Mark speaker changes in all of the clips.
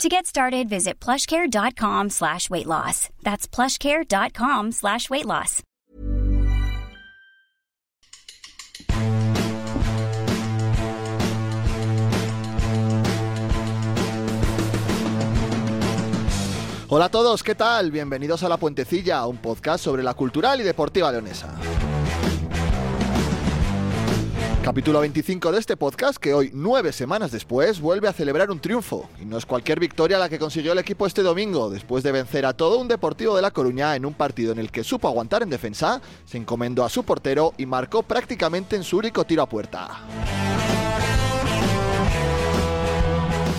Speaker 1: To get started, visit plushcare.com slash weight loss. That's plushcare.com slash weight loss.
Speaker 2: Hola a todos, ¿qué tal? Bienvenidos a La Puentecilla, un podcast sobre la cultural y deportiva leonesa. Capítulo 25 de este podcast que hoy, nueve semanas después, vuelve a celebrar un triunfo. Y no es cualquier victoria la que consiguió el equipo este domingo, después de vencer a todo un Deportivo de La Coruña en un partido en el que supo aguantar en defensa, se encomendó a su portero y marcó prácticamente en su único tiro a puerta.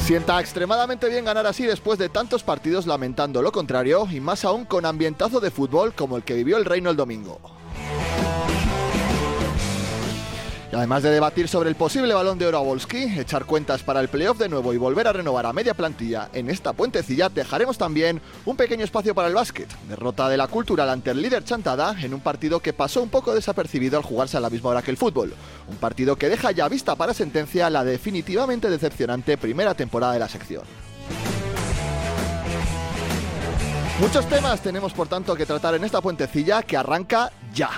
Speaker 2: Sienta extremadamente bien ganar así después de tantos partidos lamentando lo contrario y más aún con ambientazo de fútbol como el que vivió el Reino el domingo. Y además de debatir sobre el posible balón de oro a Volsky, echar cuentas para el playoff de nuevo y volver a renovar a media plantilla, en esta puentecilla dejaremos también un pequeño espacio para el básquet. Derrota de la cultural ante el líder Chantada en un partido que pasó un poco desapercibido al jugarse a la misma hora que el fútbol. Un partido que deja ya vista para sentencia la definitivamente decepcionante primera temporada de la sección. Muchos temas tenemos por tanto que tratar en esta puentecilla que arranca ya.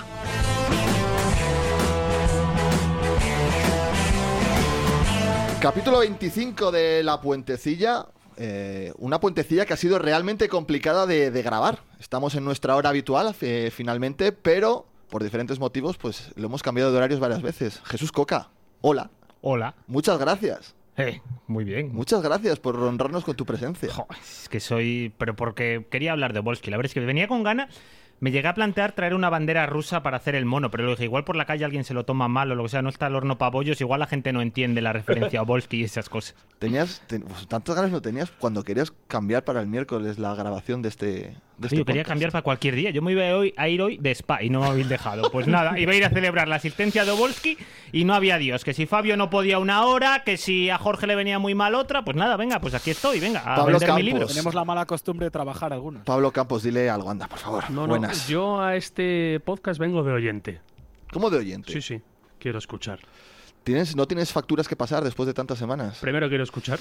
Speaker 2: Capítulo 25 de La Puentecilla. eh, una puentecilla que ha sido realmente complicada de, de grabar. Estamos en nuestra hora habitual eh, finalmente, pero por diferentes motivos pues lo hemos cambiado de horarios varias veces. Jesús Coca, hola.
Speaker 3: Hola.
Speaker 2: Muchas gracias.
Speaker 3: Eh, muy bien.
Speaker 2: Muchas gracias por honrarnos con tu presencia.
Speaker 3: Jo, es que soy. Pero porque quería hablar de Volsky. La verdad es que venía con ganas. Me llegué a plantear traer una bandera rusa para hacer el mono, pero lo dije, igual por la calle alguien se lo toma mal o lo que sea, no está el horno pabollos, igual la gente no entiende la referencia a Volsky y esas cosas.
Speaker 2: Tenías te- pues, tantas ganas no tenías cuando querías cambiar para el miércoles la grabación de este de
Speaker 3: Sí,
Speaker 2: este
Speaker 3: yo quería
Speaker 2: podcast.
Speaker 3: cambiar para cualquier día. Yo me iba a, hoy, a ir hoy de spa y no me habéis dejado. Pues nada, iba a ir a celebrar la asistencia de Obolsky y no había Dios. Que si Fabio no podía una hora, que si a Jorge le venía muy mal otra, pues nada, venga, pues aquí estoy, venga, a
Speaker 2: Pablo
Speaker 3: vender mi libro.
Speaker 2: Campos.
Speaker 4: Tenemos la mala costumbre de trabajar algunos.
Speaker 2: Pablo Campos, dile algo, anda, por favor.
Speaker 5: No, no,
Speaker 2: Buenas.
Speaker 5: yo a este podcast vengo de oyente.
Speaker 2: ¿Cómo de oyente?
Speaker 5: Sí, sí, quiero escuchar.
Speaker 2: ¿Tienes, ¿No tienes facturas que pasar después de tantas semanas?
Speaker 5: Primero quiero escuchar.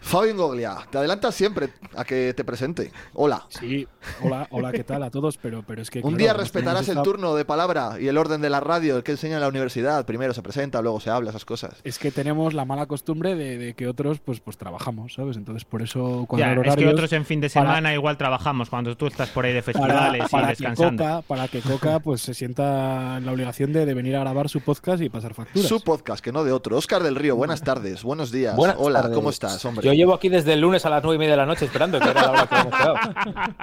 Speaker 2: Fabio Ingoglia, te adelantas siempre a que te presente. Hola.
Speaker 4: Sí, hola, hola, ¿qué tal a todos? Pero, pero es que.
Speaker 2: Un
Speaker 4: claro,
Speaker 2: día
Speaker 4: nos
Speaker 2: respetarás
Speaker 4: hemos
Speaker 2: el
Speaker 4: estado-
Speaker 2: turno de palabra y el orden de la radio, el que enseña en la universidad. Primero se presenta, luego se habla, esas cosas.
Speaker 4: Es que tenemos la mala costumbre de, de que otros, pues, pues trabajamos, ¿sabes? Entonces, por eso cuando
Speaker 3: Ya,
Speaker 4: el
Speaker 3: es que
Speaker 4: horario-
Speaker 3: otros en fin de
Speaker 4: para-
Speaker 3: semana igual trabajamos cuando tú estás por ahí de
Speaker 4: para,
Speaker 3: festivales
Speaker 4: para
Speaker 3: y
Speaker 4: que
Speaker 3: descansando.
Speaker 4: Coca, para que Coca pues se sienta en la obligación de, de venir a grabar su podcast y pasar facturas.
Speaker 2: Su podcast, que no de otro. Óscar del Río, buenas tardes, buenos días.
Speaker 6: Buenas
Speaker 2: Hola,
Speaker 6: tardes.
Speaker 2: ¿cómo estás, hombre?
Speaker 6: Yo llevo aquí desde el lunes a las nueve y media de la noche esperando, que era la hora que habíamos quedado.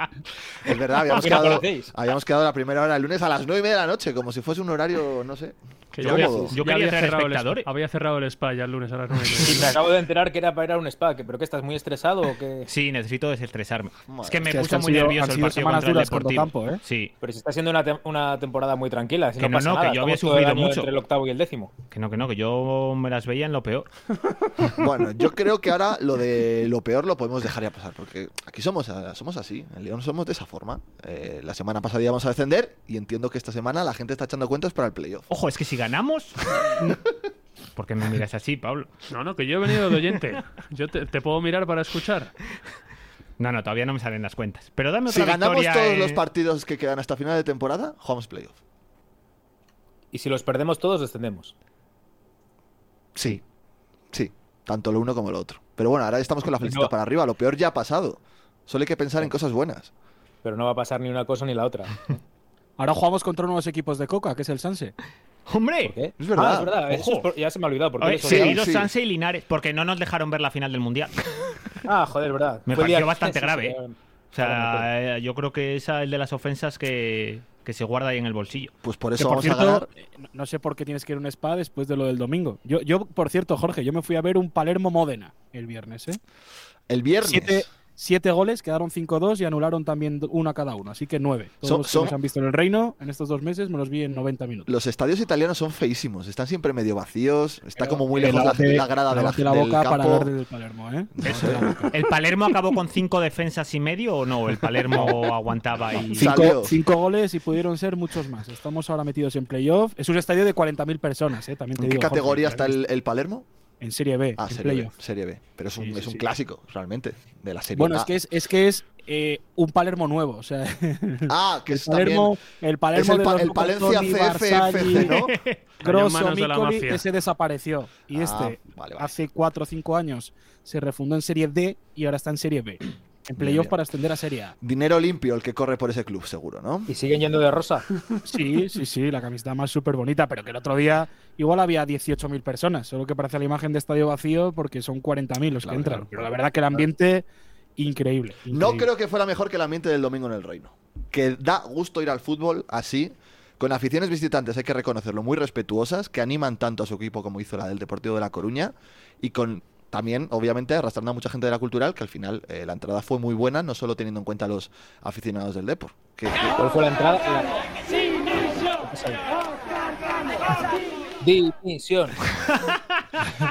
Speaker 2: Es verdad, habíamos
Speaker 6: ¿Por qué no
Speaker 2: quedado,
Speaker 6: conocéis?
Speaker 2: habíamos quedado la primera hora el lunes a las nueve y media de la noche, como si fuese un horario, no sé.
Speaker 5: Que
Speaker 2: Yo
Speaker 5: había,
Speaker 2: cómodo.
Speaker 3: Yo quería
Speaker 5: había
Speaker 3: ser
Speaker 5: cerrado el
Speaker 3: espectador.
Speaker 5: spa- había cerrado el spa ya el lunes a las
Speaker 6: Y me
Speaker 5: 9.
Speaker 6: acabo de enterar que era para ir a un spa, que, pero que estás muy estresado o que...
Speaker 3: Sí, necesito desestresarme.
Speaker 2: Madre
Speaker 3: es que
Speaker 4: Hostia,
Speaker 3: me
Speaker 4: es que
Speaker 3: puso
Speaker 4: han
Speaker 3: muy
Speaker 4: sido-
Speaker 3: nervioso
Speaker 4: han
Speaker 3: el
Speaker 4: sido
Speaker 3: partido
Speaker 4: semanas
Speaker 3: contra el
Speaker 4: duras contra
Speaker 3: Deportivo.
Speaker 4: campo, ¿eh?
Speaker 3: Sí,
Speaker 6: Pero si está siendo una, tem- una temporada muy tranquila, si
Speaker 3: Que
Speaker 6: no
Speaker 3: no,
Speaker 6: pasa
Speaker 3: no, que
Speaker 6: nada,
Speaker 3: yo había
Speaker 6: estamos todo el
Speaker 3: sufrido
Speaker 6: año
Speaker 3: mucho.
Speaker 6: entre el octavo y el décimo.
Speaker 3: que no, que no. no, que yo me las veía en lo peor.
Speaker 2: Bueno, yo creo que ahora lo de lo peor lo podemos dejar ya pasar, porque aquí somos, a- somos así, en León somos de esa forma. Eh, la semana pasada íbamos a descender y entiendo que esta semana la gente está echando cuentas para el playoff.
Speaker 3: Ojo, es que si ganamos. ¿Por qué me miras así, Pablo?
Speaker 5: No, no, que yo he venido de oyente. Yo te, te puedo mirar para escuchar.
Speaker 3: No, no, todavía no me salen las cuentas. Pero dame
Speaker 2: Si
Speaker 3: otra
Speaker 2: ganamos
Speaker 3: victoria,
Speaker 2: todos
Speaker 3: eh.
Speaker 2: los partidos que quedan hasta final de temporada, Homes playoff.
Speaker 6: Y si los perdemos todos, descendemos.
Speaker 2: Sí. Sí, tanto lo uno como lo otro. Pero bueno, ahora estamos con la flechita
Speaker 6: No.
Speaker 2: para arriba, lo peor ya ha pasado. Solo hay que pensar en cosas buenas.
Speaker 6: Pero no va a pasar ni una cosa ni la otra.
Speaker 4: Ahora jugamos contra unos equipos de coca, que es el Sanse.
Speaker 3: ¡Hombre!
Speaker 6: ¿Por qué?
Speaker 2: Es verdad.
Speaker 6: Ah, es verdad. eso
Speaker 3: Ojo.
Speaker 6: es por- Ya se me ha olvidado. Porque
Speaker 3: Oye,
Speaker 6: les
Speaker 3: sí,
Speaker 6: olvidaba.
Speaker 3: y los
Speaker 2: sí.
Speaker 3: Sanse y Linares, porque no nos dejaron ver la final del Mundial.
Speaker 6: Ah, joder, verdad.
Speaker 3: Me
Speaker 6: Fue el día-
Speaker 3: pareció bastante grave,
Speaker 6: sí,
Speaker 3: ¿eh?
Speaker 6: sí,
Speaker 3: O
Speaker 6: Ahora me
Speaker 3: sea, eh, yo creo que esa es de las ofensas que, que se guarda ahí en el bolsillo.
Speaker 2: Pues por
Speaker 4: Que
Speaker 2: eso
Speaker 4: por
Speaker 2: vamos a
Speaker 4: cierto,
Speaker 2: ganar.
Speaker 4: eh, no- no sé por qué tienes que ir a un spa después de lo del domingo. Yo, yo por cierto, Jorge, yo me fui a ver un Palermo Módena el viernes, ¿eh?
Speaker 2: El viernes.
Speaker 4: Siete, siete goles, quedaron 5-2 y anularon también do- uno a cada uno, así que nueve. Todos
Speaker 2: Son-
Speaker 4: los que
Speaker 2: son-
Speaker 4: nos han visto en el reino en estos dos meses me los vi en 90 minutos.
Speaker 2: Los estadios italianos son feísimos, están siempre medio vacíos, está
Speaker 6: Pero
Speaker 2: como muy
Speaker 4: Eh,
Speaker 2: lejos la,
Speaker 4: lávate-
Speaker 2: la grada de la,
Speaker 4: lávate
Speaker 2: del
Speaker 4: boca
Speaker 2: campo.
Speaker 4: para hablar del Palermo, ¿eh?
Speaker 2: Eso,
Speaker 4: Lávate la boca.
Speaker 3: ¿El Palermo acabó con cinco defensas y medio o no? El Palermo aguantaba y.
Speaker 2: Sí.
Speaker 4: Cinco,
Speaker 2: Salió.
Speaker 4: cinco goles y pudieron ser muchos más. Estamos ahora metidos en playoff. Es un estadio de 40.000 personas, ¿eh? También te
Speaker 2: ¿En qué
Speaker 4: digo, Jorge,
Speaker 2: categoría está el, el Palermo?
Speaker 4: En Serie B,
Speaker 2: Ah,
Speaker 4: en
Speaker 2: Serie B,
Speaker 4: playoff.
Speaker 2: Serie B. Pero es un,
Speaker 4: Sí, sí,
Speaker 2: es un
Speaker 4: sí.
Speaker 2: clásico, realmente, de la Serie
Speaker 4: Bueno,
Speaker 2: A.
Speaker 4: es que es, es que es eh, un Palermo nuevo. O sea,
Speaker 2: Ah, que
Speaker 4: el
Speaker 2: es también...
Speaker 4: Palermo, el Palermo
Speaker 2: es el,
Speaker 4: de
Speaker 2: pa-
Speaker 4: los
Speaker 2: el Palencia
Speaker 4: Bertoni,
Speaker 2: CFFC,
Speaker 4: Barzagli,
Speaker 2: ¿no?
Speaker 4: Grosso,
Speaker 5: manos de la
Speaker 4: Micoli,
Speaker 5: mafia.
Speaker 4: ese desapareció. Y
Speaker 2: Ah,
Speaker 4: este,
Speaker 2: vale, vale.
Speaker 4: hace 4 o 5 años, se refundó en Serie D y ahora está en Serie B. En playoff
Speaker 2: bien.
Speaker 4: para ascender a Serie A.
Speaker 2: Dinero limpio el que corre por ese club, seguro, ¿no?
Speaker 6: sí. ¿Y siguen yendo de rosa?
Speaker 4: Sí, sí, sí, la camiseta más súper bonita, pero que el otro día igual había 18.000 personas, solo que parece la imagen de estadio vacío porque son 40.000 los que
Speaker 2: Claro,
Speaker 4: entran.
Speaker 2: claro.
Speaker 4: Pero la verdad que el ambiente, increíble.
Speaker 2: No
Speaker 4: increíble.
Speaker 2: creo que fuera mejor que el ambiente del domingo en el Reino. Que da gusto ir al fútbol así, con aficiones visitantes, hay que reconocerlo, muy respetuosas, que animan tanto a su equipo como hizo la del Deportivo de La Coruña, y con también, obviamente, arrastrando a mucha gente de la cultural, que al final eh, la entrada fue muy buena, no solo teniendo en cuenta a los aficionados del Depor. Que, que-
Speaker 6: ¿Cuál fue la entrada? La- ¿Qué pasa ahí? Dimisión.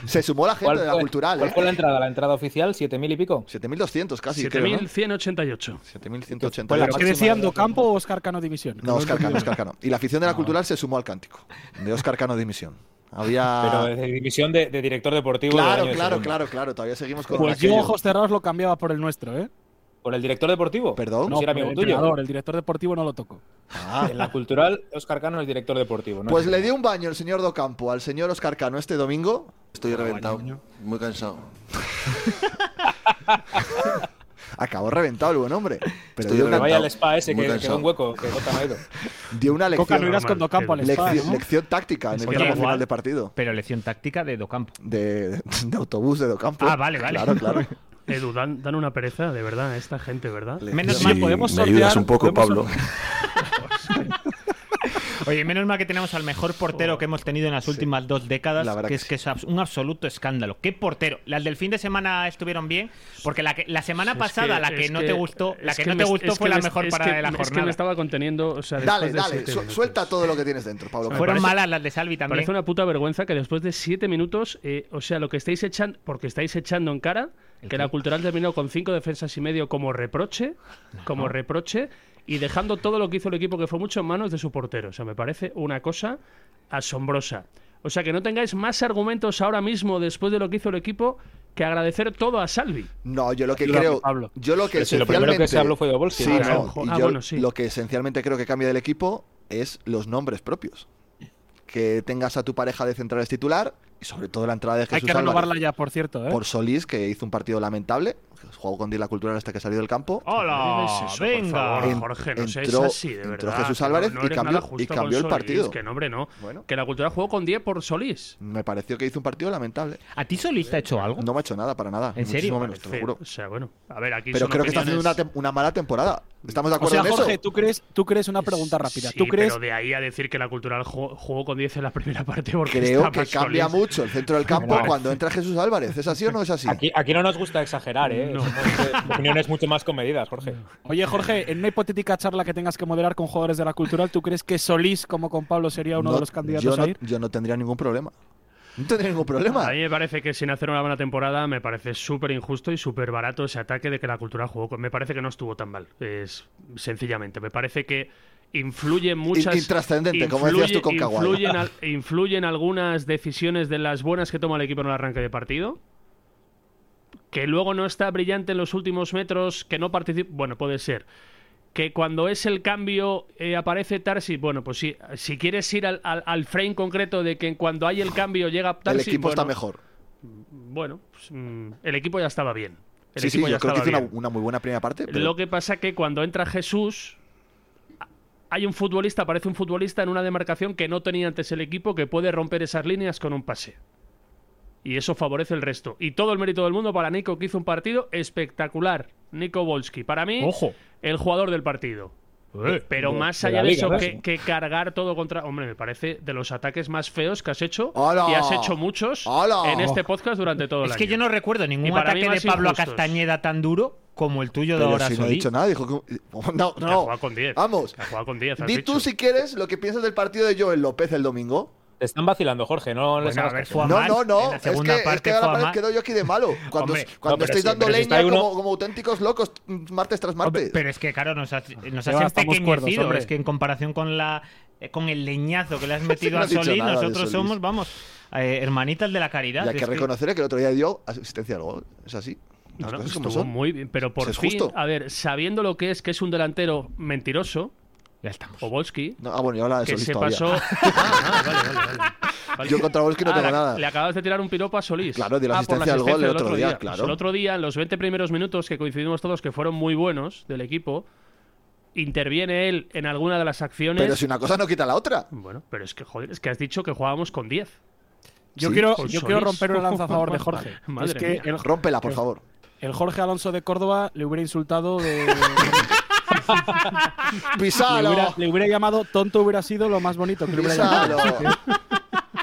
Speaker 2: se sumó la gente de la
Speaker 6: fue-
Speaker 2: cultural,
Speaker 6: cuál
Speaker 2: ¿eh?
Speaker 6: fue la entrada? ¿La entrada oficial? ¿Siete mil y pico?
Speaker 2: 7.200 casi, creo, ¿no?
Speaker 5: 7188.
Speaker 2: 7.180.
Speaker 6: Fue la
Speaker 4: ¿Qué
Speaker 6: máxima
Speaker 4: decían,
Speaker 6: de la
Speaker 4: Docampo o Oscar Cano División?
Speaker 2: No, Oscar Cano, Oscar Cano. Y la afición de la cultural se sumó al cántico de Oscar Cano dimisión.
Speaker 6: Pero
Speaker 2: Había.
Speaker 6: de división de, de director deportivo. del año
Speaker 2: Ah. Claro,
Speaker 6: de
Speaker 2: claro,
Speaker 6: segunda.
Speaker 2: claro, claro. Todavía seguimos con
Speaker 4: Pues yo,
Speaker 2: aquello.
Speaker 4: ojos cerrados, lo cambiaba por el nuestro, ¿eh?
Speaker 6: ¿Por el director deportivo?
Speaker 2: Perdón.
Speaker 6: No, si era
Speaker 4: por
Speaker 6: amigo
Speaker 4: el
Speaker 6: tuyo.
Speaker 4: entrenador, el director deportivo no lo tocó.
Speaker 2: Ah.
Speaker 6: En la cultural, Oscar Cano es director deportivo. ¿no?
Speaker 2: Pues le dio un baño el señor Docampo al señor Oscar Cano este domingo. Estoy reventado.
Speaker 7: Ah, Muy cansado.
Speaker 2: Acabó reventado el buen hombre. Pero
Speaker 7: Estoy
Speaker 2: dio
Speaker 6: Que
Speaker 2: una,
Speaker 6: vaya al spa ese,
Speaker 7: Muy
Speaker 6: que
Speaker 7: cansado.
Speaker 6: quedó un hueco, que Jota no ha ido.
Speaker 2: dio una
Speaker 4: Coca,
Speaker 2: lección,
Speaker 4: no irás con
Speaker 5: normal,
Speaker 4: Docampo al
Speaker 5: pero-
Speaker 4: spa,
Speaker 2: lección,
Speaker 4: ¿no?
Speaker 2: lección táctica en el
Speaker 3: Oye,
Speaker 2: tramo
Speaker 3: igual.
Speaker 2: final de partido.
Speaker 3: Pero lección táctica de Docampo.
Speaker 2: De, de autobús de Docampo.
Speaker 3: Ah, vale, vale.
Speaker 2: Claro, claro.
Speaker 5: Edu, dan, dan una pereza, de verdad, a esta gente, ¿verdad?
Speaker 3: Menos
Speaker 7: Sí,
Speaker 3: mal,
Speaker 4: podemos
Speaker 7: me ayudas
Speaker 4: sortear-
Speaker 7: un poco,
Speaker 4: podemos
Speaker 7: Pablo.
Speaker 3: Oye, menos mal que tenemos al mejor portero que hemos tenido en las últimas dos décadas,
Speaker 2: La verdad
Speaker 3: que
Speaker 2: que
Speaker 3: es que es abs- un absoluto escándalo. ¿Qué portero? Las del fin de semana estuvieron bien, porque la, que- la semana
Speaker 5: Es
Speaker 3: pasada,
Speaker 5: que-
Speaker 3: la que
Speaker 5: es
Speaker 3: no te gustó, la
Speaker 5: es
Speaker 3: que no
Speaker 5: me-
Speaker 3: te gustó
Speaker 5: es
Speaker 3: fue
Speaker 5: que
Speaker 3: la
Speaker 5: me-
Speaker 3: mejor
Speaker 5: es
Speaker 3: para
Speaker 5: que-
Speaker 3: la
Speaker 5: Es que
Speaker 3: jornada.
Speaker 5: me estaba conteniendo. o sea, después
Speaker 2: Dale,
Speaker 5: de
Speaker 2: dale.
Speaker 5: siete
Speaker 2: su-
Speaker 5: minutos.
Speaker 2: suelta todo lo que tienes dentro, Pablo.
Speaker 5: Me
Speaker 3: Fueron
Speaker 5: parece-
Speaker 3: malas las de Salvi
Speaker 5: Me
Speaker 3: también.
Speaker 5: Parece una puta vergüenza que después de siete minutos, eh, o sea, lo que estáis echando, porque estáis echando en cara, que la cultural terminó con cinco defensas y medio como reproche, como reproche, y dejando todo lo que hizo el equipo, que fue mucho en manos de su portero. O sea, me parece una cosa asombrosa. O sea, que no tengáis más argumentos ahora mismo, después de lo que hizo el equipo, que agradecer todo a Salvi.
Speaker 2: No, yo lo que
Speaker 4: Ayúdame,
Speaker 2: creo.
Speaker 4: Pablo.
Speaker 2: Yo lo que
Speaker 6: Pero si lo primero que se
Speaker 2: esencialmente-
Speaker 6: habló fue de Obolsky,
Speaker 2: Sí,
Speaker 6: ¿no?
Speaker 2: no,
Speaker 5: Ah,
Speaker 2: y
Speaker 5: ah,
Speaker 2: yo
Speaker 5: bueno, sí.
Speaker 2: Lo que esencialmente creo que cambia del equipo es los nombres propios. Que tengas a tu pareja de centrales titular y sobre todo la entrada de
Speaker 4: Hay
Speaker 2: Jesús
Speaker 4: que renovarla
Speaker 2: Álvarez
Speaker 4: ya, por cierto, ¿eh?
Speaker 2: por Solís, que hizo un partido lamentable. Jugó con 10 la cultural hasta que salió del campo.
Speaker 4: Oh.
Speaker 3: ¡Hola!
Speaker 5: No digáis eso, por
Speaker 3: ¡Venga!
Speaker 5: favor,
Speaker 2: En-
Speaker 5: Jorge, no seas
Speaker 2: entró-
Speaker 5: así, de
Speaker 2: entró
Speaker 5: verdad.
Speaker 2: Jesús
Speaker 5: No-
Speaker 2: Álvarez
Speaker 5: no
Speaker 2: y
Speaker 5: eres
Speaker 2: cambió-
Speaker 5: nada justo
Speaker 2: y
Speaker 5: con
Speaker 2: cambió el
Speaker 5: Solís,
Speaker 2: partido.
Speaker 5: Que no, hombre, no.
Speaker 2: Bueno.
Speaker 5: Que la cultura jugó con 10 por Solís.
Speaker 2: Me pareció que hizo un partido lamentable.
Speaker 3: ¿A ti Solís te ha hecho
Speaker 4: Oh.
Speaker 3: algo?
Speaker 2: No me ha hecho nada para nada.
Speaker 3: ¿En serio?
Speaker 2: Muchísimo menos, te lo
Speaker 5: Fe-
Speaker 2: juro.
Speaker 5: O sea, bueno, a ver, aquí
Speaker 2: Pero
Speaker 5: son
Speaker 2: creo que está haciendo
Speaker 5: opiniones-
Speaker 2: una, tem- una mala temporada. ¿Estamos de
Speaker 4: O
Speaker 2: acuerdo
Speaker 4: sea,
Speaker 2: en eso?
Speaker 4: Jorge, ¿tú crees, tú crees una pregunta rápida?
Speaker 5: Sí,
Speaker 4: ¿Tú crees
Speaker 5: pero de ahí a decir que la cultural ju- jugó con 10 en la primera parte porque
Speaker 2: Creo
Speaker 5: está
Speaker 2: que
Speaker 5: más
Speaker 2: cambia
Speaker 5: Solís.
Speaker 2: mucho el centro del campo
Speaker 5: Bueno.
Speaker 2: cuando entra Jesús Álvarez. ¿Es así o no es así?
Speaker 6: Aquí, aquí no nos gusta exagerar, ¿eh?
Speaker 5: No.
Speaker 6: Somos, eh, opiniones mucho más comedidas, Jorge.
Speaker 4: Oye, Jorge, en una hipotética charla que tengas que moderar con jugadores de la cultural, ¿tú crees que Solís, como con Pablo, sería uno
Speaker 2: No,
Speaker 4: de los candidatos
Speaker 2: yo no,
Speaker 4: a ir?
Speaker 2: yo no tendría ningún problema. No tendría ningún problema.
Speaker 5: A mí me parece que sin hacer una buena temporada me parece súper injusto y súper barato ese ataque de que la cultura jugó. con- Me parece que no estuvo tan mal, es sencillamente. Me parece que influyen muchas...
Speaker 2: intrascendente, como decías tú con Kawhi.
Speaker 5: influyen, al- influyen algunas decisiones de las buenas que toma el equipo en el arranque de partido. Que luego no está brillante en los últimos metros, que no participa... Bueno, puede ser. Que cuando es el cambio eh, aparece Tarsi, bueno, pues sí, si quieres ir al, al- al frame concreto de que cuando hay el cambio llega
Speaker 2: El
Speaker 5: Tarsi...
Speaker 2: equipo está
Speaker 5: bueno,
Speaker 2: mejor.
Speaker 5: bueno, pues, mm, el equipo ya estaba bien. El
Speaker 2: Sí, sí,
Speaker 5: equipo ya
Speaker 2: yo creo que hizo
Speaker 5: estaba
Speaker 2: una,
Speaker 5: bien.
Speaker 2: una muy buena primera parte. pero-
Speaker 5: Lo que pasa que cuando entra Jesús, a- hay un futbolista, aparece un futbolista en una demarcación que no tenía antes el equipo que puede romper esas líneas con un pase. Y eso favorece el resto. Y todo el mérito del mundo para Nico, que hizo un partido espectacular. Nico Volsky. Para mí,
Speaker 3: Ojo.
Speaker 5: el jugador del partido. Eh, Pero
Speaker 6: Eh, de-
Speaker 5: más
Speaker 6: de
Speaker 5: allá
Speaker 6: la
Speaker 5: de,
Speaker 6: liga,
Speaker 5: eso,
Speaker 6: ¿no?
Speaker 5: que, que cargar todo contra. Hombre, me parece de los ataques más feos que has hecho.
Speaker 2: ¡Hala!
Speaker 5: Y has hecho muchos
Speaker 2: ¡Hala!
Speaker 5: en este podcast durante todo el
Speaker 3: Es
Speaker 5: año.
Speaker 3: que yo no recuerdo
Speaker 5: Y
Speaker 3: ningún
Speaker 5: para mí
Speaker 3: ataque de
Speaker 5: más
Speaker 3: Pablo a
Speaker 5: injustos.
Speaker 3: Castañeda tan duro como el tuyo de
Speaker 2: Pero
Speaker 3: ahora,
Speaker 2: si no he
Speaker 3: Solí.
Speaker 2: dicho nada, dijo que... No,
Speaker 5: Ha
Speaker 2: no.
Speaker 5: jugado con 10.
Speaker 2: Vamos.
Speaker 5: Ha jugado con 10. has
Speaker 2: Di tú,
Speaker 5: dicho.
Speaker 2: si quieres, lo que piensas del partido de Joel López el domingo.
Speaker 6: Te están vacilando, Jorge. No les
Speaker 3: Bueno, a
Speaker 6: hagas
Speaker 3: ver,
Speaker 6: caso.
Speaker 3: fue a
Speaker 2: pues No,
Speaker 3: más.
Speaker 2: no,
Speaker 3: En
Speaker 2: no.
Speaker 3: la
Speaker 2: Es
Speaker 3: segunda
Speaker 2: que, es
Speaker 3: parte
Speaker 2: que
Speaker 3: fue
Speaker 2: ahora
Speaker 3: a
Speaker 2: parece
Speaker 3: más.
Speaker 2: que quedo yo aquí de malo. Cuando,
Speaker 3: Hombre,
Speaker 6: no,
Speaker 2: cuando
Speaker 6: pero
Speaker 2: estáis
Speaker 6: sí,
Speaker 2: dando
Speaker 6: pero si
Speaker 2: leña
Speaker 6: está ahí uno-
Speaker 2: como, como auténticos locos mm, martes tras
Speaker 3: Hombre,
Speaker 2: martes.
Speaker 3: Pero es que, claro, nos has, nos has
Speaker 4: Eva, estamos
Speaker 3: empequeñecido.
Speaker 4: cuerdos, hombre.
Speaker 3: es que en comparación con la eh, con el leñazo que le has metido
Speaker 2: no
Speaker 3: a
Speaker 2: has dicho
Speaker 3: Solís,
Speaker 2: nada de
Speaker 3: nosotros
Speaker 2: Solís.
Speaker 3: somos, vamos, eh, hermanitas de la caridad.
Speaker 2: y hay que
Speaker 3: Es que-
Speaker 2: reconocer que... el otro día dio asistencia al gol. Es así.
Speaker 5: No,
Speaker 2: Las
Speaker 5: no,
Speaker 2: cosas como
Speaker 5: estuvo
Speaker 2: son.
Speaker 5: muy bien, pero por
Speaker 2: Es
Speaker 5: fin,
Speaker 2: justo.
Speaker 5: a ver, sabiendo lo que es, que es un delantero mentiroso,
Speaker 3: Ya estamos.
Speaker 5: Obolski,
Speaker 2: No, ah, bueno, y ahora de
Speaker 5: que
Speaker 2: Solís
Speaker 5: se
Speaker 2: todavía.
Speaker 5: pasó... Ah, ah, vale, vale, vale. Vale.
Speaker 2: Yo contra Obolski no
Speaker 5: Ah,
Speaker 2: tengo
Speaker 5: le-
Speaker 2: nada.
Speaker 5: Le acabas de tirar un piropo a Solís.
Speaker 2: Claro, dio la
Speaker 5: Ah, por
Speaker 2: asistencia al gol el
Speaker 5: del
Speaker 2: otro día, claro.
Speaker 5: Pues el otro día, en los 20 primeros minutos que coincidimos todos que fueron muy buenos del equipo, interviene él en alguna de las acciones...
Speaker 2: Pero si una cosa no quita la otra.
Speaker 5: Bueno, pero es que, joder, es que has dicho que jugábamos con 10.
Speaker 4: Yo,
Speaker 2: Sí.
Speaker 4: quiero,
Speaker 5: Con
Speaker 4: yo quiero
Speaker 5: Solís.
Speaker 4: romper una lanza a favor de Jorge.
Speaker 5: Madre
Speaker 4: es que
Speaker 5: mía.
Speaker 4: el,
Speaker 2: Rómpela, por favor.
Speaker 4: el Jorge Alonso de Córdoba le hubiera insultado de. le,
Speaker 2: ¡Pisalo!
Speaker 4: hubiera, le hubiera llamado tonto, hubiera sido lo más bonito que le hubiera
Speaker 2: ¡Pisalo!
Speaker 4: llamado.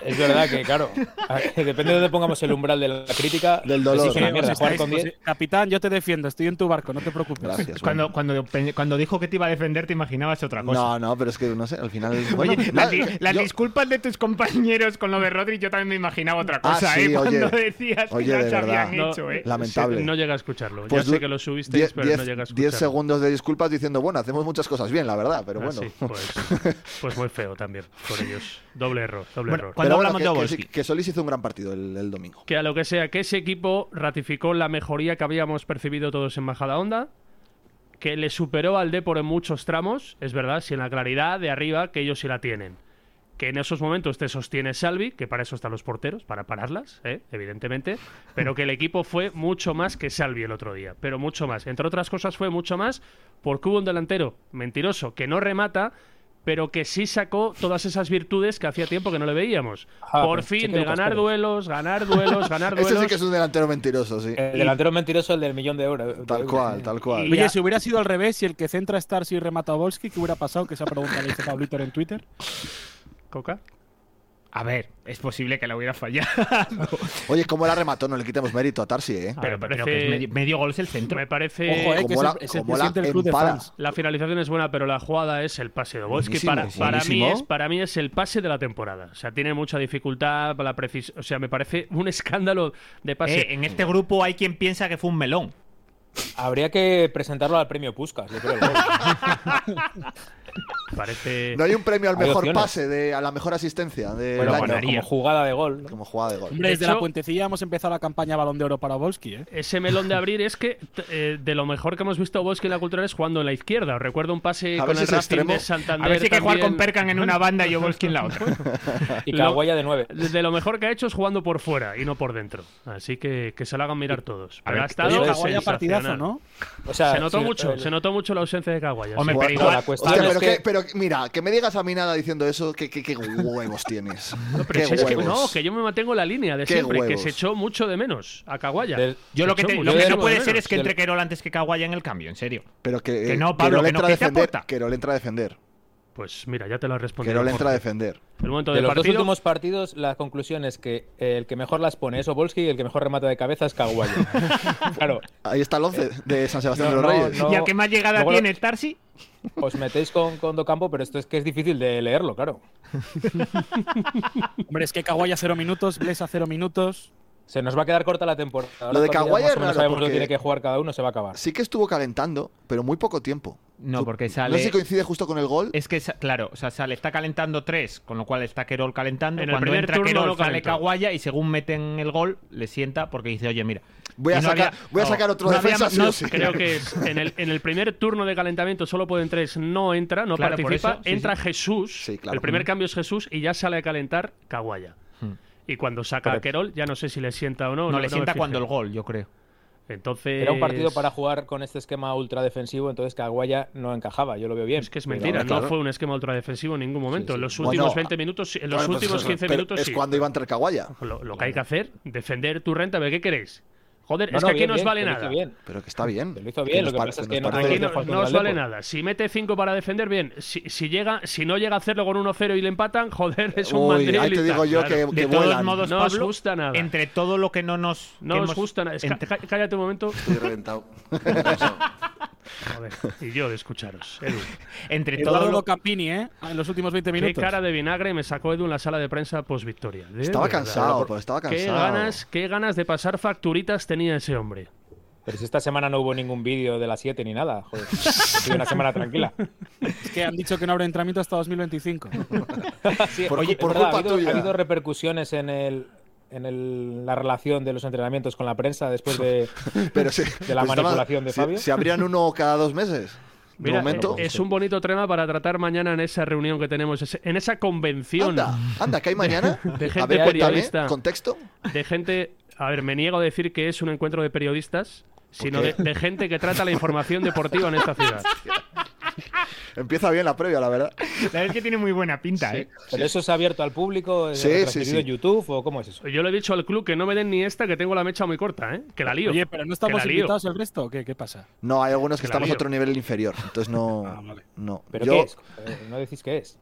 Speaker 6: Es verdad que, claro, a ver, depende de dónde pongamos el umbral de la crítica.
Speaker 2: Del dolor.
Speaker 6: pues sí, es una mierda,
Speaker 4: Os
Speaker 6: jugar
Speaker 4: estáis-
Speaker 6: con
Speaker 4: os-
Speaker 6: 10.
Speaker 4: Capitán, yo te defiendo, estoy en tu barco, no te preocupes.
Speaker 2: Gracias.
Speaker 3: Cuando, cuando, cuando dijo que te iba a defender, te imaginabas otra cosa.
Speaker 2: No, no, pero es que no sé, al final. Bueno,
Speaker 3: Oye, las,
Speaker 2: nada,
Speaker 3: di- las
Speaker 2: yo-
Speaker 3: disculpas de tus compañeros con lo de Rodri, yo también me imaginaba otra
Speaker 2: Ah,
Speaker 3: cosa,
Speaker 2: sí,
Speaker 3: ¿eh?
Speaker 2: oye.
Speaker 3: cuando decías
Speaker 2: Oye,
Speaker 3: que no
Speaker 2: de
Speaker 3: se habían
Speaker 2: verdad.
Speaker 3: hecho, ¿eh?
Speaker 2: Lamentable.
Speaker 5: sí, No llega a escucharlo.
Speaker 2: Pues
Speaker 5: ya sé
Speaker 2: du-
Speaker 5: que lo subisteis,
Speaker 2: diez-
Speaker 5: pero
Speaker 2: diez-
Speaker 5: no llega a escucharlo.
Speaker 2: 10 segundos de disculpas diciendo, bueno, hacemos muchas cosas bien, la verdad, pero
Speaker 5: Ah,
Speaker 2: bueno.
Speaker 5: sí, pues, pues muy feo también por ellos. Doble error, doble
Speaker 3: Bueno,
Speaker 5: error.
Speaker 3: cuando
Speaker 2: Pero bueno, que-
Speaker 3: hablamos de
Speaker 2: que,
Speaker 3: Obolski.
Speaker 2: sí, que Solís hizo un gran partido el, el domingo.
Speaker 5: Que a lo que sea, que ese equipo ratificó la mejoría que habíamos percibido todos en Majada Onda, que le superó al Depor en muchos tramos, es verdad, sin la claridad de arriba que ellos sí la tienen. Que en esos momentos te sostiene Salvi, que para eso están los porteros, para pararlas, ¿eh? evidentemente, pero que el equipo fue mucho más que Salvi el otro día, pero mucho más. Entre otras cosas fue mucho más porque hubo un delantero mentiroso que no remata, pero que sí sacó todas esas virtudes que hacía tiempo que no le veíamos.
Speaker 6: Ajá,
Speaker 5: Por
Speaker 6: Ah, pero sí
Speaker 5: fin,
Speaker 6: que
Speaker 5: de
Speaker 6: lo
Speaker 5: ganar
Speaker 6: cogemos.
Speaker 5: duelos, ganar duelos, ganar duelos.
Speaker 2: Ese sí que es un delantero mentiroso, sí.
Speaker 6: El delantero mentiroso, el del millón de euros.
Speaker 2: Tal cual, tal cual.
Speaker 5: Y-
Speaker 4: Oye, si hubiera sido al revés, si el que centra a Stars y remata a Volsky, ¿qué hubiera pasado? Que esa pregunta le hizo Pablito en Twitter.
Speaker 5: Coca.
Speaker 3: A ver, es posible que la hubiera fallado.
Speaker 2: Oye, ¿cómo la remató? No le quitemos mérito a Tarsi, ¿eh?
Speaker 5: Ah,
Speaker 3: pero,
Speaker 5: me
Speaker 3: pero
Speaker 5: parece-
Speaker 3: que es medio, medio gol es el centro.
Speaker 5: Me parece.
Speaker 4: Ojo, eh, que
Speaker 2: como
Speaker 4: ese-
Speaker 2: la-
Speaker 4: ese es el
Speaker 2: como la
Speaker 4: presidente del club de
Speaker 2: empala.
Speaker 4: fans.
Speaker 5: La finalización es buena, pero la jugada es el pase de Obolski.
Speaker 2: Buenísimo,
Speaker 5: Para, para, mí
Speaker 2: buenísimo.
Speaker 5: es, para mí es el pase de la temporada. O sea, tiene mucha dificultad, la precis o sea, me parece un escándalo de pase.
Speaker 3: Eh, en este grupo hay quien piensa que fue un melón.
Speaker 6: Habría que presentarlo al premio Puskas, yo creo. luego.
Speaker 5: Parece.
Speaker 2: No hay un premio al
Speaker 6: Hay
Speaker 2: mejor
Speaker 6: opciones.
Speaker 2: pase, de, a la mejor asistencia del
Speaker 6: Bueno,
Speaker 2: año.
Speaker 6: bueno, como jugada de gol. ¿no?
Speaker 2: Como jugada de gol.
Speaker 4: Hombre,
Speaker 5: De
Speaker 4: desde
Speaker 5: hecho-
Speaker 4: la puentecilla hemos empezado la campaña Balón de Oro para Volsky, ¿eh?
Speaker 5: Ese melón de abrir es que t- eh, de lo mejor que hemos visto a Obolski en la cultura es jugando en la izquierda. Os Recuerdo un pase
Speaker 2: A ver
Speaker 5: con
Speaker 2: si
Speaker 5: el
Speaker 2: es
Speaker 5: Racing
Speaker 2: extremo.
Speaker 5: de Santander.
Speaker 3: A ver si hay que jugar
Speaker 5: también.
Speaker 3: con Perkan en una banda y Obolski en la otra.
Speaker 6: Y
Speaker 5: Lo-
Speaker 6: Caguaya de nueve.
Speaker 5: De lo mejor que ha hecho es jugando por fuera y no por dentro. Así que que se lo hagan mirar todos. Pero
Speaker 3: ver,
Speaker 5: ha
Speaker 6: Oye,
Speaker 5: estado
Speaker 6: Caguaya
Speaker 4: Vaya partidazo,
Speaker 5: sensacional.
Speaker 4: ¿no?
Speaker 6: O sea,
Speaker 7: Ah,
Speaker 5: se notó
Speaker 6: sí,
Speaker 5: mucho,
Speaker 6: el-
Speaker 5: se notó mucho la ausencia de Caguaya.
Speaker 3: Hombre,
Speaker 5: sí.
Speaker 3: pero
Speaker 6: Bueno,
Speaker 3: igual-
Speaker 6: la cuestión
Speaker 2: Hostia,
Speaker 6: es
Speaker 2: pero,
Speaker 6: que,
Speaker 2: que- pero mira, que me digas a mí nada diciendo eso, que- que- qué huevos tienes.
Speaker 5: No, pero
Speaker 2: qué
Speaker 5: si es que,
Speaker 2: huevos.
Speaker 5: no, que yo me mantengo en la línea de
Speaker 2: Qué
Speaker 5: siempre, que
Speaker 2: huevos.
Speaker 5: se echó mucho de menos a Caguaya.
Speaker 6: Del-
Speaker 3: Yo lo que, te-
Speaker 5: Mucho,
Speaker 3: lo que
Speaker 6: mucho
Speaker 3: no
Speaker 6: de
Speaker 3: puede
Speaker 6: menos.
Speaker 3: ser es que
Speaker 6: Yo lo-
Speaker 3: entre Querol antes que Kawhi en el cambio, en serio.
Speaker 2: Pero que,
Speaker 3: Que no, Pablo,
Speaker 2: le
Speaker 3: que no,
Speaker 2: entra a
Speaker 3: que te
Speaker 2: defender.
Speaker 3: aporta.
Speaker 2: Que no le entra a defender.
Speaker 5: Pues mira, ya te lo respondí.
Speaker 2: Querol entra a defender.
Speaker 5: El momento
Speaker 7: De,
Speaker 5: del
Speaker 7: los
Speaker 5: partido.
Speaker 7: dos últimos partidos, la conclusión es que eh, el que mejor las pone es Obolski y el que mejor remata de cabeza es Caguayo. claro,
Speaker 2: Ahí está el 11 de San Sebastián
Speaker 7: No,
Speaker 2: de los
Speaker 7: no,
Speaker 2: Reyes.
Speaker 7: no.
Speaker 3: ¿Y a qué más llegada
Speaker 7: Luego lo-
Speaker 3: tiene Tarsi?
Speaker 7: os metéis con, con Docampo, pero esto es que es difícil de leerlo, claro.
Speaker 4: Hombre, es que Kawhi a cero minutos, Blesa cero minutos.
Speaker 7: Se nos va a quedar corta la temporada. Ahora
Speaker 2: Lo de
Speaker 7: cuando ya
Speaker 2: Kawhi
Speaker 7: más
Speaker 2: es
Speaker 7: o
Speaker 2: raro,
Speaker 7: menos sabemos lo
Speaker 2: porque-
Speaker 7: que tiene que jugar cada uno, se va a acabar.
Speaker 2: Sí que estuvo calentando, pero muy poco tiempo.
Speaker 3: No,
Speaker 2: Tú-
Speaker 3: porque
Speaker 2: No
Speaker 3: sale.
Speaker 2: sé si coincide justo con el gol.
Speaker 3: Es que, sa- claro, o sea, sale, está calentando tres, con lo cual está Querol calentando.
Speaker 5: En el
Speaker 3: Cuando
Speaker 5: primer
Speaker 3: entra
Speaker 5: turno
Speaker 3: Querol,
Speaker 5: no
Speaker 3: sale
Speaker 5: calentó.
Speaker 3: Caguaya y según meten el gol, le sienta porque dice, oye, mira.
Speaker 2: Voy a
Speaker 3: y no
Speaker 2: sacar-
Speaker 3: había-
Speaker 2: voy a sacar otro
Speaker 3: había
Speaker 2: defensa
Speaker 3: más-
Speaker 2: sí o sí.
Speaker 5: Creo que es- en el, en el primer turno de calentamiento solo pueden tres, no entra, no
Speaker 3: Claro, por
Speaker 5: participa.
Speaker 3: eso, sí,
Speaker 5: entra
Speaker 3: sí.
Speaker 5: Jesús,
Speaker 2: Sí, claro.
Speaker 5: el primer cambio es Jesús y ya sale a calentar Caguaya. Y cuando saca a Querol, ya no sé si le sienta o no.
Speaker 3: no, le
Speaker 5: me
Speaker 3: sienta
Speaker 5: fijé.
Speaker 3: cuando el gol, yo creo.
Speaker 5: Entonces.
Speaker 7: Era un partido para jugar con este esquema ultra defensivo, entonces Caguaya no encajaba, yo lo veo bien.
Speaker 5: Es que es
Speaker 7: Pero
Speaker 5: mentira,
Speaker 7: ahora-
Speaker 5: no fue un esquema ultradefensivo en ningún momento.
Speaker 7: Sí, sí.
Speaker 5: En los
Speaker 2: Bueno,
Speaker 5: últimos
Speaker 2: a-
Speaker 5: 20 minutos, sí, en los
Speaker 2: Bueno, pues,
Speaker 5: últimos 15
Speaker 2: pero
Speaker 5: minutos
Speaker 2: Es
Speaker 5: sí.
Speaker 2: cuando iba a entrar Kawaya.
Speaker 5: Lo, lo que hay que hacer, defender tu renta, ¿qué queréis? Joder,
Speaker 7: No,
Speaker 5: es
Speaker 7: no,
Speaker 5: que aquí
Speaker 7: bien,
Speaker 5: no os
Speaker 7: bien,
Speaker 5: vale
Speaker 7: que lo
Speaker 5: nada.
Speaker 7: hizo bien.
Speaker 2: Pero que está bien.
Speaker 7: Que lo hizo bien,
Speaker 2: nos
Speaker 7: lo que
Speaker 2: par-
Speaker 7: pasa es
Speaker 2: nos
Speaker 7: que no
Speaker 2: parece-
Speaker 7: tiene
Speaker 5: Aquí no,
Speaker 7: Falta un
Speaker 5: no os
Speaker 7: al
Speaker 5: vale
Speaker 7: Depor.
Speaker 5: nada. Si mete 5 para defender bien, si, si llega, si no llega a hacerlo con 1-0 y le empatan, joder, es un
Speaker 2: Uy,
Speaker 5: mandril.
Speaker 2: ahí
Speaker 5: y
Speaker 2: te
Speaker 5: tal,
Speaker 2: digo yo
Speaker 5: claro.
Speaker 2: que,
Speaker 3: De
Speaker 2: que
Speaker 3: todos
Speaker 2: vuelan.
Speaker 3: modos,
Speaker 5: No os
Speaker 3: Pablo,
Speaker 5: gusta nada.
Speaker 3: entre todo lo que no nos.
Speaker 5: No
Speaker 3: que
Speaker 5: os
Speaker 3: hemos-
Speaker 5: gusta nada. Es-
Speaker 3: entre-
Speaker 5: ca- Cállate un momento.
Speaker 8: Estoy reventado.
Speaker 5: Joder, y yo de escucharos. Edu.
Speaker 3: entre todo
Speaker 4: Eduardo
Speaker 3: lo que.
Speaker 4: Campini, ¿eh? En los últimos 20
Speaker 5: Qué
Speaker 4: minutos.
Speaker 5: cara de vinagre me sacó Edu en la sala de prensa post victoria.
Speaker 2: Estaba cansado, pero estaba
Speaker 5: Qué
Speaker 2: cansado.
Speaker 5: ganas, qué ganas de pasar facturitas tenía ese hombre.
Speaker 7: Pero si esta semana no hubo ningún vídeo de las 7 ni nada, joder. Ha sido una semana tranquila.
Speaker 4: Es que han dicho que no habrá entrenamiento hasta 2025.
Speaker 7: Sí,
Speaker 2: Por
Speaker 7: oye,
Speaker 2: cu- por
Speaker 7: es verdad,
Speaker 2: culpa
Speaker 7: ha habido,
Speaker 2: tuya.
Speaker 7: ha habido repercusiones en el en el- la relación de los entrenamientos con la prensa después de
Speaker 2: Pero sí,
Speaker 7: de la
Speaker 2: pues estaba-
Speaker 7: manipulación de
Speaker 2: si-
Speaker 7: Fabio.
Speaker 2: Si abrían uno cada dos meses. De
Speaker 5: Mira,
Speaker 2: momento.
Speaker 5: eh, es un bonito tema para tratar mañana en esa reunión que tenemos, ese- en esa convención
Speaker 2: Anda, anda, que hay mañana.
Speaker 5: de
Speaker 2: A
Speaker 5: gente
Speaker 2: ver, cuéntame,
Speaker 5: periodista.
Speaker 2: contexto.
Speaker 5: de gente. A ver, me niego a decir que es un encuentro de periodistas, sino de, de gente que trata la información deportiva en esta ciudad.
Speaker 2: Empieza bien la previa, la verdad.
Speaker 3: La verdad es que tiene muy buena pinta, ¿eh?
Speaker 7: ¿Pero eso es abierto al público? ¿Es
Speaker 2: Sí, sí,
Speaker 7: retransmitido
Speaker 2: sí.
Speaker 7: en YouTube o cómo es eso?
Speaker 5: Yo le he dicho al club que no me den ni esta, que tengo la mecha muy corta, ¿eh? Que la lío.
Speaker 4: Oye, pero no
Speaker 5: Que
Speaker 4: estamos
Speaker 5: la lío.
Speaker 4: invitados el resto, ¿o qué? ¿Qué pasa?
Speaker 2: No, hay algunos que
Speaker 5: Que la
Speaker 2: estamos a
Speaker 5: lío.
Speaker 2: otro nivel inferior. Entonces no. no.
Speaker 7: ¿Pero
Speaker 2: Yo-
Speaker 7: qué es? Eh, No decís qué es.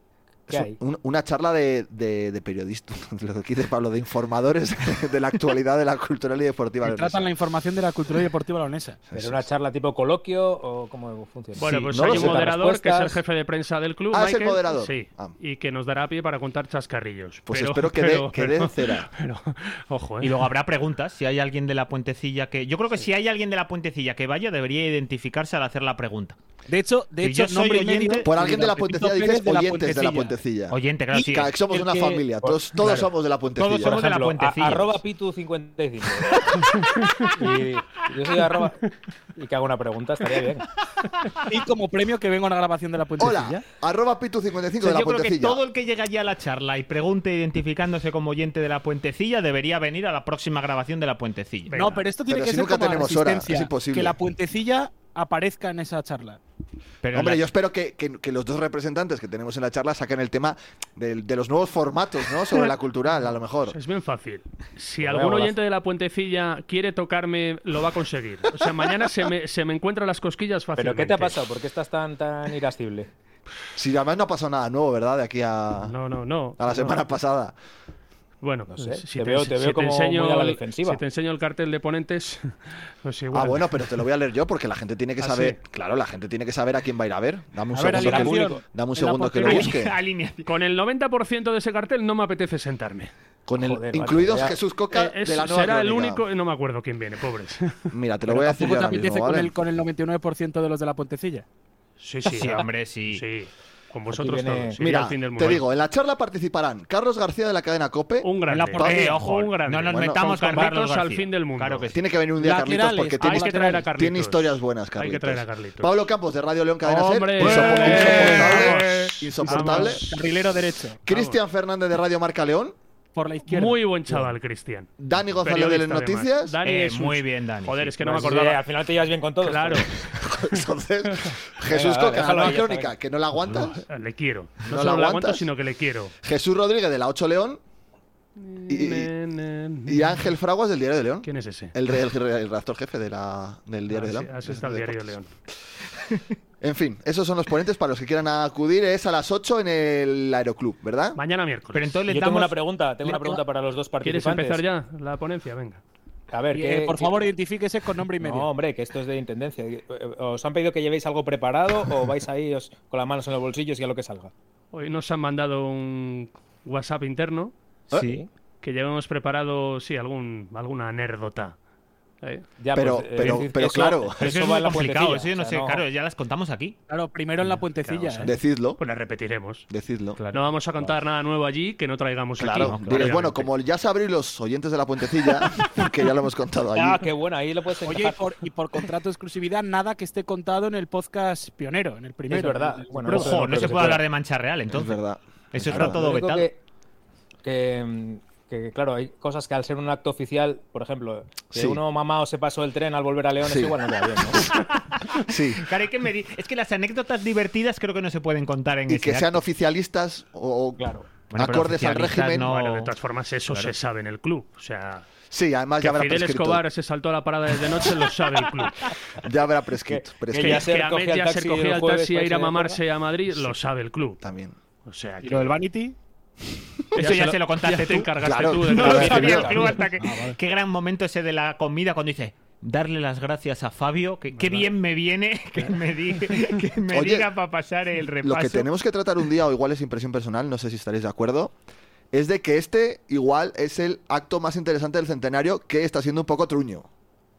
Speaker 7: ¿Qué
Speaker 2: es
Speaker 7: hay?
Speaker 2: un- una charla de, de, de periodistas, lo que aquí dice Pablo, de informadores de la actualidad de la cultural y deportiva.
Speaker 4: Que
Speaker 2: leonesa.
Speaker 4: tratan la información de la cultura y deportiva leonesa.
Speaker 7: ¿Pero una charla tipo coloquio o cómo funciona?
Speaker 5: Bueno,
Speaker 2: Sí,
Speaker 5: pues
Speaker 2: no
Speaker 5: hay
Speaker 2: lo
Speaker 5: un
Speaker 2: sé.
Speaker 5: moderador que es el
Speaker 7: Respuestas.
Speaker 5: jefe de prensa del club.
Speaker 2: Ah, es el
Speaker 5: Michael,
Speaker 2: moderador.
Speaker 5: Sí.
Speaker 2: Ah.
Speaker 5: Y que nos dará pie para contar chascarrillos.
Speaker 2: Pues
Speaker 5: Pero-
Speaker 2: espero que dé-
Speaker 5: pero-
Speaker 2: que dé
Speaker 5: pero-
Speaker 2: cera.
Speaker 5: pero- ojo, ¿eh?
Speaker 3: Y luego habrá preguntas. Si hay alguien de la puentecilla que. Yo creo que si hay alguien de la puentecilla que vaya, debería identificarse al hacer la pregunta.
Speaker 4: De hecho, de
Speaker 3: Si yo
Speaker 4: hecho
Speaker 3: soy
Speaker 4: nombre y
Speaker 3: oyente-
Speaker 4: medio-
Speaker 2: Por alguien de la
Speaker 4: Pepito
Speaker 2: puentecilla dices
Speaker 4: Pérez de la
Speaker 2: oyentes de la puentecilla.
Speaker 3: Oyente, claro,
Speaker 4: Y
Speaker 3: sí.
Speaker 2: Cada- somos
Speaker 7: el
Speaker 2: una
Speaker 7: que-
Speaker 2: familia, todos,
Speaker 7: Por-
Speaker 2: todos
Speaker 7: claro.
Speaker 2: somos de la puentecilla.
Speaker 5: pues
Speaker 3: Todos somos de la
Speaker 7: ejemplo, a-
Speaker 3: puentecilla.
Speaker 7: arroba pitu55. y yo soy arroba. Y que haga una pregunta, estaría bien.
Speaker 4: Y como premio que vengo a una grabación de la puentecilla.
Speaker 2: Hola, arroba pitu55
Speaker 3: O
Speaker 2: de la
Speaker 3: sea, yo creo que
Speaker 2: puentecilla.
Speaker 3: todo el que llega allí a la charla y pregunte identificándose como oyente de la puentecilla debería venir a la próxima grabación de la puentecilla.
Speaker 4: No, pero esto tiene
Speaker 2: Pero
Speaker 4: que
Speaker 2: si
Speaker 4: ser
Speaker 2: nunca
Speaker 4: como
Speaker 2: tenemos hora,
Speaker 4: resistencia,
Speaker 2: es imposible.
Speaker 4: que la puentecilla aparezca en esa charla.
Speaker 3: Pero
Speaker 2: Hombre,
Speaker 3: la-
Speaker 2: yo espero que, que- que los dos representantes que tenemos en la charla saquen el tema del- de, los nuevos formatos, ¿no? Sobre la cultural, a lo mejor.
Speaker 5: Es bien fácil. Si
Speaker 7: Pues Vaya
Speaker 5: algún
Speaker 7: golazo.
Speaker 5: oyente de la puentecilla quiere tocarme, lo va a conseguir. O sea, mañana se me, se me encuentran las cosquillas
Speaker 7: ¿Pero
Speaker 5: fácilmente.
Speaker 7: qué te ha pasado? ¿Por qué estás tan, tan irascible?
Speaker 2: Si además no ha pasado nada nuevo, ¿verdad? De aquí a,
Speaker 5: No, no, no.
Speaker 2: a la
Speaker 5: no.
Speaker 2: semana pasada.
Speaker 5: Bueno,
Speaker 7: No sé,
Speaker 5: si
Speaker 7: te veo-
Speaker 5: ens-
Speaker 7: te veo
Speaker 5: si
Speaker 7: como
Speaker 5: enseño
Speaker 7: muy a la
Speaker 5: el-
Speaker 7: defensiva.
Speaker 5: Si te enseño el cartel de ponentes, pues igual.
Speaker 2: Ah, bueno, pero te lo voy a leer yo porque la gente tiene que
Speaker 5: Ah,
Speaker 2: saber. Claro, la gente tiene que saber a quién va a ir a ver. Dame un
Speaker 4: A ver,
Speaker 2: segundo, que,
Speaker 4: alineación.
Speaker 2: dame un
Speaker 4: En la
Speaker 2: segundo que lo
Speaker 4: portería.
Speaker 2: busque.
Speaker 3: Alineación.
Speaker 5: Con el 90% de ese cartel no me apetece sentarme.
Speaker 2: Con el,
Speaker 7: Joder, macho,
Speaker 2: incluidos
Speaker 7: ya-
Speaker 2: Jesús Coca
Speaker 5: Eh, es-
Speaker 2: de la nueva
Speaker 5: será el
Speaker 2: crónica.
Speaker 5: único. No me acuerdo quién viene, pobres.
Speaker 2: Mira, te lo
Speaker 4: Pero
Speaker 2: voy a decir yo
Speaker 4: tampoco te
Speaker 2: ahora
Speaker 4: apetece
Speaker 2: mismo,
Speaker 4: con,
Speaker 2: ¿vale?
Speaker 4: el, con el 99% de los de la puentecilla.
Speaker 5: Sí, sí.
Speaker 3: Sí,
Speaker 5: ah,
Speaker 3: hombre, sí.
Speaker 5: Sí. Con vosotros
Speaker 7: viene-
Speaker 5: todos. Iría
Speaker 2: Mira,
Speaker 5: al fin del mundo.
Speaker 2: te
Speaker 7: eh.
Speaker 2: digo, en la charla participarán Carlos García de la cadena COPE.
Speaker 5: Un grande.
Speaker 3: En la portería,
Speaker 5: Pablo,
Speaker 3: ojo.
Speaker 5: Un grande.
Speaker 3: No nos
Speaker 2: Bueno,
Speaker 3: metamos
Speaker 5: con
Speaker 3: con Carlos
Speaker 5: Carlitos
Speaker 3: García.
Speaker 5: al fin del mundo.
Speaker 3: Claro que sí.
Speaker 2: Tiene que venir un día Carlitos
Speaker 4: Laterales,
Speaker 2: porque
Speaker 4: tiene-
Speaker 5: Hay que traer a Carlitos.
Speaker 2: tiene historias buenas, Carlitos.
Speaker 5: Hay que traer a Carlitos.
Speaker 2: Pablo Campos de Radio León Cadena Ser.
Speaker 5: ¡Hombre!
Speaker 2: Insoportable.
Speaker 5: ¡Vamos!
Speaker 2: Insoportable.
Speaker 5: Vamos.
Speaker 4: Carrilero derecho,
Speaker 2: Cristian Fernández de Radio Marca León.
Speaker 4: por la izquierda.
Speaker 5: Muy buen chaval, Cristian.
Speaker 2: Dani González de
Speaker 5: Periodista,
Speaker 2: las
Speaker 5: además.
Speaker 2: Noticias.
Speaker 5: Dani
Speaker 3: Eh,
Speaker 5: es un-
Speaker 3: muy bien, Dani.
Speaker 5: Joder,
Speaker 3: sí.
Speaker 5: es que no me
Speaker 7: Pues, eh,
Speaker 5: acordaba.
Speaker 7: al final te llevas bien con todos.
Speaker 5: Claro,
Speaker 2: Entonces, Jesús
Speaker 7: dale,
Speaker 2: Coca, la nueva
Speaker 7: déjalo ahí, ya está
Speaker 2: crónica,
Speaker 7: bien.
Speaker 2: que no la aguantas.
Speaker 5: le quiero. No,
Speaker 2: ¿No la
Speaker 5: solo le aguanto,
Speaker 2: aguantas?
Speaker 5: sino que le quiero.
Speaker 2: Jesús Rodríguez de la 8 León. Y-
Speaker 5: Ne, ne, ne.
Speaker 2: Y Ángel Fraguas del Diario de León.
Speaker 5: ¿Quién es ese?
Speaker 2: El, re- el, re- el redactor jefe de la, del Diario
Speaker 5: Así-
Speaker 2: de León.
Speaker 5: Así está el diario León.
Speaker 2: En fin, esos son los ponentes para los que quieran acudir. Es a las 8 en el Aeroclub, ¿verdad?
Speaker 5: Mañana miércoles.
Speaker 3: Pero entonces le
Speaker 7: Yo
Speaker 3: damos...
Speaker 7: tengo una pregunta, tengo una pregunta para los dos
Speaker 5: ¿Quieres
Speaker 7: participantes.
Speaker 5: empezar ya la ponencia? Venga.
Speaker 7: A ver,
Speaker 4: Y,
Speaker 7: ¿qué-
Speaker 4: eh, por
Speaker 7: qué-
Speaker 4: favor, identifíquese con nombre y medio.
Speaker 7: No, hombre, que esto es de intendencia. Eh, ¿Os han pedido que llevéis algo preparado o vais ahí os- con las manos en los bolsillos y a lo que salga?
Speaker 5: Hoy nos han mandado un WhatsApp interno
Speaker 4: ¿Eh?
Speaker 7: Sí.
Speaker 5: que llevamos preparado, sí, algún, alguna anécdota. ¿Eh?
Speaker 7: Ya,
Speaker 2: Pero-
Speaker 7: pues, eh,
Speaker 2: pero-
Speaker 7: eso-
Speaker 2: pero claro.
Speaker 3: Pero eso es
Speaker 7: va
Speaker 3: muy
Speaker 7: en la
Speaker 3: complicado,
Speaker 7: puentecilla,
Speaker 3: eso yo no
Speaker 7: o sea,
Speaker 3: sé, claro, ya las contamos aquí.
Speaker 4: Claro, primero en la puentecilla.
Speaker 5: Claro,
Speaker 4: ¿eh?
Speaker 2: Decidlo,
Speaker 5: Pues la repetiremos.
Speaker 2: decidlo.
Speaker 3: Claro.
Speaker 5: No vamos a contar nada nuevo allí que no traigamos Pues aquí.
Speaker 2: Claro, diréis,
Speaker 5: claramente.
Speaker 2: bueno, como ya sabréis los oyentes de la puentecilla, que ya lo hemos contado allí.
Speaker 7: Ah, qué bueno, ahí lo puedes
Speaker 4: Oye, y
Speaker 7: encajar.
Speaker 4: por, y por contrato de exclusividad, nada que esté contado en el podcast pionero, en el primero.
Speaker 7: Es verdad.
Speaker 4: En el-
Speaker 7: Bueno,
Speaker 3: Pero,
Speaker 7: eso
Speaker 3: ojo,
Speaker 7: creo
Speaker 3: no se
Speaker 7: que
Speaker 3: puede
Speaker 7: pueda.
Speaker 3: hablar de Mancha Real,
Speaker 2: es
Speaker 3: entonces.
Speaker 2: verdad.
Speaker 3: Eso
Speaker 2: Es
Speaker 3: está
Speaker 2: verdad.
Speaker 3: todo
Speaker 7: Lo único
Speaker 3: vetado.
Speaker 7: Que, que, mm, que, claro, hay cosas que al ser un acto oficial, por ejemplo, que
Speaker 2: Sí.
Speaker 7: uno mamado se pasó el tren al volver a León,
Speaker 2: Sí.
Speaker 7: eso igual no queda bien, ¿no?
Speaker 2: Sí.
Speaker 3: Claro, hay que medir- Es que las anécdotas divertidas creo que no se pueden contar en
Speaker 2: Y
Speaker 3: ese
Speaker 2: que sean
Speaker 3: acto.
Speaker 2: oficialistas o o
Speaker 7: Claro.
Speaker 3: Bueno, pero
Speaker 2: acordes al
Speaker 3: oficialistas
Speaker 2: régimen.
Speaker 3: no.
Speaker 5: Bueno, de todas formas, eso
Speaker 3: Claro.
Speaker 5: se sabe en el club. O sea,
Speaker 2: Sí, además
Speaker 5: que
Speaker 2: ya habrá
Speaker 5: Fidel
Speaker 2: prescrito.
Speaker 5: Escobar se saltó a la parada desde noche, lo sabe el club.
Speaker 2: Ya habrá prescrito.
Speaker 7: que
Speaker 2: prescrito
Speaker 5: que,
Speaker 7: ya se
Speaker 5: que Ahmed
Speaker 7: cogía el
Speaker 5: ya
Speaker 7: taxi
Speaker 5: se
Speaker 7: el
Speaker 5: cogía el
Speaker 7: jueves
Speaker 5: taxi
Speaker 7: para
Speaker 5: a ir
Speaker 7: irse
Speaker 5: a
Speaker 7: de
Speaker 5: mamarse a Madrid, lo sabe el club.
Speaker 2: también.
Speaker 5: O sea,
Speaker 4: ¿Y
Speaker 5: que
Speaker 4: lo del Vanity?
Speaker 3: Eso ya se lo contaste
Speaker 5: ya te
Speaker 3: tú. Ah,
Speaker 5: encargaste
Speaker 2: Claro.
Speaker 5: tú. de
Speaker 3: No
Speaker 2: Pero
Speaker 3: lo
Speaker 2: es
Speaker 5: encargarte.
Speaker 3: sabía
Speaker 2: primero
Speaker 3: el club hasta que. Qué gran momento ese de la comida cuando dice. Darle las gracias a Fabio, que qué bien me viene que me diga, que me
Speaker 2: Oye,
Speaker 3: diga para pasar el repaso.
Speaker 2: Lo que tenemos que tratar un día, o igual es impresión personal, no sé si estaréis de acuerdo, es de que este igual es el acto más interesante del centenario que está siendo un poco truño.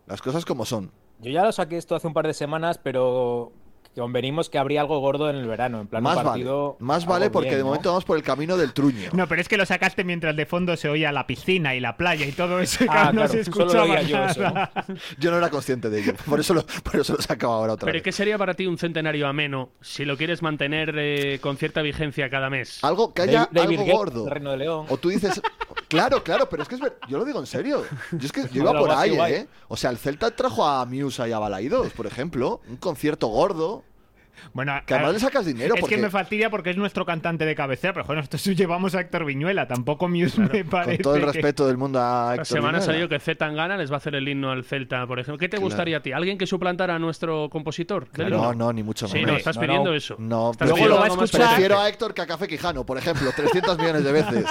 Speaker 2: Las cosas como son.
Speaker 7: Yo ya lo saqué esto hace un par de semanas, pero convenimos que habría algo gordo en el verano, en plan un
Speaker 2: más
Speaker 7: partido.
Speaker 2: vale. Más
Speaker 7: algo
Speaker 2: vale porque
Speaker 7: bien,
Speaker 2: de
Speaker 7: ¿no?
Speaker 2: momento vamos por el camino del truño.
Speaker 3: No, pero es que lo sacaste mientras de fondo se oía la piscina y la playa y todo eso. y
Speaker 7: Ah,
Speaker 3: no
Speaker 7: claro,
Speaker 3: se
Speaker 7: solo lo
Speaker 3: escuchaba
Speaker 7: oía yo eso.
Speaker 3: nada.
Speaker 2: Yo no era consciente de ello. Por eso lo, por eso lo sacaba ahora otra
Speaker 5: Pero
Speaker 2: vez.
Speaker 5: ¿qué sería para ti un centenario ameno si lo quieres mantener eh, con cierta vigencia cada mes?
Speaker 2: Algo que
Speaker 7: David-
Speaker 2: haya
Speaker 7: David
Speaker 2: algo
Speaker 7: Guetta,
Speaker 2: gordo.
Speaker 7: Reino de León.
Speaker 2: O tú dices, claro, claro, pero es que es ver- yo lo digo en serio. Yo es que yo iba
Speaker 7: Algo
Speaker 2: por
Speaker 7: así
Speaker 2: ahí,
Speaker 7: guay.
Speaker 2: ¿eh? O sea, el Celta trajo a Miusa y a Balaidos, por ejemplo, un concierto gordo.
Speaker 3: Bueno,
Speaker 2: Que además
Speaker 3: a-
Speaker 2: le sacas dinero,
Speaker 3: Es
Speaker 2: porque-
Speaker 3: que me fastidia porque es nuestro cantante de cabecera, pero joder, nosotros llevamos a Héctor Viñuela, tampoco Muse me
Speaker 2: Con
Speaker 3: parece.
Speaker 2: todo el
Speaker 3: que-
Speaker 2: respeto del mundo a
Speaker 5: Esta
Speaker 2: Héctor
Speaker 5: semana ha
Speaker 2: Viñuela.
Speaker 5: salido que Z Tangana les va a hacer el himno al Celta, por ejemplo. ¿Qué te
Speaker 2: Claro.
Speaker 5: gustaría a ti? ¿Alguien que suplantara a nuestro compositor? del himno?
Speaker 2: No, no, ni mucho menos.
Speaker 5: Sí, no, estás
Speaker 7: no,
Speaker 5: pidiendo
Speaker 7: no.
Speaker 5: eso.
Speaker 2: No,
Speaker 5: Estás
Speaker 2: prefiero-
Speaker 5: pidiendo
Speaker 3: lo va a
Speaker 5: algo más
Speaker 3: escuchar.
Speaker 5: potente.
Speaker 2: Prefiero a Héctor que a Café Quijano, por ejemplo, 300 millones de veces.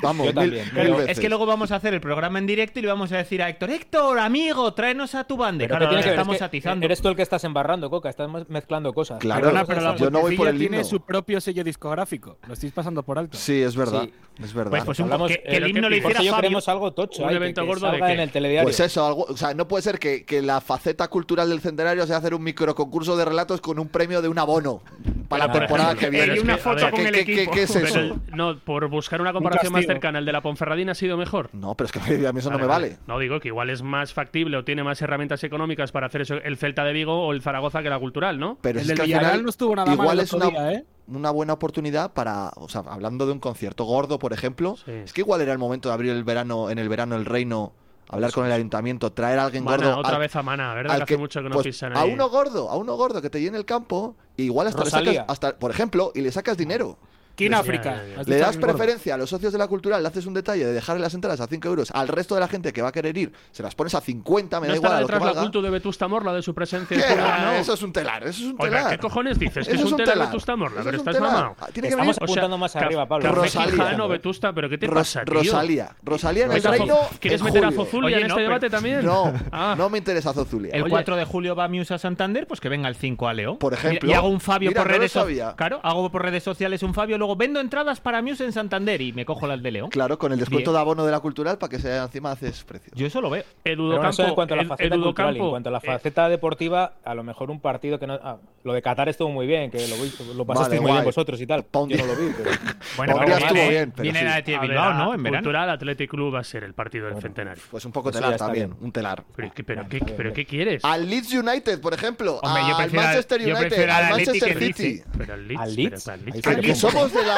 Speaker 2: Vamos,
Speaker 7: Yo
Speaker 2: mil,
Speaker 7: también,
Speaker 2: mil
Speaker 7: pero-
Speaker 3: Claro,
Speaker 2: veces.
Speaker 3: es que luego vamos a hacer el programa en directo y le vamos a decir a Héctor, Héctor, amigo, tráenos a tu banda. Y
Speaker 7: Pero
Speaker 3: Claro,
Speaker 7: ¿qué tiene
Speaker 3: ahora
Speaker 7: que ver? Es
Speaker 3: estamos
Speaker 7: que
Speaker 3: atizando.
Speaker 7: Eres tú el que estás embarrando, Coca, estás mez- mezclando cosas.
Speaker 2: Claro,
Speaker 4: Perdona,
Speaker 7: Cosas
Speaker 4: pero la
Speaker 7: así.
Speaker 2: yo no voy por
Speaker 4: Puentecilla
Speaker 2: el
Speaker 4: tiene
Speaker 2: himno.
Speaker 4: su propio sello discográfico. Lo estáis pasando por alto.
Speaker 2: Sí, es verdad.
Speaker 7: Sí.
Speaker 2: Es verdad.
Speaker 3: Pues, pues un-
Speaker 7: Hablamos,
Speaker 3: que, que
Speaker 5: eh,
Speaker 3: el
Speaker 5: lo
Speaker 3: himno
Speaker 5: que
Speaker 3: lo
Speaker 7: Por
Speaker 3: hiciera
Speaker 7: eso yo
Speaker 3: Fabio.
Speaker 7: queremos algo tocho,
Speaker 5: ¿Un
Speaker 7: ay, que-
Speaker 5: evento
Speaker 7: que
Speaker 5: gordo de
Speaker 7: salga
Speaker 5: qué?
Speaker 7: en el telediario.
Speaker 2: Pues eso, algo, o sea, no puede ser que, que la faceta cultural del centenario sea hacer un microconcurso de relatos con un premio de un abono para la
Speaker 5: por
Speaker 2: temporada
Speaker 5: ejemplo,
Speaker 2: que
Speaker 5: eh,
Speaker 2: viene.
Speaker 5: y una
Speaker 2: O sea,
Speaker 3: foto
Speaker 2: ¿qué-
Speaker 3: con el
Speaker 2: qué-
Speaker 3: equipo.
Speaker 2: qué- qué es
Speaker 3: Pero
Speaker 2: eso?
Speaker 5: Pero, no, por buscar una comparación más
Speaker 4: castigo.
Speaker 5: cercana, el de la Ponferradina ha sido mejor.
Speaker 2: No, pero es que a mí eso no me vale.
Speaker 5: No digo que igual es más factible o tiene más herramientas económicas para hacer eso el Celta de Vigo o el Zaragoza que la cultural, ¿no?
Speaker 2: Pero
Speaker 4: El
Speaker 2: es
Speaker 4: del
Speaker 2: que al
Speaker 4: Villarreal
Speaker 2: final
Speaker 4: no estuvo nada mal
Speaker 2: igual
Speaker 4: el
Speaker 2: es
Speaker 4: otro
Speaker 2: una,
Speaker 4: día, ¿eh?
Speaker 2: una buena oportunidad para, o sea, hablando de un concierto gordo, por ejemplo,
Speaker 5: Sí.
Speaker 2: es que igual era el momento de abrir el verano, en el verano el reino, hablar con el ayuntamiento, traer a alguien
Speaker 5: Mana,
Speaker 2: gordo.
Speaker 5: otra
Speaker 2: al-
Speaker 5: vez a Mana, ¿verdad?
Speaker 2: al
Speaker 5: Que hace mucho que no
Speaker 2: pues,
Speaker 5: pisan
Speaker 2: a
Speaker 5: ahí.
Speaker 2: uno gordo, a uno gordo que te llene el campo, y igual hasta, le sacas,
Speaker 7: Rosalía.
Speaker 2: hasta por ejemplo, y le sacas dinero.
Speaker 4: King
Speaker 5: Ya,
Speaker 4: África.
Speaker 5: ya, ya.
Speaker 4: Has
Speaker 2: Le
Speaker 4: dicho
Speaker 2: das
Speaker 4: que es gordo.
Speaker 2: preferencia a los socios de la cultural, le haces un detalle de dejar las entradas a 5 euros al resto de la gente que va a querer ir, se las pones a 50, me
Speaker 5: ¿No
Speaker 2: da igual
Speaker 5: estará
Speaker 2: a lo que
Speaker 5: detrás la
Speaker 2: valga.
Speaker 5: culto de Vetusta Morla de su presencia?
Speaker 2: ¿Qué?
Speaker 5: en Cuba?
Speaker 2: Ah,
Speaker 5: No.
Speaker 2: Eso es un telar, eso es un
Speaker 5: Oiga,
Speaker 2: telar.
Speaker 5: ¿qué cojones dices? Que
Speaker 2: Eso
Speaker 5: es un telar
Speaker 2: telar.
Speaker 5: Vetusta Morla,
Speaker 2: Eso
Speaker 5: pero
Speaker 2: es un
Speaker 5: estás
Speaker 2: telar.
Speaker 5: mamado.
Speaker 2: Ah, Tiene que
Speaker 7: Estamos
Speaker 2: venir
Speaker 7: a- Apuntando más arriba, Pablo.
Speaker 5: Café
Speaker 2: Rosalía.
Speaker 5: Quijano, Vetusta, pero ¿qué te
Speaker 2: Ros-
Speaker 5: pasa, tío?
Speaker 2: Rosalía. Rosalía en el
Speaker 5: Metas-
Speaker 2: reino.
Speaker 5: ¿Quieres
Speaker 2: en
Speaker 5: meter a
Speaker 2: julio.
Speaker 5: Zozulia
Speaker 3: Oye,
Speaker 5: en
Speaker 3: no,
Speaker 5: este
Speaker 3: pero-
Speaker 5: debate también?
Speaker 2: No,
Speaker 5: Ah.
Speaker 2: no me interesa Zozulia.
Speaker 3: El
Speaker 5: Oye.
Speaker 3: 4 de julio va Muse a Santander, pues que venga el 5 a León.
Speaker 2: Por ejemplo.
Speaker 3: Y hago un Fabio
Speaker 2: Mira,
Speaker 3: por
Speaker 2: no lo
Speaker 3: redes so-
Speaker 2: sabía.
Speaker 3: Claro, hago por redes sociales un Fabio, luego vendo entradas para Muse en Santander y me cojo las de León.
Speaker 2: Claro, con el descuento
Speaker 3: Bien.
Speaker 2: de abono de la cultural para que sea encima haces precio.
Speaker 3: Yo eso lo veo.
Speaker 5: Edu
Speaker 7: Pero no sé en
Speaker 5: Docampo,
Speaker 7: cuanto a la
Speaker 5: Ed-
Speaker 7: faceta
Speaker 5: Edu
Speaker 7: cultural, en
Speaker 5: Docampo,
Speaker 7: cuanto a la
Speaker 5: eh,
Speaker 7: faceta deportiva, a lo mejor un partido que no. ah, lo de Qatar estuvo muy bien, que lo, vi- lo
Speaker 2: Vale,
Speaker 7: pasasteis muy bien
Speaker 2: guay.
Speaker 7: vosotros y tal.
Speaker 2: Pa' un
Speaker 7: Yo
Speaker 2: día.
Speaker 7: no lo vi, pero.
Speaker 3: Bueno,
Speaker 2: Podría
Speaker 3: pero
Speaker 2: estuvo
Speaker 3: viene,
Speaker 2: bien, pero
Speaker 3: viene
Speaker 2: sí.
Speaker 3: la de
Speaker 5: a
Speaker 3: Bilbao,
Speaker 5: ver,
Speaker 3: ¿no?
Speaker 5: a
Speaker 3: En verano.
Speaker 5: Cultural Athletic Club va a ser el partido del centenario.
Speaker 2: Pues un poco
Speaker 7: Eso ya
Speaker 2: telar
Speaker 7: está
Speaker 2: también,
Speaker 7: bien.
Speaker 2: un telar.
Speaker 3: Ah,
Speaker 5: Pero, ¿qué- pero,
Speaker 7: Bueno,
Speaker 5: ¿qué,
Speaker 7: está bien,
Speaker 5: pero
Speaker 7: bien.
Speaker 5: ¿qué quieres?
Speaker 2: Al Leeds United, por ejemplo.
Speaker 3: Hombre, yo
Speaker 2: Ah, al
Speaker 3: prefiero al-
Speaker 2: Manchester
Speaker 3: yo
Speaker 2: United,
Speaker 3: prefiero al
Speaker 2: al
Speaker 3: Atleti
Speaker 2: Manchester
Speaker 3: que al
Speaker 2: City.
Speaker 3: Leeds.
Speaker 5: Pero el Leeds,
Speaker 7: ¿Al
Speaker 5: pero
Speaker 7: Leeds?
Speaker 5: está el
Speaker 7: Ahí
Speaker 5: Leeds.
Speaker 7: se
Speaker 2: Que,
Speaker 7: Al
Speaker 2: que
Speaker 7: Leeds.
Speaker 2: somos de la,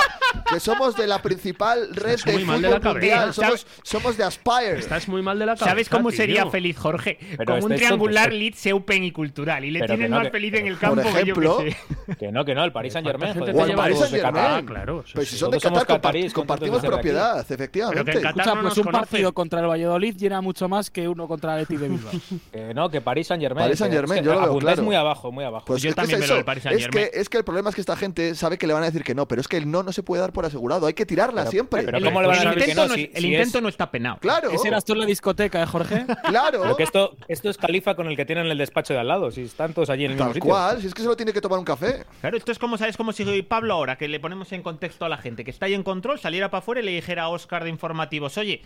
Speaker 2: que somos de la principal red de
Speaker 5: Estás muy mal
Speaker 2: fútbol
Speaker 5: de la
Speaker 2: mundial.
Speaker 5: cabeza.
Speaker 2: Somos, somos de Aspire.
Speaker 5: Estás muy mal de la cabeza.
Speaker 3: ¿Sabes cómo sería
Speaker 5: tío?
Speaker 3: feliz Jorge?
Speaker 7: Pero este
Speaker 3: Con un
Speaker 7: estáis
Speaker 3: triangular
Speaker 7: tontos.
Speaker 3: Leeds, Eupen y Cultural. Y le
Speaker 7: Pero
Speaker 3: tienen
Speaker 7: que no,
Speaker 3: más
Speaker 7: que-
Speaker 3: feliz en el
Speaker 2: Por
Speaker 3: campo que yo que
Speaker 2: ejemplo,
Speaker 3: sé.
Speaker 7: Que no, que no, el Paris Saint Germain.
Speaker 5: ¿Cuánta
Speaker 7: joder,
Speaker 5: gente
Speaker 2: O el
Speaker 5: lleva
Speaker 2: Paris
Speaker 7: todos
Speaker 5: luz
Speaker 7: de
Speaker 2: Saint-Germain.
Speaker 7: Qatar.
Speaker 5: Ah, claro, sí,
Speaker 2: Pero
Speaker 5: sí.
Speaker 2: si son de
Speaker 7: Todos somos
Speaker 2: Qatar, compa-
Speaker 7: catarís,
Speaker 2: compartimos
Speaker 7: contentos de ser de
Speaker 2: propiedad,
Speaker 3: Pero que en
Speaker 2: efectivamente.
Speaker 3: Qatar
Speaker 4: Escucha,
Speaker 3: no
Speaker 4: pues
Speaker 3: nos
Speaker 4: un
Speaker 3: conocen.
Speaker 4: partido contra el Valladolid llena mucho más que uno contra el Athletic de Bilbao.
Speaker 7: Que no, que Paris Saint Germain.
Speaker 2: Paris Saint-Germain, yo lo veo claro.
Speaker 7: muy abajo, muy abajo.
Speaker 2: Pues
Speaker 3: Yo
Speaker 2: es que
Speaker 3: también
Speaker 2: es
Speaker 3: me
Speaker 2: eso.
Speaker 3: lo del Paris
Speaker 2: es
Speaker 3: Saint-Germain.
Speaker 2: que, es que el problema es que esta gente sabe que le van a decir que no, pero es que el no no se puede dar por asegurado. Hay que tirarla
Speaker 7: Pero-
Speaker 2: siempre.
Speaker 7: pero
Speaker 3: El-
Speaker 7: ¿cómo le van a
Speaker 3: el
Speaker 7: decir que
Speaker 3: intento
Speaker 7: no
Speaker 3: no es-
Speaker 7: si-
Speaker 3: el
Speaker 7: si
Speaker 3: intento
Speaker 7: es-
Speaker 3: no está penado.
Speaker 2: claro,
Speaker 4: Ese eras tú en la discoteca, ¿eh, Jorge?
Speaker 2: claro.
Speaker 7: Pero que esto, esto es Califa con el que tienen el despacho de al lado, si están todos allí en el mismo
Speaker 2: Tal
Speaker 7: sitio.
Speaker 2: cual, si es que solo tiene que tomar un café.
Speaker 3: Claro, esto es como, ¿sabes? Como si hoy Pablo ahora, que le ponemos en contexto a la gente, que está ahí en control, saliera para afuera y le dijera a Oscar de informativos, oye,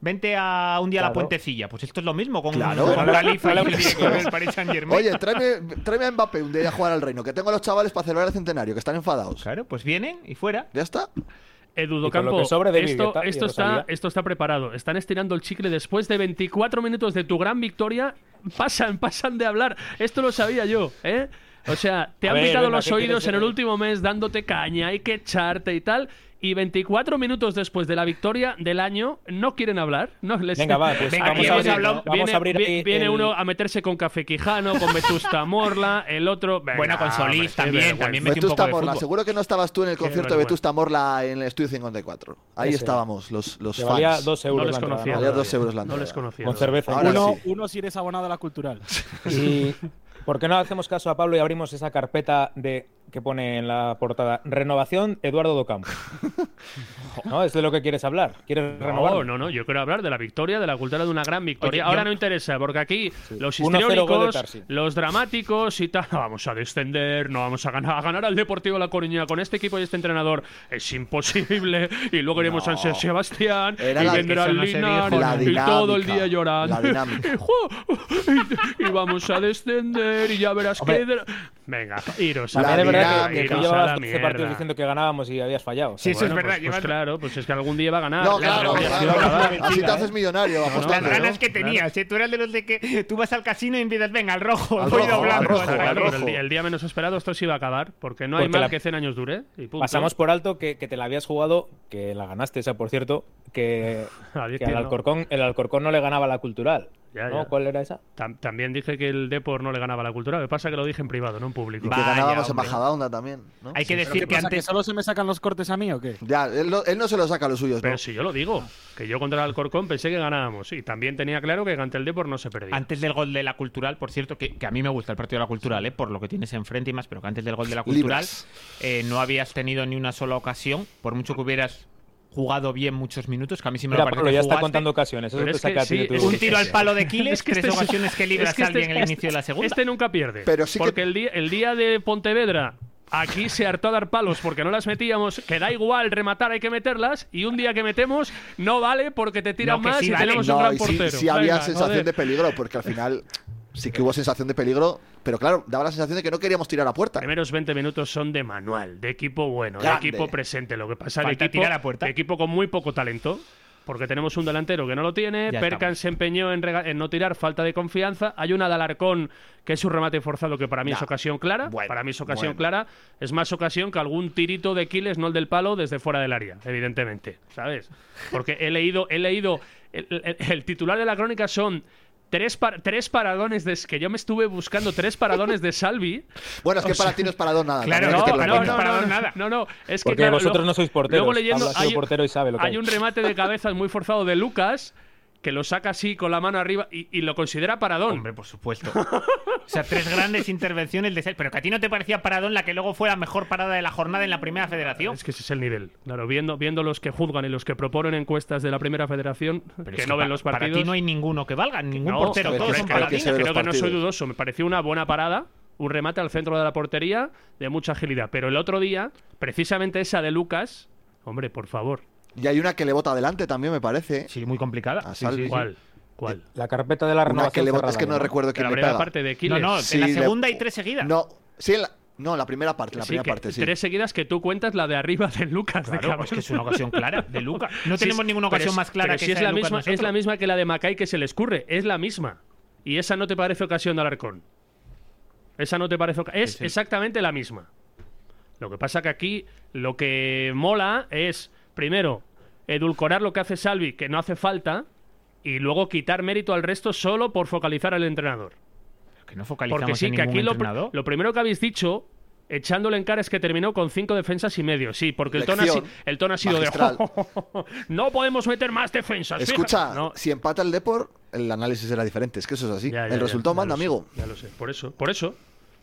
Speaker 3: vente a un día a la
Speaker 7: Claro.
Speaker 3: puentecilla. Pues esto es lo mismo con,
Speaker 2: Claro.
Speaker 3: con Khalifa y
Speaker 7: Claro.
Speaker 3: el director del Paris Saint Germain.
Speaker 2: Oye, tráeme, tráeme a Mbappé un día a jugar al reino, que tengo a los chavales para celebrar el centenario, que están enfadados.
Speaker 3: Claro, pues vienen y fuera.
Speaker 2: Ya está.
Speaker 5: Edu
Speaker 7: Y con lo
Speaker 5: Docampo,
Speaker 7: que sobre de
Speaker 5: esto,
Speaker 7: Vigueta y
Speaker 5: esto
Speaker 7: Rosalía.
Speaker 5: está, esto está preparado. Están estirando el chicle después de 24 minutos de tu gran victoria. Pasan, pasan de hablar. Esto lo sabía yo, ¿eh? O sea, te
Speaker 7: A
Speaker 5: han
Speaker 7: ver,
Speaker 5: quitado
Speaker 7: venga,
Speaker 5: los
Speaker 7: ¿qué
Speaker 5: oídos
Speaker 7: quieres
Speaker 5: en el
Speaker 7: decir?
Speaker 5: último mes dándote caña, hay que echarte y tal. Y 24 minutos después de la victoria del año, no quieren hablar. No les...
Speaker 7: Venga, va, pues
Speaker 3: Venga,
Speaker 7: vamos,
Speaker 3: que
Speaker 7: a
Speaker 3: hemos
Speaker 7: abrir,
Speaker 3: hablado-
Speaker 7: vamos
Speaker 5: viene,
Speaker 7: a abrir
Speaker 5: vi-
Speaker 7: ahí
Speaker 5: viene
Speaker 7: el-
Speaker 5: uno a meterse con Café Quijano, con Vetusta Morla, el otro. Venga,
Speaker 3: Bueno, con Solís
Speaker 5: hombre, qué
Speaker 3: también,
Speaker 5: vergüenza.
Speaker 3: también metí un poco
Speaker 2: Vetusta
Speaker 3: de
Speaker 2: Morla,
Speaker 3: fútbol.
Speaker 2: seguro que no estabas tú en el concierto de
Speaker 5: vergüenza.
Speaker 2: Vetusta Morla en el estudio 54. Ahí
Speaker 7: Ese.
Speaker 2: estábamos, los, los
Speaker 7: que valía
Speaker 2: fans.
Speaker 7: dos euros.
Speaker 5: No les
Speaker 7: la entrada,
Speaker 5: conocía.
Speaker 7: ¿no?
Speaker 2: Valía dos euros la
Speaker 5: No
Speaker 2: entrada.
Speaker 5: les conocía.
Speaker 7: Con cerveza.
Speaker 2: Ahora
Speaker 4: uno,
Speaker 2: sí.
Speaker 4: uno si eres abonado a la cultural.
Speaker 7: Y ¿por qué no hacemos caso a Pablo y abrimos esa carpeta de que pone en la portada renovación Eduardo Docampo? ¿No? Es de lo que quieres hablar. ¿Quieres
Speaker 5: No,
Speaker 7: renovar?
Speaker 5: Oh, no, no, yo quiero hablar de la victoria, de la cultura de una gran victoria.
Speaker 3: Oye,
Speaker 5: Ahora
Speaker 3: yo-
Speaker 5: no interesa, porque aquí los
Speaker 7: 1-0 gol de
Speaker 5: histriónicos,
Speaker 7: Tarsi.
Speaker 5: los dramáticos y tal, no vamos a descender, no vamos a ganar, a ganar al Deportivo La Coruña con este equipo y este entrenador es imposible. Y luego iremos a San Sebastián
Speaker 2: Era
Speaker 5: y
Speaker 2: la-
Speaker 5: vendrá
Speaker 3: eso no se
Speaker 5: Linares,
Speaker 3: dijo,
Speaker 2: La
Speaker 5: y
Speaker 2: dinámica,
Speaker 5: todo el día llorando.
Speaker 2: La dinámica.
Speaker 5: Y, jo, y- y vamos a descender y ya verás
Speaker 7: Hombre.
Speaker 5: que... de- Venga, iros a
Speaker 7: También
Speaker 2: La
Speaker 7: es verdad
Speaker 2: dinámica,
Speaker 7: que, que tú
Speaker 5: iros a la
Speaker 7: llevabas 13
Speaker 5: mierda.
Speaker 7: partidos diciendo que ganábamos y habías fallado.
Speaker 3: Sí, eso es
Speaker 5: Bueno,
Speaker 3: verdad.
Speaker 5: pues- pues
Speaker 3: llevan
Speaker 5: claro, pues es que algún día va a ganar.
Speaker 2: No,
Speaker 5: La
Speaker 2: claro,
Speaker 5: victoria
Speaker 2: claro.
Speaker 5: sí va a ganar.
Speaker 2: Así te
Speaker 7: Mentira,
Speaker 2: haces
Speaker 7: ¿eh?
Speaker 2: millonario
Speaker 3: Las
Speaker 2: apostando.
Speaker 3: ganas
Speaker 2: ¿no?
Speaker 3: que tenías, ¿eh? Tú eras de los de que tú vas al casino y empiezas, venga, al rojo,
Speaker 2: Al
Speaker 3: voy
Speaker 2: rojo,
Speaker 3: doblando.
Speaker 2: al rojo,
Speaker 3: tal,
Speaker 2: al
Speaker 3: tal.
Speaker 5: Pero el,
Speaker 2: rojo.
Speaker 5: día, el día menos esperado esto sí va a acabar, porque no hay
Speaker 7: Porque
Speaker 5: mal
Speaker 7: la-
Speaker 5: que 100 años dure. y punto.
Speaker 3: ¿eh?
Speaker 5: ¿eh?
Speaker 7: Pasamos por alto que, que te la habías jugado, que la ganaste esa, por cierto, que,
Speaker 5: Nadie
Speaker 7: que al
Speaker 5: tiene-
Speaker 7: Alcorcón, el Alcorcón no le ganaba la cultural.
Speaker 5: Ya,
Speaker 7: ¿no?
Speaker 5: ya.
Speaker 7: ¿Cuál era esa?
Speaker 5: Tam- también dije que el Depor no le ganaba a la cultura. Me pasa que lo dije en privado, no en público.
Speaker 2: Y que
Speaker 3: Vaya,
Speaker 2: ganábamos en
Speaker 3: hombre.
Speaker 2: Majadahonda también. ¿no?
Speaker 3: Hay que
Speaker 4: ¿Pero qué
Speaker 3: decir que
Speaker 4: pasa, que
Speaker 3: antes.
Speaker 4: solo se me sacan los cortes a mí o qué?
Speaker 2: Ya, él no, él no se lo saca a los suyos,
Speaker 5: Pero
Speaker 2: ¿no?
Speaker 5: si yo lo digo, que yo contra el Alcorcón pensé que ganábamos. Y también tenía claro que ante el Depor no se perdía.
Speaker 3: pues, Antes del gol de la cultural, por cierto, que, que a mí me gusta el partido de la cultural, ¿eh? por lo que tienes enfrente y más, pero que antes del gol de la cultural
Speaker 2: Libras.
Speaker 3: eh, no habías tenido ni una sola ocasión, por mucho que hubieras jugado bien muchos minutos, que a mí sí me lo
Speaker 7: Mira,
Speaker 3: parece
Speaker 7: Pablo,
Speaker 3: que
Speaker 7: ya está
Speaker 3: jugaste.
Speaker 7: contando ocasiones. Eso
Speaker 5: Pero
Speaker 7: te
Speaker 5: es que
Speaker 7: saca a ti
Speaker 5: sí,
Speaker 7: de tu-
Speaker 5: es
Speaker 3: Un tiro al palo de Quiles,
Speaker 5: Es que
Speaker 3: tres
Speaker 5: este-
Speaker 3: ocasiones que libras
Speaker 5: es que
Speaker 3: a
Speaker 5: este-
Speaker 3: alguien en el
Speaker 5: este-
Speaker 3: inicio de la segunda.
Speaker 5: Este nunca pierde.
Speaker 2: Pero sí que-
Speaker 5: porque el, día, el día de Pontevedra, aquí se hartó a dar palos porque no las metíamos, que da igual rematar, hay que meterlas. Y un día que metemos, no vale porque te tiran
Speaker 3: No, que
Speaker 5: más
Speaker 3: sí
Speaker 5: y
Speaker 3: vale.
Speaker 5: tenemos
Speaker 3: No,
Speaker 5: un gran
Speaker 2: y sí,
Speaker 5: portero.
Speaker 2: sí había
Speaker 5: Venga,
Speaker 2: sensación
Speaker 5: joder.
Speaker 2: de peligro, porque al final sí que hubo sensación de peligro, pero claro, daba la sensación de que no queríamos tirar a puerta.
Speaker 5: primeros 20 minutos son de manual, de equipo bueno,
Speaker 2: Grande.
Speaker 5: de equipo presente. Lo que pasa de
Speaker 3: Falta
Speaker 5: equipo,
Speaker 3: tirar a puerta.
Speaker 5: de equipo con muy poco talento. Porque tenemos un delantero que no lo tiene,
Speaker 3: Ya
Speaker 5: Perkan
Speaker 3: estamos.
Speaker 5: se empeñó en, rega- en no tirar, falta de confianza. Hay una de Alarcón que es un remate forzado que para mí es
Speaker 2: Nah.
Speaker 5: ocasión clara.
Speaker 2: Bueno,
Speaker 5: para mí es ocasión
Speaker 2: bueno.
Speaker 5: clara. Es más ocasión que algún tirito de Quiles, no el del palo, desde fuera del área, evidentemente. ¿Sabes? Porque he leído, he leído. El, el- el titular de la crónica son. Tres, par- tres paradones de, que yo me estuve buscando tres paradones de Salvi
Speaker 2: Bueno, es que para ti no es para dos nada.
Speaker 3: Claro,
Speaker 2: también hay que
Speaker 3: no,
Speaker 2: tenerlo en
Speaker 3: no,
Speaker 2: cuenta.
Speaker 3: no, para nada.
Speaker 5: No, no, es que
Speaker 7: Porque
Speaker 5: claro,
Speaker 7: vosotros
Speaker 5: lo-
Speaker 7: no sois porteros.
Speaker 5: Luego leyendo,
Speaker 7: Pablo ha sido
Speaker 5: hay,
Speaker 7: portero y sabe lo que
Speaker 5: hay
Speaker 7: hay.
Speaker 5: un remate de cabeza muy forzado de Lucas que lo saca así con la mano arriba y, y lo considera paradón.
Speaker 3: Hombre, por supuesto. O sea, tres grandes intervenciones de Sel- Pero que a ti no te parecía paradón la que luego fue la mejor parada de la jornada en la primera federación.
Speaker 5: es que ese es el nivel. Claro, viendo, viendo los que juzgan y los que proponen encuestas de la Primera Federación
Speaker 3: Pero
Speaker 5: que
Speaker 3: es
Speaker 5: no ven
Speaker 3: pa-
Speaker 5: los
Speaker 3: Para
Speaker 5: partidos.
Speaker 3: ti no hay ninguno que valga, ningún
Speaker 5: No,
Speaker 3: portero.
Speaker 2: joder,
Speaker 3: Todos
Speaker 2: pero
Speaker 3: son
Speaker 2: es que hay que
Speaker 3: paladines.
Speaker 2: se ve
Speaker 5: creo
Speaker 2: los
Speaker 5: que no soy
Speaker 2: partidos.
Speaker 5: dudoso. Me pareció una buena parada, un remate al centro de la portería de mucha agilidad. Pero el otro día, precisamente esa de Lucas, hombre, por favor,
Speaker 2: Y hay una que le bota adelante también, me parece.
Speaker 3: Sí, muy complicada.
Speaker 2: Ah,
Speaker 3: Sí, sí, sí.
Speaker 5: ¿cuál? ¿Cuál?
Speaker 7: La carpeta de la
Speaker 2: Una
Speaker 7: renovación.
Speaker 2: que le bota,
Speaker 7: cerrada,
Speaker 2: es que no
Speaker 7: además.
Speaker 2: recuerdo
Speaker 5: De
Speaker 2: quién
Speaker 5: la
Speaker 2: le
Speaker 5: primera
Speaker 2: pega.
Speaker 5: parte de
Speaker 3: No,
Speaker 5: Quiles.
Speaker 3: no,
Speaker 2: Sí,
Speaker 3: en la
Speaker 2: le-
Speaker 3: segunda hay tres seguidas.
Speaker 2: No, sí, en la... no, la primera parte, la
Speaker 5: Sí,
Speaker 2: primera
Speaker 5: que
Speaker 2: parte, sí.
Speaker 5: Tres seguidas que tú cuentas la de arriba de Lucas. Pues de
Speaker 3: Claro,
Speaker 5: cabrón.
Speaker 3: es que es una ocasión clara de Luca. No
Speaker 5: Sí,
Speaker 3: tenemos
Speaker 5: sí,
Speaker 3: ninguna
Speaker 5: pero
Speaker 3: ocasión
Speaker 5: es-
Speaker 3: más clara
Speaker 5: pero
Speaker 3: que
Speaker 5: sí es
Speaker 3: esa de
Speaker 5: la
Speaker 3: Lucas
Speaker 5: misma, es la
Speaker 3: nosotros.
Speaker 5: misma que la de Macay que se le escurre, es la misma. Y esa no te parece ocasión de Alarcón. Esa no te parece oca- es
Speaker 3: Sí, sí.
Speaker 5: exactamente la misma. Lo que pasa que aquí lo que mola es, primero, edulcorar lo que hace Salvi, que no hace falta, y luego quitar mérito al resto solo por focalizar al entrenador.
Speaker 3: Que no focalizamos
Speaker 5: Porque sí,
Speaker 3: en
Speaker 5: que
Speaker 3: ningún
Speaker 5: aquí lo, pr-
Speaker 3: entrenador.
Speaker 5: lo primero que habéis dicho, echándole en cara, es que terminó con cinco defensas y medio. Sí, porque el tono, ha, si-
Speaker 2: Lección
Speaker 5: el tono ha sido
Speaker 2: magistral.
Speaker 5: de. no podemos meter más defensas. fija-".
Speaker 2: Escucha,
Speaker 5: No,
Speaker 2: si empata el Depor, el análisis será diferente. Es que eso es así.
Speaker 5: ya, ya,
Speaker 2: el
Speaker 5: ya,
Speaker 2: resultado
Speaker 5: ya
Speaker 2: manda,
Speaker 5: lo sé,
Speaker 2: amigo.
Speaker 5: ya lo sé. Por eso, por eso.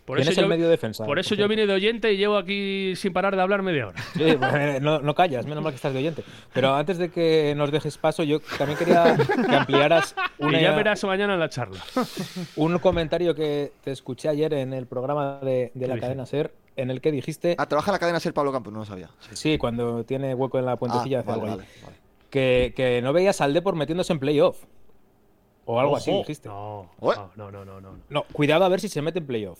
Speaker 5: Por
Speaker 7: ¿Quién
Speaker 5: eso
Speaker 7: es el
Speaker 5: yo-
Speaker 7: medio defensa? ¿eh?
Speaker 5: Por eso yo vine de oyente y llevo aquí sin parar de hablar media hora.
Speaker 7: Sí, bueno, no, no callas, menos mal que estás de oyente. Pero antes de que nos dejes paso, yo también quería que ampliaras una,
Speaker 5: y ya verás mañana en la charla.
Speaker 7: un comentario que te escuché ayer en el programa de, de la
Speaker 5: dije?
Speaker 7: cadena SER, en el que dijiste,
Speaker 2: Ah, trabaja en la cadena Ser Pablo Campos, no lo sabía.
Speaker 7: sí, cuando tiene hueco en la
Speaker 2: Ah,
Speaker 7: puentecilla, hace
Speaker 2: vale,
Speaker 7: algo ahí,
Speaker 2: vale, vale.
Speaker 7: Que, que no veías al Depor metiéndose en playoff. O algo así
Speaker 5: Ojo.
Speaker 7: dijiste. No.
Speaker 5: No,
Speaker 2: Ué.
Speaker 5: no, no, no, no, no.
Speaker 7: cuidado a ver si se mete en playoff.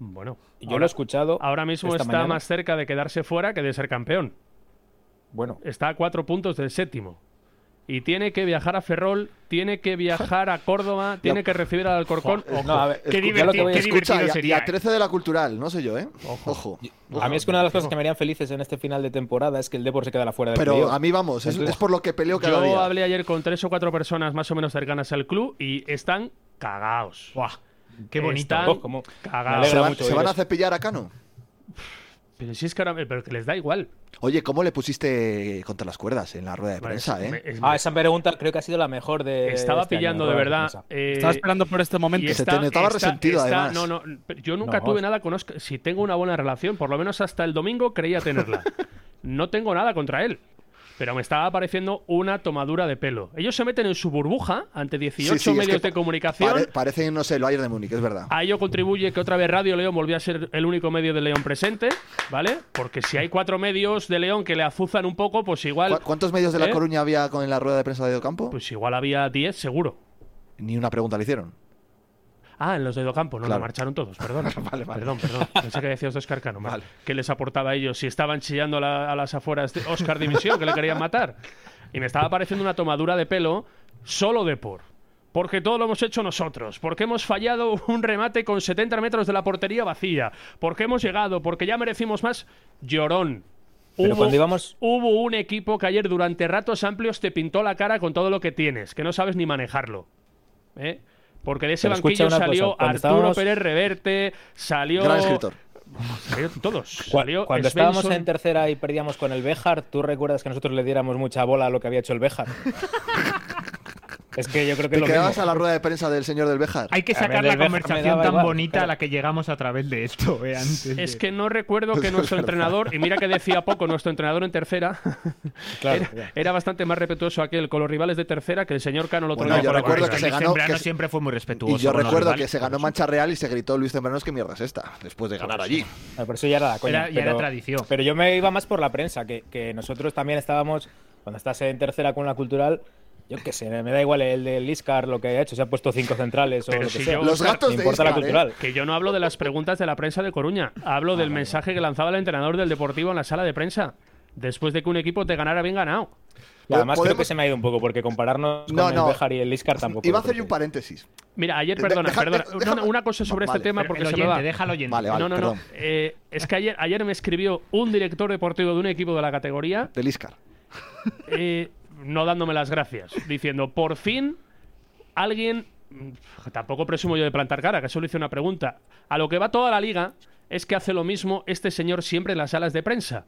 Speaker 5: Bueno,
Speaker 7: Yo
Speaker 5: ahora-
Speaker 7: lo he escuchado.
Speaker 5: Ahora mismo
Speaker 7: esta
Speaker 5: está
Speaker 7: mañana.
Speaker 5: más cerca de quedarse fuera que de ser campeón.
Speaker 7: Bueno,
Speaker 5: Está a cuatro puntos del séptimo. Y tiene que viajar a Ferrol, tiene que viajar a Córdoba, tiene que recibir al Alcorcón.
Speaker 2: Joder,
Speaker 5: Ojo.
Speaker 7: no, a ver,
Speaker 3: Qué
Speaker 7: escucha lo que
Speaker 3: divertido,
Speaker 7: voy a-
Speaker 3: qué
Speaker 2: Escucha,
Speaker 3: divertido
Speaker 2: y a, y
Speaker 3: sería.
Speaker 2: a 13 de la cultural, no sé yo, ¿eh?
Speaker 5: Ojo.
Speaker 2: Ojo.
Speaker 7: A mí es que una de las cosas que me harían felices en este final de temporada es que el Depor se quedara fuera de
Speaker 2: Pero
Speaker 7: playoff.
Speaker 2: a mí vamos, es,
Speaker 7: Entonces-
Speaker 2: es por lo que peleo cada
Speaker 5: Yo
Speaker 2: día.
Speaker 5: hablé ayer con tres o cuatro personas más o menos cercanas al club y están cagaos.
Speaker 3: Buah, qué bonito.
Speaker 5: Están
Speaker 7: Oh, cómo-
Speaker 5: cagaos.
Speaker 7: me
Speaker 2: ¿Se,
Speaker 7: alegra
Speaker 2: van,
Speaker 7: mucho
Speaker 2: se
Speaker 7: oír
Speaker 2: van a
Speaker 7: eso.
Speaker 2: cepillar a Cano?
Speaker 5: Pero si es que ahora, pero que les da igual.
Speaker 2: Oye, ¿cómo le pusiste contra las cuerdas en la rueda de prensa, eh?
Speaker 5: Me- es-
Speaker 7: Ah, esa pregunta creo que ha sido la mejor de.
Speaker 5: estaba
Speaker 7: este año,
Speaker 5: pillando
Speaker 7: la
Speaker 5: de
Speaker 7: rueda
Speaker 5: verdad.
Speaker 7: prensa.
Speaker 5: eh,
Speaker 4: Estaba esperando por este
Speaker 5: Y
Speaker 4: momento.
Speaker 2: se te notaba resentido, además.
Speaker 5: No, no, pero yo nunca
Speaker 7: No.
Speaker 5: tuve nada con Oscar. Si tengo una buena relación, por lo menos hasta el domingo creía tenerla. no tengo nada contra él. Pero me estaba pareciendo una tomadura de pelo. Ellos se meten en su burbuja ante 18
Speaker 2: Sí, sí, es
Speaker 5: medios
Speaker 2: que
Speaker 5: de comunicación.
Speaker 2: Pare- parecen, no sé, el Bayern de Múnich, es verdad.
Speaker 5: A ello contribuye que otra vez Radio León volvió a ser el único medio de León presente, ¿vale? Porque si hay cuatro medios de León que le azuzan un poco, pues igual,
Speaker 2: ¿Cu- ¿Cuántos medios de La
Speaker 5: ¿Eh?
Speaker 2: Coruña había con en la rueda de prensa de Ocampo?
Speaker 5: pues igual había 10 seguro.
Speaker 2: Ni una pregunta le hicieron.
Speaker 5: Ah, en los de Docampo, no,
Speaker 2: Claro.
Speaker 5: no marcharon todos, perdón.
Speaker 2: Vale, vale.
Speaker 5: Perdón, perdón. Pensé que decías de Oscar Cano. mal.
Speaker 2: Vale.
Speaker 5: ¿Qué les aportaba a ellos? Si estaban chillando a, la- a las afueras de Oscar Dimisión, que le querían matar. Y me estaba pareciendo una tomadura de pelo solo de por. Porque todo lo hemos hecho nosotros. Porque hemos fallado un remate con 70 metros de la portería vacía. Porque hemos llegado. Porque ya merecimos más. Llorón.
Speaker 7: Pero cuando íbamos-
Speaker 5: hubo un equipo que ayer durante ratos amplios te pintó la cara con todo lo que tienes, que no sabes ni manejarlo. ¿eh? Porque de ese
Speaker 7: Pero escucha
Speaker 5: banquillo
Speaker 7: una cosa,
Speaker 5: salió
Speaker 7: cuando
Speaker 5: Arturo
Speaker 7: estábamos-
Speaker 5: Pérez Reverte, salió.
Speaker 2: Gran escritor.
Speaker 5: Salió todos.
Speaker 7: Cu-
Speaker 5: Salió
Speaker 7: Cuando estábamos
Speaker 5: Svensson.
Speaker 7: en tercera y perdíamos con el Béjar, ¿tú recuerdas que nosotros le diéramos mucha bola a lo que había hecho el Béjar? es que yo creo que
Speaker 2: Te
Speaker 7: es lo
Speaker 2: quedabas
Speaker 7: mismo.
Speaker 2: a la rueda de prensa del señor del Bejar.
Speaker 3: Hay que
Speaker 7: A ver,
Speaker 3: sacar
Speaker 7: del
Speaker 3: la
Speaker 7: Beja me
Speaker 3: conversación
Speaker 7: daba
Speaker 3: tan
Speaker 7: igual,
Speaker 3: bonita a
Speaker 7: pero-
Speaker 3: la que llegamos a través de esto, eh, antes
Speaker 5: Es
Speaker 3: de-
Speaker 5: que no recuerdo que nuestro entrenador, y mira que decía poco nuestro entrenador en tercera,
Speaker 7: Claro,
Speaker 5: era,
Speaker 7: ya.
Speaker 5: era bastante más respetuoso aquel con los rivales de tercera que el señor Cano el otro
Speaker 2: Bueno,
Speaker 5: día
Speaker 2: yo
Speaker 5: con la
Speaker 2: recuerdo
Speaker 5: Coruña.
Speaker 2: que se
Speaker 3: Luis
Speaker 2: ganó-
Speaker 3: Sembrano
Speaker 2: que se-
Speaker 3: siempre fue muy respetuoso.
Speaker 2: Y yo
Speaker 3: con los
Speaker 2: recuerdo
Speaker 3: rivales,
Speaker 2: que se
Speaker 3: por
Speaker 2: ganó
Speaker 3: eso.
Speaker 2: Mancha Real y se gritó Luis Tembranos que mierda es esta, después de ganar allí.
Speaker 7: Ah, Por eso ya era la coña.
Speaker 3: Era- ya era
Speaker 7: pero-
Speaker 3: tradición.
Speaker 7: Pero yo me iba más por la prensa, que, que nosotros también estábamos, cuando estás en tercera con la cultural, yo qué sé, me da igual el de Liscar lo que ha hecho, se ha puesto cinco centrales o
Speaker 5: Pero
Speaker 7: lo que
Speaker 5: si
Speaker 7: sea.
Speaker 5: yo-
Speaker 2: Los
Speaker 5: Oscar,
Speaker 7: Me
Speaker 2: gatos de
Speaker 7: importa la
Speaker 2: Íscar, ¿eh?
Speaker 7: cultural.
Speaker 5: Que yo no hablo de las preguntas de la prensa de Coruña, hablo del mensaje que lanzaba el entrenador del Deportivo en la sala de prensa, después de que un equipo te ganara bien ganado.
Speaker 7: Y además creo
Speaker 2: Podemos-
Speaker 7: que se me ha ido un poco, porque compararnos
Speaker 2: No,
Speaker 7: con
Speaker 2: no.
Speaker 7: el Béjar y el Liscar tampoco.
Speaker 2: Iba a
Speaker 7: lo creo
Speaker 2: hacer yo un
Speaker 7: que-
Speaker 2: paréntesis.
Speaker 5: Mira, ayer,
Speaker 2: De-
Speaker 5: perdona,
Speaker 2: deja-
Speaker 5: perdona,
Speaker 2: de-
Speaker 5: una-
Speaker 2: déjame-
Speaker 5: una, cosa sobre
Speaker 2: Vale.
Speaker 5: este tema
Speaker 3: Pero
Speaker 5: porque
Speaker 3: el
Speaker 5: se me va.
Speaker 3: oyente, déjalo oyente.
Speaker 2: Vale, vale,
Speaker 5: no, no,
Speaker 2: perdón.
Speaker 5: no. Eh, es que ayer, ayer me escribió un director deportivo de un equipo de la categoría,
Speaker 2: Del Iscar.
Speaker 5: eh, no dándome las gracias, diciendo, por fin, alguien, mm, tampoco presumo yo de plantar cara, que solo hice una pregunta, a lo que va toda la liga es que hace lo mismo este señor siempre en las salas de prensa,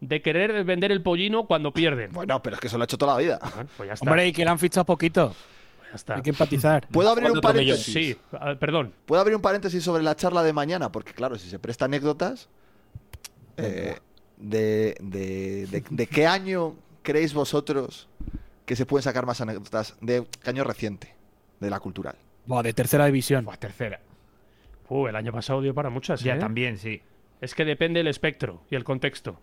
Speaker 5: de querer vender el pollino cuando pierden.
Speaker 2: Bueno, pero es que eso lo ha hecho toda la vida.
Speaker 7: Mm.
Speaker 5: Bueno, pues ya está.
Speaker 4: Hombre, y que le han fichado poquito.
Speaker 5: ya está.
Speaker 4: Hay que empatizar.
Speaker 2: ¿Puedo abrir un
Speaker 7: Cuatro
Speaker 2: paréntesis?
Speaker 5: Sí, a ver, perdón.
Speaker 2: ¿Puedo abrir un paréntesis sobre la charla de mañana? Porque, claro, si se presta anécdotas, eh, de, de- de- de qué año creéis vosotros que se pueden sacar más anécdotas? ¿De qué año reciente? De la cultural.
Speaker 4: Buah, de tercera división.
Speaker 3: Buah, tercera.
Speaker 5: Uh, el año pasado dio para muchas.
Speaker 3: Ya
Speaker 5: ¿eh?
Speaker 3: también, sí.
Speaker 5: Es que depende el espectro y el contexto.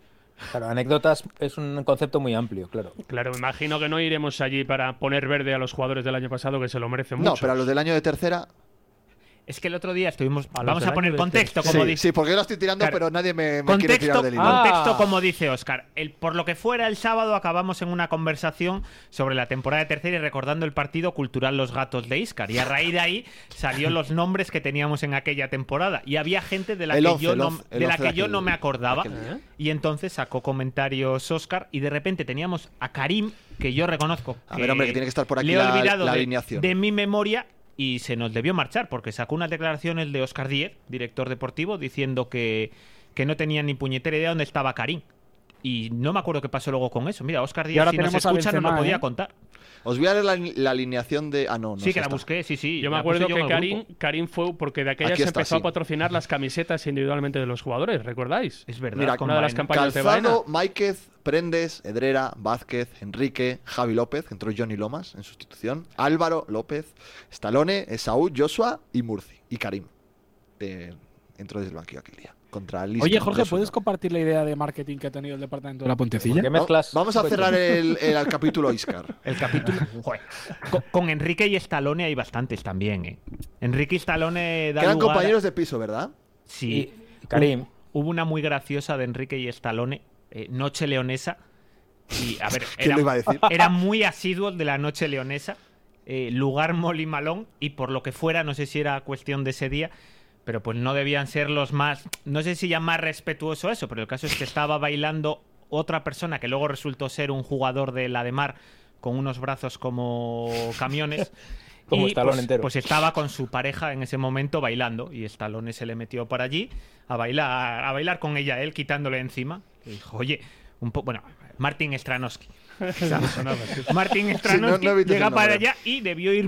Speaker 7: Claro, anécdotas es un concepto muy amplio, claro.
Speaker 5: Claro, me imagino que no iremos allí para poner verde a los jugadores del año pasado que se lo merecen
Speaker 2: No,
Speaker 5: mucho.
Speaker 2: pero a los del año de tercera.
Speaker 3: Es que el otro día estuvimos.
Speaker 5: A los
Speaker 3: vamos
Speaker 5: del este.
Speaker 3: a poner
Speaker 5: año 20.
Speaker 3: contexto, como
Speaker 2: sí,
Speaker 3: dice.
Speaker 2: sí, porque yo lo estoy tirando,
Speaker 3: Claro.
Speaker 2: pero nadie me, me quiere
Speaker 3: Contexto,
Speaker 2: tirar del hilo.
Speaker 7: Ah.
Speaker 3: contexto, como dice Oscar. El, por lo que fuera el sábado acabamos en una conversación sobre la temporada de tercera y recordando el partido cultural Los Gatos de Iscar. Y a raíz de ahí salió los nombres que teníamos en aquella temporada. Y había gente de la
Speaker 2: El
Speaker 3: que
Speaker 2: once,
Speaker 3: yo
Speaker 2: el
Speaker 3: no,
Speaker 2: once, el
Speaker 3: de la
Speaker 2: once
Speaker 3: que
Speaker 2: de
Speaker 3: yo
Speaker 2: aquel-
Speaker 3: no me acordaba.
Speaker 2: aquel día.
Speaker 3: Y entonces sacó comentarios Oscar y de repente teníamos a Karim, que yo reconozco.
Speaker 2: A ver, hombre, que tiene que estar por aquí
Speaker 3: le he
Speaker 2: la-
Speaker 3: olvidado
Speaker 2: la
Speaker 3: de-
Speaker 2: alineación.
Speaker 3: de mi memoria y se nos debió marchar porque sacó unas declaraciones de Oscar Díez, director deportivo, diciendo que, que no tenía ni puñetera idea dónde estaba Karim. Y no me acuerdo qué pasó luego con eso. Mira, Oscar Díez,
Speaker 4: ahora
Speaker 3: si nos
Speaker 4: tenemos a
Speaker 3: escucha, no lo
Speaker 4: Benzema,
Speaker 3: podía
Speaker 4: ¿eh?
Speaker 3: contar.
Speaker 2: Os voy a leer la, la alineación de. Ah, no, no.
Speaker 3: sí,
Speaker 2: sí
Speaker 3: que la
Speaker 2: está.
Speaker 3: busqué, sí, sí.
Speaker 5: Yo me
Speaker 3: la puse
Speaker 5: acuerdo
Speaker 3: en
Speaker 5: que
Speaker 3: el
Speaker 5: Karim,
Speaker 3: grupo.
Speaker 5: Karim fue porque de aquella
Speaker 2: Aquí
Speaker 5: se
Speaker 2: está,
Speaker 5: empezó
Speaker 2: sí.
Speaker 5: a patrocinar las camisetas individualmente de los jugadores, ¿recordáis?
Speaker 3: Es verdad,
Speaker 2: Mira,
Speaker 3: con
Speaker 5: una de las
Speaker 3: Baena.
Speaker 5: campañas- Compañeros de
Speaker 2: Calzado, Máiquez, Prendes, Edrera, Vázquez, Enrique, Javi López, que entró Johnny Lomas en sustitución, Álvaro López, Stallone, Esaú, Joshua y Murci. Y Karim. De, entró desde el banquillo aquel día. Contra el
Speaker 4: Oye,
Speaker 2: Leicester,
Speaker 4: Jorge,
Speaker 2: Joshua.
Speaker 4: ¿puedes compartir la idea de marketing que ha tenido el departamento de la Pontecilla?
Speaker 7: ¿Por qué
Speaker 2: Va-
Speaker 7: mezclas? Pues
Speaker 2: Vamos a cerrar el, el capítulo Iscar.
Speaker 3: El capítulo. Joder. Con, con Enrique y Stallone hay bastantes también, ¿eh? Enrique y Stallone dan
Speaker 2: Quedan
Speaker 3: lugar a-
Speaker 2: compañeros de piso, ¿verdad?
Speaker 3: Sí.
Speaker 7: Y Karim.
Speaker 3: Hubo una muy graciosa de Enrique y Stallone, eh, Noche Leonesa. Y, a ver,
Speaker 2: ¿Quién
Speaker 3: era,
Speaker 2: lo iba a decir?
Speaker 3: era muy asiduo de la Noche Leonesa, eh, lugar molimalón, y por lo que fuera, no sé si era cuestión de ese día, pero pues no debían ser los más, no sé si ya más respetuoso eso, pero el caso es que estaba bailando otra persona que luego resultó ser un jugador de la de mar con unos brazos como camiones.
Speaker 7: Como
Speaker 3: y
Speaker 7: Stallone
Speaker 3: pues,
Speaker 7: entero.
Speaker 3: pues estaba con su pareja en ese momento bailando y Stallone se le metió para allí a bailar, a bailar con ella, él quitándole encima. Y dijo, oye, un poco, bueno, Martin Stranowski. Martin Stranowski
Speaker 2: no he visto ese
Speaker 3: llega para
Speaker 2: nombre.
Speaker 3: allá y debió ir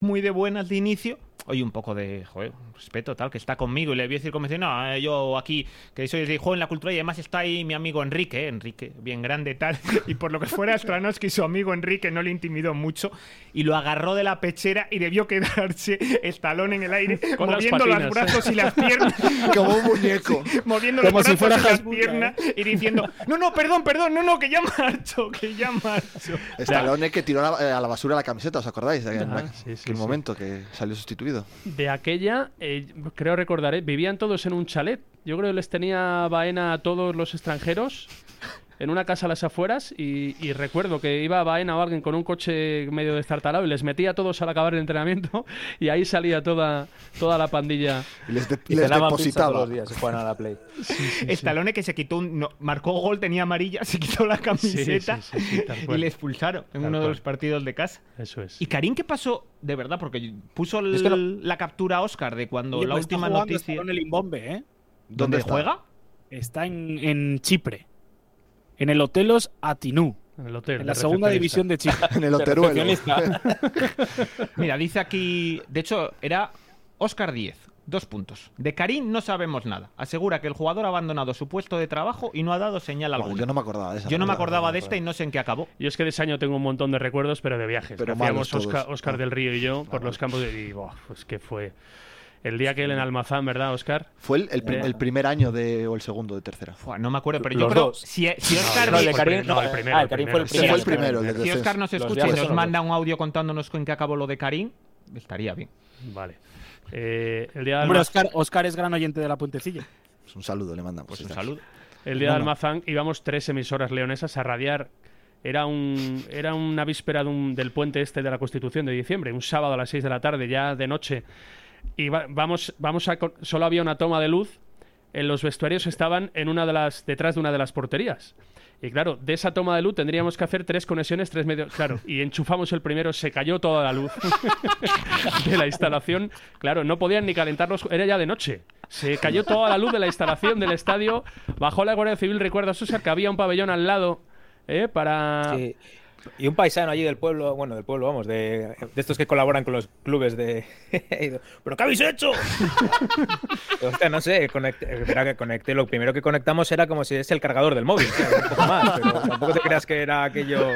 Speaker 3: muy de buenas de inicio. Oye, un poco de joder, respeto, tal, que está conmigo y le voy a decir como dice, no, eh, yo aquí, que soy el joven en la cultura y además está ahí mi amigo Enrique, eh, Enrique, bien grande, tal. Y por lo que fuera, Stranowski, su amigo Enrique, no le intimidó mucho y lo agarró de la pechera y debió quedarse el talón en el aire,
Speaker 5: Con las
Speaker 3: moviendo los
Speaker 5: patinas.
Speaker 3: brazos y las piernas.
Speaker 2: Como un muñeco.
Speaker 3: Moviendo
Speaker 4: Como
Speaker 3: los
Speaker 4: si
Speaker 3: brazos
Speaker 4: fuera
Speaker 3: y las
Speaker 4: Hasbulla,
Speaker 3: piernas y diciendo, no, no, perdón, perdón, no, no, que ya marcho, que ya marcho.
Speaker 2: Stallone que tiró a la, eh, a la basura la camiseta, ¿os acordáis? En
Speaker 5: Ah, sí, sí,
Speaker 2: aquel
Speaker 5: sí.
Speaker 2: momento que salió sustituido.
Speaker 5: De aquella, eh, creo recordar, ¿eh? vivían todos en un chalet. Yo creo que les tenía Baena a todos los extranjeros en una casa a las afueras y, y recuerdo que iba Baena o alguien con un coche medio destartalado y les metía a todos al acabar el entrenamiento y ahí salía toda, toda la pandilla.
Speaker 2: Y les, de-
Speaker 7: Y
Speaker 2: les
Speaker 7: cenaban pizza todos
Speaker 2: depositaba.
Speaker 7: los días y juegan a la Play.
Speaker 3: Estalone que se quitó un. no, marcó gol, tenía amarilla, se quitó la camiseta
Speaker 5: sí, sí, sí, tal
Speaker 3: y
Speaker 5: cual.
Speaker 3: le expulsaron en
Speaker 5: Tal
Speaker 3: uno de
Speaker 5: cual.
Speaker 3: los partidos de casa.
Speaker 5: Eso es.
Speaker 3: ¿Y Karim qué pasó? De verdad, porque puso el-
Speaker 7: Es que no-
Speaker 3: la captura a Oscar de cuando
Speaker 4: Oye,
Speaker 3: la
Speaker 4: pues está
Speaker 3: última
Speaker 4: jugando
Speaker 3: noticia.
Speaker 4: Stallone Limbombe, ¿eh?
Speaker 3: ¿Dónde
Speaker 2: está?
Speaker 3: juega?
Speaker 4: Está en, en Chipre, en el Hotelos Atinú,
Speaker 5: en el hotel.
Speaker 4: en la segunda división de Chipre.
Speaker 2: En el Oteruelo.
Speaker 3: Mira, dice aquí. De hecho, era Oscar 10. Dos puntos. De Karim no sabemos nada. Asegura que el jugador ha abandonado su puesto de trabajo y no ha dado señal
Speaker 2: Bueno,
Speaker 3: alguna.
Speaker 2: yo no me acordaba de esa.
Speaker 3: Yo no me
Speaker 2: verdad.
Speaker 3: acordaba de esta y no sé en qué acabó.
Speaker 5: Yo es que de ese año tengo un montón de recuerdos, pero de viajes.
Speaker 2: Pero
Speaker 5: Que hacíamos
Speaker 2: malos todos.
Speaker 5: Oscar, Oscar
Speaker 2: Ah.
Speaker 5: del Río y yo por los campos de... Y, buah, pues que fue... El día que él en Almazán, ¿verdad, Oscar?
Speaker 2: Fue el, el prim-
Speaker 5: Eh.
Speaker 2: el primer año de, o el segundo de tercera.
Speaker 3: Fua, no me acuerdo, pero yo
Speaker 7: Los
Speaker 3: creo.
Speaker 7: dos.
Speaker 3: Si, si Oscar
Speaker 7: no, el de
Speaker 3: diez-
Speaker 5: Fue
Speaker 7: Karim-
Speaker 5: prim- no, el
Speaker 7: ah,
Speaker 5: primero.
Speaker 7: ah, el Karim fue el
Speaker 2: Este
Speaker 7: Sí,
Speaker 2: fue el
Speaker 7: sí,
Speaker 2: primero, el de
Speaker 3: Si
Speaker 2: descenso.
Speaker 3: Oscar nos
Speaker 7: Los
Speaker 3: escucha y
Speaker 7: viajes
Speaker 3: nos
Speaker 7: son los
Speaker 3: manda un audio contándonos con qué acabó lo de Karim, estaría bien.
Speaker 5: Vale. Eh, el día de
Speaker 4: Hombre,
Speaker 5: Almazán,
Speaker 4: Oscar, Oscar es gran oyente de la Puentecilla.
Speaker 2: Pues un saludo le mandamos.
Speaker 3: Pues un
Speaker 2: desde
Speaker 3: saludo.
Speaker 5: el día de Almazán íbamos tres emisoras leonesas a radiar Era, un, era una víspera de un- del puente este de la Constitución de diciembre, un sábado a las 6 de la tarde, ya de noche. Y va- vamos, vamos a, co- solo había una toma de luz. En eh, los vestuarios estaban en una de las, detrás de una de las porterías. Y claro, de esa toma de luz tendríamos que hacer tres conexiones, tres medios. Claro, y enchufamos el primero, se cayó toda la luz de la instalación. Claro, no podían ni calentarlos, era ya de noche. Se cayó toda la luz de la instalación del estadio. Bajó la Guardia Civil, recuerda, Susar, que había un pabellón al lado ¿eh? para.
Speaker 7: Sí. Y un paisano allí del pueblo, bueno, del pueblo, vamos, de, de estos que colaboran con los clubes de... ¿Pero qué habéis hecho? Hostia, no sé, conecté, espera que conecté. Lo primero que conectamos era como si es el cargador del móvil. tío, un poco más, pero tampoco te creas que era aquello...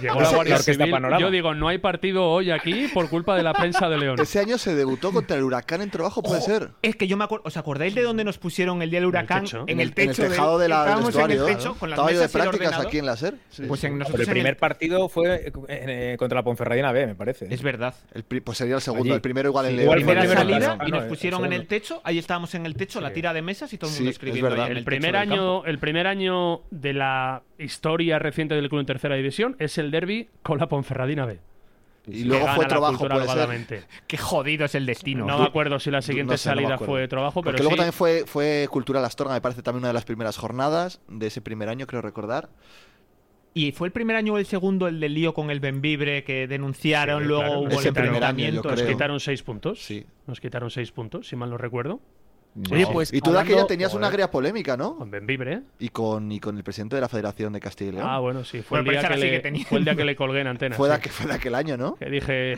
Speaker 5: Llegó
Speaker 7: No
Speaker 5: la Guardia
Speaker 7: sé, la Orquesta
Speaker 5: Civil.
Speaker 7: Panorama.
Speaker 5: Yo digo, no hay partido hoy aquí por culpa de la prensa de León.
Speaker 2: Ese año se debutó contra el Huracán en trabajo, puede ser.
Speaker 3: Oh, Es que yo me acuerdo, ¿os acordáis de dónde nos pusieron el día del huracán?
Speaker 2: techo.
Speaker 3: En el techo.
Speaker 2: En el tejado de la- del
Speaker 3: estábamos en el
Speaker 2: vestuario,
Speaker 3: techo
Speaker 2: ¿no?
Speaker 3: con las
Speaker 2: Estaba yo de
Speaker 3: mesas y el
Speaker 2: prácticas
Speaker 3: ordenador.
Speaker 2: aquí en la SER. Sí,
Speaker 3: Pues
Speaker 2: sí.
Speaker 3: en
Speaker 7: Pero
Speaker 3: nosotros
Speaker 7: el
Speaker 3: en
Speaker 7: primer partido fue eh, eh, contra la Ponferradina B, me parece.
Speaker 3: Es verdad.
Speaker 2: El pri- pues sería el segundo,
Speaker 7: Allí.
Speaker 2: el primero igual en
Speaker 7: Sí,
Speaker 2: León.
Speaker 7: igual
Speaker 2: ¿no?
Speaker 7: fue
Speaker 3: Primera
Speaker 7: el primero,
Speaker 3: salida
Speaker 7: claro.
Speaker 3: y nos
Speaker 7: Ah, no,
Speaker 3: pusieron
Speaker 7: el
Speaker 3: en el
Speaker 7: segundo.
Speaker 3: techo, ahí estábamos en el techo, la tira de mesas y todo el
Speaker 2: Sí,
Speaker 3: mundo
Speaker 2: es
Speaker 3: escribiendo ahí
Speaker 2: verdad.
Speaker 3: en el,
Speaker 5: El
Speaker 3: techo
Speaker 5: primer
Speaker 3: del campo.
Speaker 5: año, el primer año de la historia reciente del club en tercera división es el derby con la Ponferradina B.
Speaker 2: Y luego fue trabajo, puede ser.
Speaker 3: Qué jodido es el destino.
Speaker 5: No me acuerdo si la siguiente
Speaker 2: No sé, no me
Speaker 5: salida
Speaker 2: acuerdo.
Speaker 5: fue trabajo, pero
Speaker 2: Porque luego
Speaker 5: sí,
Speaker 2: también fue, fue Cultural Astorga, me parece también una de las primeras jornadas de ese primer año, creo recordar.
Speaker 3: Y fue el primer año o el segundo el del lío con el Benvibre que denunciaron,
Speaker 5: Sí,
Speaker 3: luego
Speaker 5: claro.
Speaker 3: hubo
Speaker 2: Ese
Speaker 3: el
Speaker 2: primer año, yo
Speaker 3: enfrentamiento.
Speaker 5: nos
Speaker 2: creo.
Speaker 5: quitaron seis puntos.
Speaker 2: Sí.
Speaker 5: Nos quitaron seis puntos, si mal no recuerdo.
Speaker 4: Oye, pues.
Speaker 2: Y tú de aquella
Speaker 4: hablando-
Speaker 2: tenías una
Speaker 4: Joder.
Speaker 2: agria polémica, ¿no?
Speaker 5: Con Benvibre, ¿eh?
Speaker 2: Y con, y con el presidente de la Federación de Castilla y León.
Speaker 5: Ah, bueno, sí. Fue,
Speaker 3: Bueno,
Speaker 5: el,
Speaker 3: pero
Speaker 5: día
Speaker 3: esa
Speaker 5: que
Speaker 3: la sigue
Speaker 5: le,
Speaker 3: teniendo.
Speaker 5: fue el día que le colgué en antena.
Speaker 2: fue, de
Speaker 5: sí.
Speaker 2: aqu- fue de aquel año, ¿no?
Speaker 5: que dije,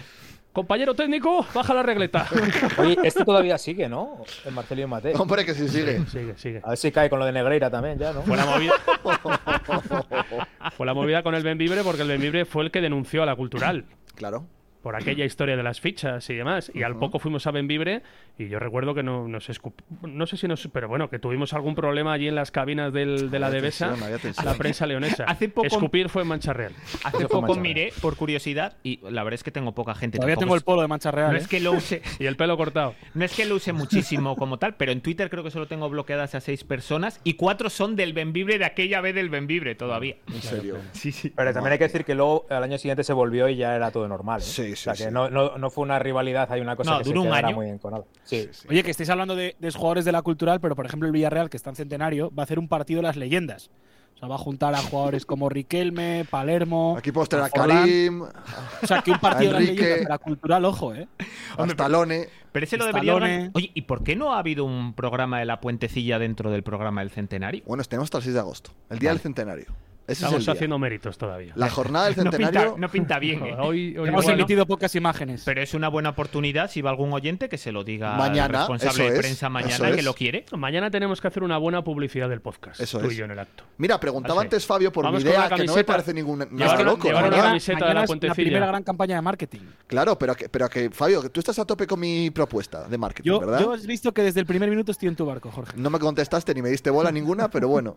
Speaker 5: compañero técnico, baja la regleta.
Speaker 7: Oye, este todavía sigue, ¿no? El Marcelino Mateo.
Speaker 2: Hombre, que sí sigue.
Speaker 5: sigue, sigue.
Speaker 7: A ver si cae con lo de Negreira también, ya, ¿no?
Speaker 5: Fue la movida. fue la movida con el Benvibre porque el Benvibre fue el que denunció a la cultural
Speaker 2: Claro.
Speaker 5: por aquella historia de las fichas y demás. Y al poco fuimos a Benvibre y yo recuerdo que no, nos escup- no sé si nos, pero bueno, que tuvimos algún problema allí en las cabinas del- de la
Speaker 2: Había
Speaker 5: Devesa,
Speaker 2: tensión, había tensión.
Speaker 5: la prensa leonesa.
Speaker 3: Hace poco-
Speaker 5: Escupir fue en Mancha Real.
Speaker 3: Hace
Speaker 7: Eso fue
Speaker 3: poco
Speaker 7: Mancha.
Speaker 3: miré por curiosidad y la verdad es que tengo poca gente.
Speaker 4: Todavía tengo
Speaker 3: tampoco
Speaker 4: el polo de mancha
Speaker 3: es-
Speaker 4: real.
Speaker 3: No
Speaker 4: ¿eh?
Speaker 3: es que lo use,
Speaker 5: Y el pelo cortado.
Speaker 3: no es que lo use muchísimo como tal, pero en Twitter creo que solo tengo bloqueadas a seis personas y cuatro son del Benvibre de aquella vez del Benvibre todavía.
Speaker 2: En serio.
Speaker 3: Sí, sí.
Speaker 7: Pero también hay que decir que luego al año siguiente se volvió y ya era todo normal. ¿eh?
Speaker 2: Sí, sí,
Speaker 7: O sea, que
Speaker 2: sí.
Speaker 7: no, no, no fue una rivalidad, hay una cosa
Speaker 3: No,
Speaker 7: que
Speaker 3: duró
Speaker 7: se
Speaker 3: un
Speaker 7: quedara
Speaker 3: año.
Speaker 7: muy enconada. Sí.
Speaker 4: Oye, que estáis hablando de, de jugadores de la cultural, pero por ejemplo el Villarreal, que está en centenario, va a hacer un partido de las leyendas. O sea, va a juntar a jugadores como Riquelme, Palermo.
Speaker 2: Aquí podemos tener a
Speaker 4: Forlán.
Speaker 2: Karim,
Speaker 4: O sea, que un partido de las
Speaker 2: Enrique.
Speaker 4: leyendas de la cultural, ojo, ¿eh?
Speaker 2: a Stallone.
Speaker 3: Pero ese lo debería
Speaker 4: Stallone.
Speaker 3: organi- Oye, ¿y por qué no ha habido un programa de la puentecilla dentro del programa del centenario?
Speaker 2: Bueno, tenemos hasta el 6 de agosto, el día del centenario. Ese
Speaker 5: Estamos
Speaker 2: es el día.
Speaker 5: haciendo méritos todavía.
Speaker 2: La jornada del
Speaker 3: No pinta,
Speaker 2: centenario.
Speaker 3: no pinta bien, ¿eh?
Speaker 5: Hoy, hoy
Speaker 4: Hemos
Speaker 5: bueno,
Speaker 4: emitido pocas imágenes.
Speaker 3: Pero es una buena oportunidad si va algún oyente que se lo diga al
Speaker 2: Mañana, eso
Speaker 3: responsable
Speaker 2: es,
Speaker 3: de prensa
Speaker 2: eso
Speaker 3: mañana que
Speaker 2: es.
Speaker 3: lo quiere.
Speaker 5: Mañana tenemos que hacer una buena publicidad del podcast.
Speaker 2: Eso
Speaker 5: tú
Speaker 2: es.
Speaker 5: y yo en el acto.
Speaker 2: Mira, preguntaba
Speaker 5: Así.
Speaker 2: antes Fabio por
Speaker 5: Ah, Vamos
Speaker 2: mi
Speaker 5: con la
Speaker 2: idea, que no me
Speaker 5: camiseta.
Speaker 2: parece ningún
Speaker 5: Llevar
Speaker 2: nada
Speaker 5: una-
Speaker 2: loco.
Speaker 5: llevar
Speaker 2: ¿no?
Speaker 5: una
Speaker 4: Mañana-
Speaker 5: camiseta de
Speaker 4: mañana
Speaker 5: la
Speaker 4: es la
Speaker 5: Puentecilla.
Speaker 4: primera gran campaña de marketing.
Speaker 2: Claro, pero que, pero que, Fabio, que tú estás a tope con mi propuesta de marketing,
Speaker 4: Yo,
Speaker 2: ¿verdad?
Speaker 4: yo has visto que desde el primer minuto estoy en tu barco, Jorge.
Speaker 2: No me contestaste ni me diste bola ninguna, pero bueno,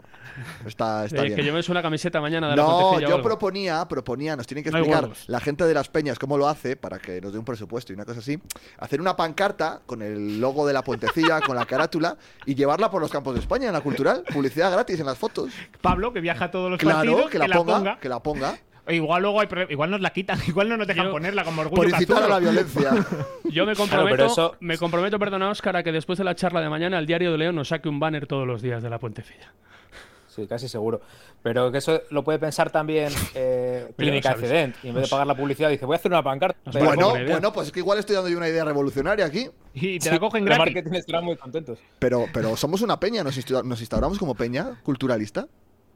Speaker 2: está, está
Speaker 5: Eh,
Speaker 2: bien.
Speaker 5: que lleves una camiseta mañana de la
Speaker 2: No,
Speaker 5: Pontecilla o
Speaker 2: yo
Speaker 5: algo.
Speaker 2: proponía, proponía, nos tienen que
Speaker 4: No hay
Speaker 2: explicar
Speaker 4: huevos.
Speaker 2: la gente de las peñas cómo lo hace para que nos dé un presupuesto y una cosa así, hacer una pancarta con el logo de la puentecilla, con la carátula y llevarla por los campos de España en la cultural, publicidad gratis en las fotos.
Speaker 3: Pablo, que viaja a todos los
Speaker 2: Claro,
Speaker 3: partidos,
Speaker 2: que la ponga, que la ponga,
Speaker 3: E Igual luego hay pro- igual nos la quitan, igual no nos dejan
Speaker 5: Yo-
Speaker 3: ponerla como orgullo
Speaker 2: por incitar a la
Speaker 3: Cazurro.
Speaker 2: violencia.
Speaker 5: Yo me
Speaker 7: Claro,
Speaker 5: comprometo,
Speaker 7: pero eso-
Speaker 5: me comprometo, perdona Óscar, a que después de la charla de mañana el diario de León nos saque un banner todos los días de la Puentecilla.
Speaker 7: Sí, casi seguro. Pero que eso lo puede pensar también eh, Clínica
Speaker 5: lo sabes.
Speaker 7: Accident. Y en vez de pagar la publicidad, dice: Voy a hacer una pancarta.
Speaker 5: Pero
Speaker 2: bueno,
Speaker 5: como idea.
Speaker 2: bueno, pues es que igual estoy dando yo una idea revolucionaria aquí,
Speaker 3: Y te la cogen
Speaker 7: los
Speaker 3: gratis.
Speaker 7: marketing estarán muy contentos.
Speaker 2: pero, pero somos una peña, nos, instu- nos instauramos como peña culturalista.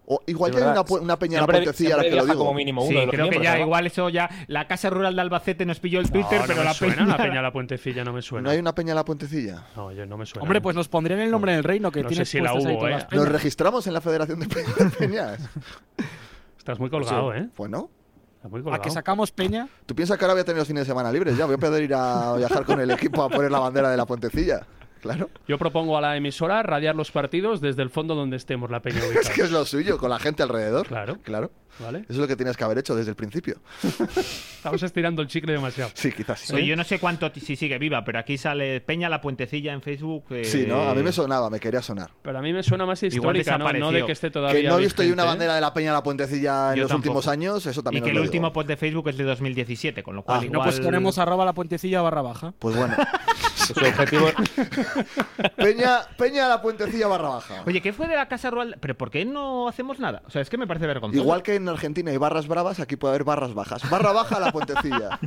Speaker 2: O igual
Speaker 7: Es
Speaker 2: ya hay
Speaker 7: verdad.
Speaker 2: una, pu- una peña
Speaker 7: Siempre-
Speaker 2: en la puentecilla,
Speaker 7: siempre
Speaker 2: ahora que lo
Speaker 7: viaja
Speaker 2: digo.
Speaker 7: como mínimo uno
Speaker 3: Sí,
Speaker 7: de los
Speaker 3: creo que
Speaker 7: miembros,
Speaker 3: ya
Speaker 7: ¿no?
Speaker 3: igual eso ya la Casa Rural de Albacete nos pilló el Twitter,
Speaker 5: No, no
Speaker 3: pero
Speaker 5: me
Speaker 3: la
Speaker 5: suena
Speaker 3: peña,
Speaker 5: una peña de la Puentecilla, no me
Speaker 2: ¿No
Speaker 5: suena.
Speaker 2: hay una peña en la puentecilla?
Speaker 5: No, yo no me suena.
Speaker 4: Hombre, pues nos pondrían el nombre en el reino que
Speaker 5: No sé
Speaker 4: tienes
Speaker 5: si la
Speaker 4: puestas ahí
Speaker 5: hubo,
Speaker 4: todas
Speaker 5: ¿eh?
Speaker 4: las peñas.
Speaker 2: ¿Nos registramos en la Federación de Pe- de Peñas?
Speaker 5: Estás muy colgado, ¿eh?
Speaker 2: Bueno.
Speaker 5: Estás muy
Speaker 4: A
Speaker 5: colgado.
Speaker 4: que sacamos peña.
Speaker 2: ¿Tú piensas que ahora voy a tener los fines de semana libres? Ya voy a poder ir a viajar con el equipo a poner la bandera de la puentecilla. Claro.
Speaker 5: Yo propongo a la emisora radiar los partidos desde el fondo donde estemos la peña
Speaker 2: Es que es lo suyo, con la gente alrededor. Claro. Claro.
Speaker 5: Vale.
Speaker 2: Eso es lo que tienes que haber hecho desde el principio.
Speaker 5: Estamos estirando el chicle demasiado.
Speaker 2: Sí, quizás sí.
Speaker 3: Oye, yo no sé cuánto t- si sigue viva, pero aquí sale Peña la Puentecilla en Facebook. eh,
Speaker 2: Sí, ¿no? A mí me sonaba, me quería sonar.
Speaker 5: Pero a mí me suena más histórica, ¿no? No
Speaker 3: desapareció.
Speaker 5: de que esté todavía.
Speaker 2: que no he visto yo
Speaker 5: vigente,
Speaker 2: una
Speaker 5: ¿eh?
Speaker 2: bandera de la Peña de la Puentecilla en
Speaker 3: Yo
Speaker 2: los
Speaker 3: tampoco.
Speaker 2: últimos años, eso
Speaker 3: Y
Speaker 2: también os
Speaker 3: que el
Speaker 2: lo Ah,
Speaker 3: último post de Facebook es de 2017, con lo cual
Speaker 4: No,
Speaker 3: igual.
Speaker 4: pues tenemos arroba la puentecilla barra baja.
Speaker 2: digo. Pues bueno.
Speaker 7: Su objetivo,
Speaker 2: Peña, Peña de la Puentecilla barra baja.
Speaker 3: Oye, ¿qué fue de la Casa Rural? ¿Pero por qué no hacemos nada? O sea, es que me parece vergonzoso.
Speaker 2: Igual que en Argentina hay barras bravas, aquí puede haber barras bajas. Barra baja la Puentecilla.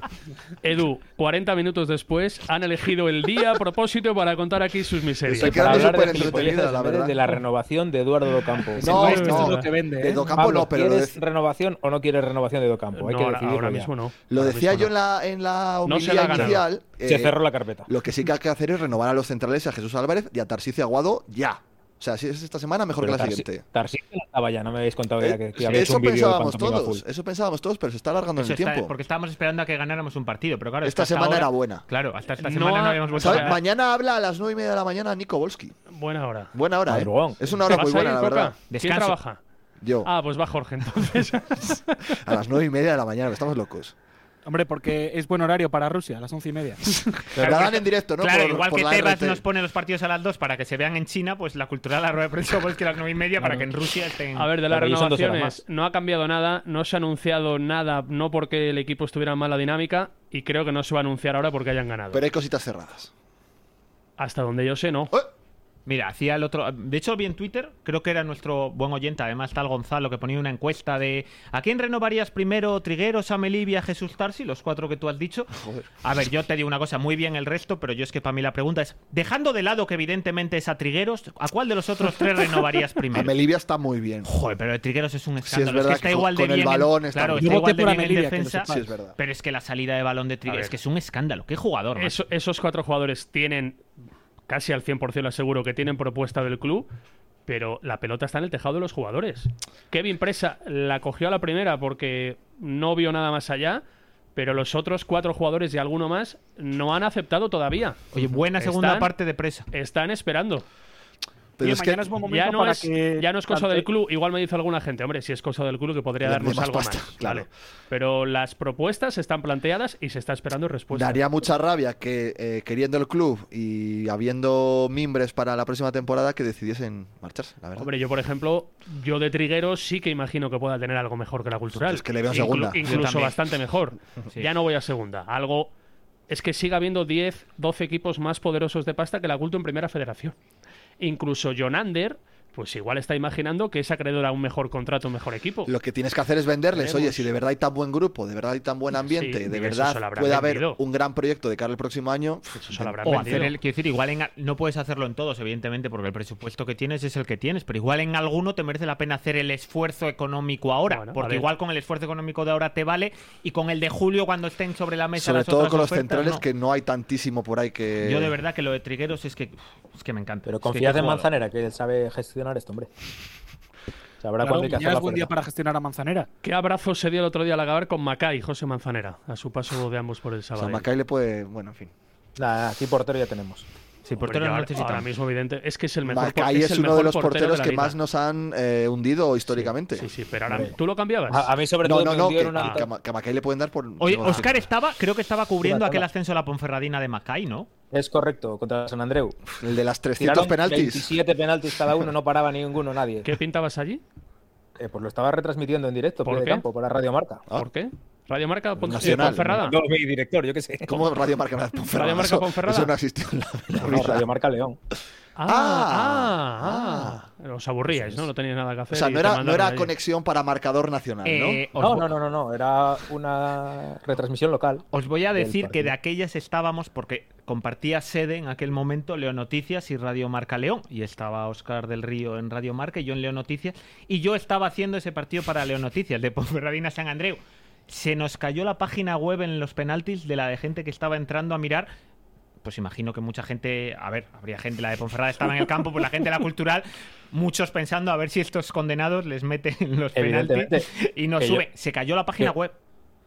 Speaker 5: Edu, 40 minutos después, han elegido el día a propósito para contar aquí sus miserias.
Speaker 2: Se
Speaker 7: para
Speaker 2: quedaron
Speaker 7: hablar
Speaker 2: súper
Speaker 7: de
Speaker 2: entretenidos,
Speaker 7: gilipolleces
Speaker 2: la
Speaker 7: en vez
Speaker 2: verdad.
Speaker 7: de la renovación de Eduardo Docampo.
Speaker 2: No,
Speaker 4: Esto es
Speaker 2: no,
Speaker 4: lo que vende,
Speaker 2: de
Speaker 4: ¿eh?
Speaker 2: Docampo
Speaker 7: Pablo,
Speaker 2: no, pero lo,
Speaker 7: ¿Quieres
Speaker 2: de-
Speaker 7: renovación o no quieres renovación de Docampo? Hay
Speaker 5: No,
Speaker 7: que
Speaker 5: ahora,
Speaker 7: decidirlo
Speaker 5: ahora
Speaker 7: ya.
Speaker 5: mismo no.
Speaker 2: lo
Speaker 5: Ahora
Speaker 2: decía
Speaker 5: mismo
Speaker 2: yo
Speaker 5: no.
Speaker 2: en la, en la
Speaker 5: No se
Speaker 2: homilía
Speaker 5: la ha ganado.
Speaker 2: inicial.
Speaker 7: Se
Speaker 2: eh,
Speaker 7: cerró la carpeta.
Speaker 2: Lo que sí que hay que hacer es renovar a los centrales y a Jesús Álvarez y a Tarsicio Aguado ya. O sea, si es esta semana, mejor
Speaker 7: Pero
Speaker 2: que la
Speaker 7: Tarsi-
Speaker 2: siguiente. Eh,
Speaker 7: Tarsi no estaba ya, no me habéis contado ya que, que había hecho
Speaker 2: eso
Speaker 7: un vídeo de
Speaker 2: pensábamos
Speaker 7: pantomima
Speaker 2: todos,
Speaker 7: full.
Speaker 2: eso pensábamos todos, pero se está alargando en
Speaker 3: Eso
Speaker 2: el
Speaker 3: está-
Speaker 2: tiempo.
Speaker 3: porque estábamos esperando a que ganáramos un partido, pero claro.
Speaker 2: Esta
Speaker 3: hasta
Speaker 2: semana
Speaker 3: ahora-
Speaker 2: era buena.
Speaker 3: Claro, hasta esta
Speaker 5: No
Speaker 3: semana no
Speaker 5: ha-
Speaker 3: habíamos vuelto
Speaker 2: ¿Sabes?
Speaker 3: a
Speaker 2: Mañana habla a las nueve y media de la mañana Nico Bolski.
Speaker 5: Buena hora.
Speaker 2: Buena hora, ¿eh?
Speaker 7: Madrugón.
Speaker 2: Es una hora
Speaker 5: ¿Vas
Speaker 2: muy
Speaker 5: a
Speaker 2: buena,
Speaker 5: ir,
Speaker 2: la
Speaker 5: Coca?
Speaker 2: verdad.
Speaker 5: ¿Quién
Speaker 3: Descanso.
Speaker 5: trabaja?
Speaker 2: Yo,
Speaker 5: Ah, pues va Jorge entonces.
Speaker 2: a las nueve y media de la mañana, estamos locos.
Speaker 4: Hombre, porque es buen horario para Rusia, a las once y media.
Speaker 5: Pues
Speaker 2: Pero la dan en directo, ¿no?
Speaker 3: Claro,
Speaker 2: Por-
Speaker 3: igual
Speaker 2: por
Speaker 3: que
Speaker 2: la
Speaker 3: Tebas
Speaker 2: RT.
Speaker 3: nos pone los partidos a las 2 para que se vean en China, pues la cultural a la rueda de prensa Volsky a las 9 y media para que en Rusia estén.
Speaker 5: A ver, de las
Speaker 7: Porque ellos son dos horas
Speaker 5: renovaciones, no ha cambiado nada, no se ha anunciado nada, no porque el equipo estuviera en mala dinámica, y creo que no se va a anunciar ahora porque hayan ganado.
Speaker 2: Pero hay cositas cerradas.
Speaker 5: Hasta donde yo sé, no.
Speaker 3: Mira, hacía el otro. De hecho, vi en Twitter, creo que era nuestro buen oyente, además tal Gonzalo, que ponía una encuesta de ¿a quién renovarías primero? Trigueros, Amelivia, Jesús Tarsi, los cuatro que tú has dicho. A ver, yo te digo una cosa, muy bien el resto, pero yo es que para mí la pregunta es: dejando de lado que evidentemente es a Trigueros, ¿a cuál de los otros tres renovarías primero?
Speaker 2: Amelivia está muy bien.
Speaker 3: Joder, pero de Trigueros es un
Speaker 2: Sí, es
Speaker 3: escándalo. es,
Speaker 2: verdad
Speaker 3: que está
Speaker 2: que con-
Speaker 3: igual de
Speaker 2: con el
Speaker 3: bien. en-
Speaker 2: balón está
Speaker 3: claro,
Speaker 2: muy
Speaker 3: está
Speaker 4: bien. Yo
Speaker 3: igual
Speaker 4: voté
Speaker 3: de
Speaker 4: por
Speaker 3: bien en
Speaker 4: Amelia, que lo
Speaker 3: defensa.
Speaker 4: sepáis.
Speaker 2: Sí, es verdad.
Speaker 3: Pero es que la salida de balón de Trigueros es que es un escándalo. Qué jugador, macho.
Speaker 5: Eso- esos cuatro jugadores tienen, casi al 100% lo aseguro, que tienen propuesta del club, pero la pelota está en el tejado de los jugadores. Kevin Presa la cogió a la primera porque no vio nada más allá, pero los otros cuatro jugadores y alguno más no han aceptado todavía.
Speaker 3: Oye, buena segunda
Speaker 5: Están-
Speaker 3: parte de presa.
Speaker 5: Están esperando.
Speaker 2: Pero
Speaker 4: Oye,
Speaker 2: es que
Speaker 4: mañana es buen momento
Speaker 5: Ya no,
Speaker 4: para
Speaker 5: es,
Speaker 4: que
Speaker 5: ya no es cosa
Speaker 4: plante-
Speaker 5: del club. Igual me dice alguna gente, hombre, si es cosa del club que podría
Speaker 2: Le-
Speaker 5: darnos
Speaker 2: más
Speaker 5: algo
Speaker 2: pasta,
Speaker 5: más.
Speaker 2: claro.
Speaker 5: Vale. Pero las propuestas están planteadas y se está esperando respuesta.
Speaker 2: daría mucha rabia que, eh, queriendo el club y habiendo mimbres para la próxima temporada, que decidiesen marcharse, la verdad.
Speaker 5: Hombre, yo por ejemplo, yo de Triguero sí que imagino que pueda tener algo mejor que la cultural.
Speaker 2: Es que le veo en
Speaker 5: Inclu-
Speaker 2: segunda. Yo
Speaker 5: Incluso
Speaker 3: también.
Speaker 5: bastante mejor.
Speaker 3: Sí.
Speaker 5: Ya no voy a segunda. Algo. Es que siga habiendo 10, 12 equipos más poderosos de pasta que la culto en primera federación. Incluso Jonander, pues igual está imaginando que es acreedor a un mejor contrato, un mejor equipo.
Speaker 2: Lo que tienes que hacer es venderles. Oye,
Speaker 5: Veremos.
Speaker 2: si de verdad hay tan buen grupo, de verdad hay tan buen ambiente, de
Speaker 5: Sí, eso
Speaker 2: verdad
Speaker 5: se lo habrán
Speaker 2: puede
Speaker 5: vendido.
Speaker 2: haber un gran proyecto de cara al próximo año. pff,
Speaker 5: Eso se lo habrán
Speaker 3: O
Speaker 5: vendido.
Speaker 3: hacer el, quiero decir, igual en, no puedes hacerlo en todos, evidentemente, porque el presupuesto que tienes es el que tienes, pero igual en alguno te merece la pena hacer el esfuerzo económico ahora,
Speaker 5: Bueno, a
Speaker 3: porque
Speaker 5: ver.
Speaker 3: igual con el esfuerzo económico de ahora te vale y con el de julio cuando estén sobre la mesa
Speaker 2: sobre
Speaker 3: las
Speaker 2: todo
Speaker 3: otras
Speaker 2: con los
Speaker 3: ofertas,
Speaker 2: centrales,
Speaker 3: no.
Speaker 2: que no hay tantísimo por ahí que.
Speaker 3: Yo de verdad que lo de Trigueros es que es que me encanta.
Speaker 7: Pero
Speaker 3: Es que
Speaker 7: confías
Speaker 3: qué
Speaker 7: en
Speaker 3: jugador.
Speaker 7: Manzanera, que él sabe gestionar esto, hombre. Sabrá
Speaker 4: Claro,
Speaker 7: cuándo hay que hacer
Speaker 4: mañana
Speaker 7: la
Speaker 4: es buen día
Speaker 7: oferta.
Speaker 4: para gestionar a Manzanera.
Speaker 5: ¿Qué abrazo se dio el otro día al acabar con Macay y José Manzanera a su paso de ambos por el
Speaker 2: O
Speaker 5: sábado?
Speaker 2: sea, Macay le puede. Bueno, en fin.
Speaker 7: Nada, nada, aquí portero ya tenemos.
Speaker 3: Sí, portero no necesitamos.
Speaker 5: ahora mismo evidente es que es el mejor
Speaker 2: Macay es,
Speaker 5: el
Speaker 2: uno de
Speaker 5: mejor
Speaker 2: los
Speaker 5: portero
Speaker 2: porteros
Speaker 5: de la
Speaker 2: que
Speaker 5: liga.
Speaker 2: más nos han eh, hundido históricamente.
Speaker 5: Sí, sí, pero ahora tú lo cambiabas.
Speaker 2: Ah,
Speaker 7: A, a mí, sobre
Speaker 2: No,
Speaker 7: todo,
Speaker 2: no,
Speaker 7: me
Speaker 2: no, que,
Speaker 7: hundieron una-
Speaker 2: que a Ma- que a Macay le pueden dar por.
Speaker 3: Oye,
Speaker 2: no,
Speaker 3: Oscar estaba, creo que estaba cubriendo
Speaker 7: Hola,
Speaker 3: aquel
Speaker 7: hola.
Speaker 3: ascenso a la Ponferradina de Macay, ¿no?
Speaker 7: Es correcto, contra San Andreu.
Speaker 2: El de las 300
Speaker 7: Tiraron
Speaker 2: penaltis.
Speaker 7: 27 penaltis cada uno, no paraba ninguno, nadie.
Speaker 5: ¿Qué pintabas allí?
Speaker 7: Eh, pues lo estaba retransmitiendo en directo,
Speaker 5: ¿Por
Speaker 7: por de
Speaker 5: qué?
Speaker 7: campo, para Radio Marca.
Speaker 5: ¿Por qué? Radio Marca Pon- eh,
Speaker 2: Ah. Nacional.
Speaker 5: Ponferrada.
Speaker 7: No, mi director, yo qué sé.
Speaker 2: ¿Cómo Radio Marca Ponferrada?
Speaker 5: Radio Marca
Speaker 2: Eso-
Speaker 5: Ponferrada.
Speaker 2: Eso no existió en la, en la
Speaker 7: No,
Speaker 2: vida.
Speaker 7: Radio Marca León.
Speaker 5: Ah,
Speaker 2: Ah,
Speaker 5: ah, ah. Os aburríais, ¿no? No teníais nada que hacer.
Speaker 2: O sea,
Speaker 5: y
Speaker 2: no
Speaker 5: te
Speaker 2: era, no
Speaker 5: mandaron
Speaker 2: era
Speaker 5: allí.
Speaker 2: conexión para marcador nacional, Ah, ¿no?
Speaker 3: Eh, os
Speaker 7: No,
Speaker 3: vo-
Speaker 7: no, no, no, no, era una retransmisión local.
Speaker 3: Os voy a
Speaker 7: del
Speaker 3: decir que de
Speaker 7: partido.
Speaker 3: aquellas estábamos, porque compartía sede en aquel momento Leo Noticias y Radio Marca León. Y estaba Oscar del Río en Radio Marca y yo en Leo Noticias. Y yo estaba haciendo ese partido para Leo Noticias, de Ponferradina San Andreu. Se nos cayó la página web en los penaltis de la de gente que estaba entrando a mirar. Pues imagino que mucha gente, a ver, habría gente, la de Ponferrada estaba en el campo, pues la gente de la cultural, muchos pensando a ver si estos condenados les meten los penaltis
Speaker 7: Evidentemente,
Speaker 3: y nos
Speaker 7: que yo-
Speaker 3: sube. Se cayó la página
Speaker 7: que-
Speaker 3: web.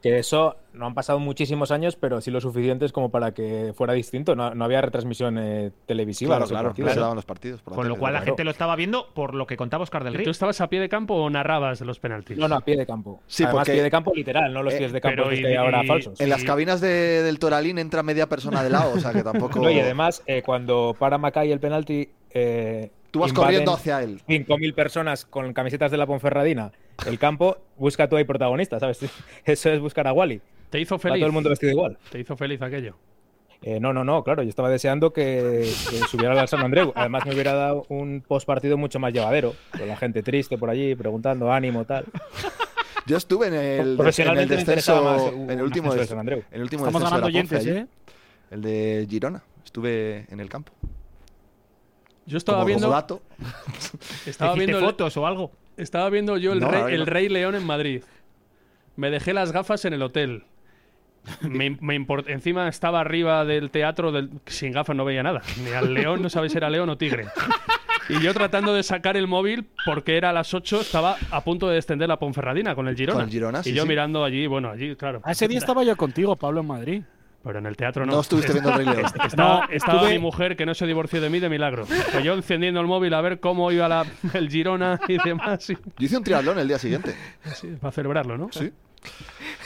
Speaker 7: Que eso no han pasado muchísimos años, pero sí lo suficientes como para que fuera distinto. No, no había retransmisión eh, televisiva.
Speaker 2: Claro,
Speaker 7: los
Speaker 2: claro,
Speaker 7: partidos.
Speaker 2: no se daban los partidos por la
Speaker 3: Con lo
Speaker 2: tele,
Speaker 3: cual la
Speaker 2: claro.
Speaker 3: gente lo estaba viendo por lo que contaba Oscar del
Speaker 5: ¿Y
Speaker 3: Río.
Speaker 5: ¿Tú estabas a pie de campo o narrabas los penaltis?
Speaker 7: No, no, a pie de campo.
Speaker 2: Sí,
Speaker 7: Además,
Speaker 2: porque-
Speaker 7: pie de campo literal, no los
Speaker 2: Eh,
Speaker 7: pies de campo
Speaker 5: pero
Speaker 7: esos
Speaker 5: y-
Speaker 7: que hay ahora
Speaker 5: y-
Speaker 7: falsos.
Speaker 2: En las
Speaker 5: Sí.
Speaker 2: cabinas de- del Toralín entra media persona de lado, o sea que tampoco.
Speaker 7: No, y además, eh, cuando para Macay el penalti. Eh,
Speaker 2: Tú vas
Speaker 7: invaden
Speaker 2: corriendo hacia él.
Speaker 7: 5.000 personas con camisetas de la Ponferradina. El campo, busca tú ahí protagonista, ¿sabes? Eso es buscar a Wally.
Speaker 5: ¿Te hizo
Speaker 7: Va
Speaker 5: feliz?
Speaker 7: todo el mundo vestido igual.
Speaker 5: ¿Te hizo feliz aquello?
Speaker 7: Eh, no, no, no, claro, yo estaba deseando que, que subiera al San Andreu. Además, me hubiera dado un postpartido mucho más llevadero, con la gente triste por allí, preguntando ánimo, tal.
Speaker 2: Yo estuve en el, en el
Speaker 7: Profesionalmente me
Speaker 2: descenso,
Speaker 7: interesaba más,
Speaker 2: en
Speaker 7: uh,
Speaker 2: el último
Speaker 7: el ascenso de
Speaker 2: des-
Speaker 7: San Andreu.
Speaker 2: en el último
Speaker 4: Estamos
Speaker 2: descenso de la
Speaker 4: ganando
Speaker 2: Ponfe
Speaker 4: oyentes,
Speaker 2: allí,
Speaker 4: ¿eh?
Speaker 2: El de Girona. Estuve en el campo.
Speaker 5: Yo estaba
Speaker 2: como, como
Speaker 5: viendo,
Speaker 2: dato.
Speaker 5: estaba
Speaker 3: ¿Hiciste
Speaker 5: viendo el-
Speaker 3: fotos o algo?
Speaker 5: Estaba viendo yo el,
Speaker 2: No,
Speaker 5: rey,
Speaker 2: ahora
Speaker 5: el
Speaker 2: no.
Speaker 5: Rey León en Madrid. Me dejé las gafas en el hotel. Me, me import- Encima estaba arriba del teatro, del- sin gafas no veía nada. Ni al león, no sabes si era león o tigre. Y yo tratando de sacar el móvil, porque era a las 8, estaba a punto de descender la Ponferradina con el Girona.
Speaker 2: Con el Girona, sí,
Speaker 5: y yo
Speaker 2: sí.
Speaker 5: mirando allí, bueno, allí, claro.
Speaker 4: A Ah, ese día estaba yo contigo, Pablo, en Madrid.
Speaker 5: Pero en el teatro no.
Speaker 2: No estuviste viendo el Rey León.
Speaker 5: Estaba,
Speaker 4: No,
Speaker 5: estaba
Speaker 4: estuve-
Speaker 5: mi mujer que no se divorció de mí de milagro. Pero yo encendiendo el móvil a ver cómo iba la- el Girona y demás. y-
Speaker 2: Yo hice un triatlón el día siguiente.
Speaker 5: sí, para celebrarlo, ¿no?
Speaker 2: Sí.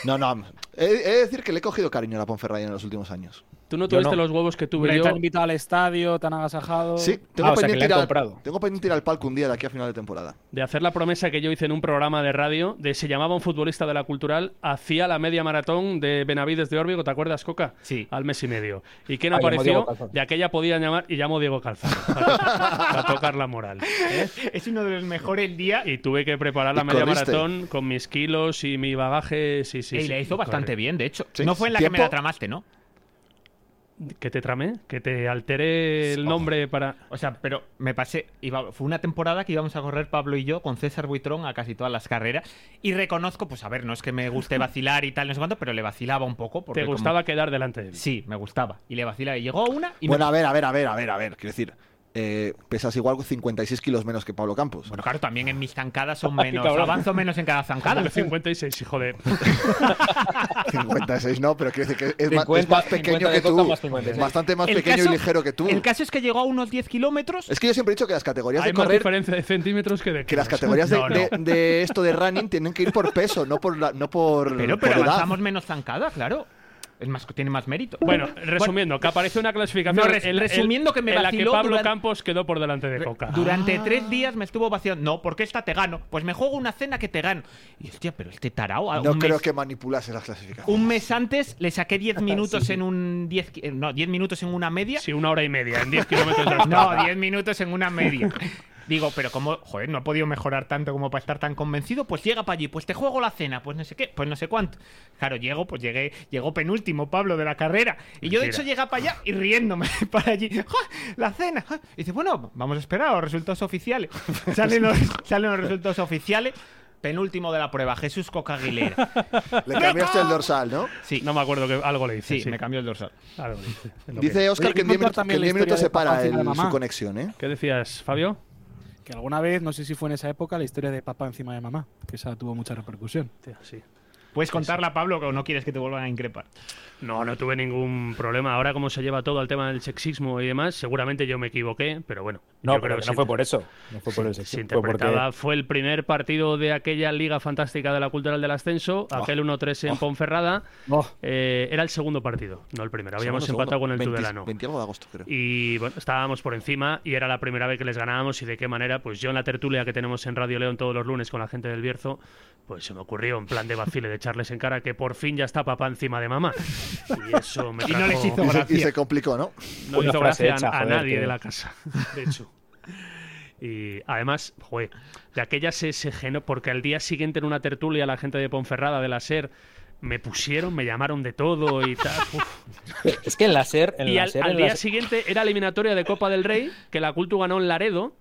Speaker 2: No, no. He, he de decir que le he cogido cariño a la Ponferradina en los últimos años.
Speaker 5: Tú no
Speaker 7: Yo
Speaker 5: tuviste
Speaker 7: no.
Speaker 5: los huevos que tuve
Speaker 4: Hombre,
Speaker 5: yo.
Speaker 4: Te han invitado al estadio, te han agasajado.
Speaker 2: Sí, tengo,
Speaker 7: Ah, o sea, que
Speaker 2: pendiente
Speaker 7: le han
Speaker 2: ir al-
Speaker 7: comprado.
Speaker 2: tengo pendiente ir al palco un día de aquí a final de temporada.
Speaker 5: de hacer la promesa que yo hice en un programa de radio de se llamaba un futbolista de la cultural hacía la media maratón de Benavides de Órbigo, ¿te acuerdas, Coca?
Speaker 3: Sí.
Speaker 5: Al mes y medio. ¿Y quién
Speaker 7: Ah, llamó
Speaker 5: apareció?
Speaker 7: Diego Calzado.
Speaker 5: De aquella podían llamar y llamó Diego Calzado para, para tocar la moral. ¿eh?
Speaker 3: Es uno de los mejores días.
Speaker 5: Y tuve que preparar la
Speaker 2: ¿Y
Speaker 5: media
Speaker 2: corriste?
Speaker 5: maratón con mis kilos y mi bagaje. Sí, sí,
Speaker 3: y
Speaker 5: sí.
Speaker 3: le hizo bastante bien, de hecho.
Speaker 2: Sí.
Speaker 3: No fue en la que me
Speaker 2: ¿Tiempo?
Speaker 3: la tramaste, ¿no?
Speaker 5: Que te tramé, que te alteré el nombre para.
Speaker 3: O sea, pero me pasé. iba- fue una temporada que íbamos a correr Pablo y yo con César Buitrón a casi todas las carreras. Y reconozco, pues a ver, no es que me guste vacilar y tal, no sé cuánto, pero le vacilaba un poco. Porque
Speaker 5: Te
Speaker 3: como-
Speaker 5: gustaba quedar delante de mí.
Speaker 3: Sí, me gustaba. Y le vacilaba. Y llegó una y me-
Speaker 2: Bueno, a ver, a ver, a ver, a ver, a ver. Quiero decir, eh, pesas igual 56 kilos menos que Pablo Campos.
Speaker 3: Bueno, claro, también en mis zancadas son
Speaker 7: Ay,
Speaker 3: menos.
Speaker 7: cabrón.
Speaker 3: Avanzo menos en cada zancada.
Speaker 5: Los 56, hijo de.
Speaker 2: 56 no, pero quiero decir que es, ma- es
Speaker 7: 50,
Speaker 2: más pequeño
Speaker 7: 50
Speaker 2: que
Speaker 7: de
Speaker 2: tú.
Speaker 7: coca, más 56.
Speaker 2: Bastante más
Speaker 3: El
Speaker 2: pequeño
Speaker 3: caso-
Speaker 2: y ligero que tú.
Speaker 3: El caso es que llegó a unos 10 kilómetros.
Speaker 2: Es que yo siempre he dicho que las categorías
Speaker 5: Hay
Speaker 2: de
Speaker 5: más
Speaker 2: correr,
Speaker 5: diferencia de centímetros que de.
Speaker 2: que las
Speaker 5: kilos.
Speaker 2: categorías de,
Speaker 3: No, no.
Speaker 2: de- de esto de running tienen que ir por peso, no por la- no por,
Speaker 3: Pero,
Speaker 2: por
Speaker 3: pero
Speaker 2: edad.
Speaker 3: avanzamos menos zancada, claro. Es más, tiene más mérito.
Speaker 5: Bueno, resumiendo, que apareció una clasificación
Speaker 3: No, res-
Speaker 5: en- en-
Speaker 3: resumiendo que me
Speaker 5: en la que
Speaker 3: vaciló
Speaker 5: Pablo
Speaker 3: durante-
Speaker 5: Campos quedó por delante de Coca.
Speaker 2: Ah.
Speaker 3: Durante tres días me estuvo vaciando. No, porque esta te gano. Pues me juego una cena que te gano. Y hostia, pero este tarao. a-
Speaker 2: No
Speaker 3: un,
Speaker 2: creo
Speaker 3: mes,
Speaker 2: que manipulase las clasificaciones.
Speaker 3: un mes antes le saqué 10 minutos en un 10. ki- eh, No, 10 minutos en una media.
Speaker 5: Sí, una hora y media, en 10 kilómetros de
Speaker 3: No, 10 minutos en una media. Digo, pero como, joder, no ha podido mejorar tanto como para estar tan convencido, pues llega para allí, pues te juego la cena, pues no sé qué, pues no sé cuánto. Claro, llego, pues llegué, llegó penúltimo Pablo de la carrera. Y yo de
Speaker 5: Mentira.
Speaker 3: hecho llega para allá y riéndome para allí. ¡Ja! La cena. ¡Ja! Y dice, bueno, vamos a esperar a los resultados oficiales. Salen los, salen los resultados oficiales. Penúltimo de la prueba, Jesús Coca Aguilera.
Speaker 2: Le cambiaste el dorsal, ¿no?
Speaker 3: Sí,
Speaker 5: No me acuerdo que algo le hice.
Speaker 3: sí, me cambió el dorsal.
Speaker 5: Algo le hice, es lo que-
Speaker 2: Dice Oscar
Speaker 4: Oye,
Speaker 2: que en 10
Speaker 4: contar
Speaker 2: minutos, que en
Speaker 4: también
Speaker 2: 10
Speaker 4: la historia
Speaker 2: minutos
Speaker 4: de
Speaker 2: se para
Speaker 4: papá encima de
Speaker 2: el- su
Speaker 4: mamá.
Speaker 2: conexión, ¿eh?
Speaker 5: ¿Qué decías, Fabio?
Speaker 4: Que alguna vez, no sé si fue en esa época, la historia de papá encima de mamá, que esa tuvo mucha repercusión.
Speaker 5: Hostia, sí.
Speaker 3: Puedes contarla, Pablo, o no quieres que te vuelvan a increpar.
Speaker 5: No, no tuve ningún problema. Ahora, como se lleva todo al tema del sexismo y demás, seguramente yo me equivoqué, pero bueno.
Speaker 7: No,
Speaker 5: yo
Speaker 7: pero
Speaker 5: creo
Speaker 7: que
Speaker 5: que
Speaker 7: no
Speaker 5: se-
Speaker 7: fue por eso. No fue por
Speaker 5: Se
Speaker 7: eso. Fue porque-
Speaker 5: interpretaba, fue el primer partido de aquella Liga Fantástica de la Cultural del Ascenso,
Speaker 7: Oh.
Speaker 5: aquel 1-3 en Ponferrada.
Speaker 4: Oh.
Speaker 5: Eh, era el segundo partido, no el primero. Habíamos
Speaker 2: Segundo,
Speaker 5: empatado con el
Speaker 2: segundo. 20
Speaker 5: Tudelano.
Speaker 2: 20 algo de agosto, creo.
Speaker 5: Y bueno, estábamos por encima y era la primera vez que les ganábamos y de qué manera, pues yo en la tertulia que tenemos en Radio León todos los lunes con la gente del Bierzo, pues se me ocurrió en plan de vacile de echarles en cara que por fin ya está papá encima de mamá. Y eso me
Speaker 3: Y no les
Speaker 5: trajo-
Speaker 3: hizo
Speaker 2: Y se- y
Speaker 3: gracia.
Speaker 2: se complicó, ¿no?
Speaker 5: no
Speaker 7: Una
Speaker 5: hizo
Speaker 7: frase
Speaker 5: gracia
Speaker 7: hecha,
Speaker 5: a, a
Speaker 7: joder,
Speaker 5: nadie
Speaker 7: que-
Speaker 5: de la casa, de hecho. Y además, joder, de aquella se, se genó, porque al día siguiente en una tertulia la gente de Ponferrada, de la SER, me pusieron, me llamaron de todo y tal. uf.
Speaker 7: Es que en la SER. En
Speaker 5: Y
Speaker 7: la
Speaker 5: al,
Speaker 7: SER,
Speaker 5: al
Speaker 7: en la
Speaker 5: día
Speaker 7: SER-
Speaker 5: siguiente era eliminatoria de Copa del Rey, que la Cultu ganó en Laredo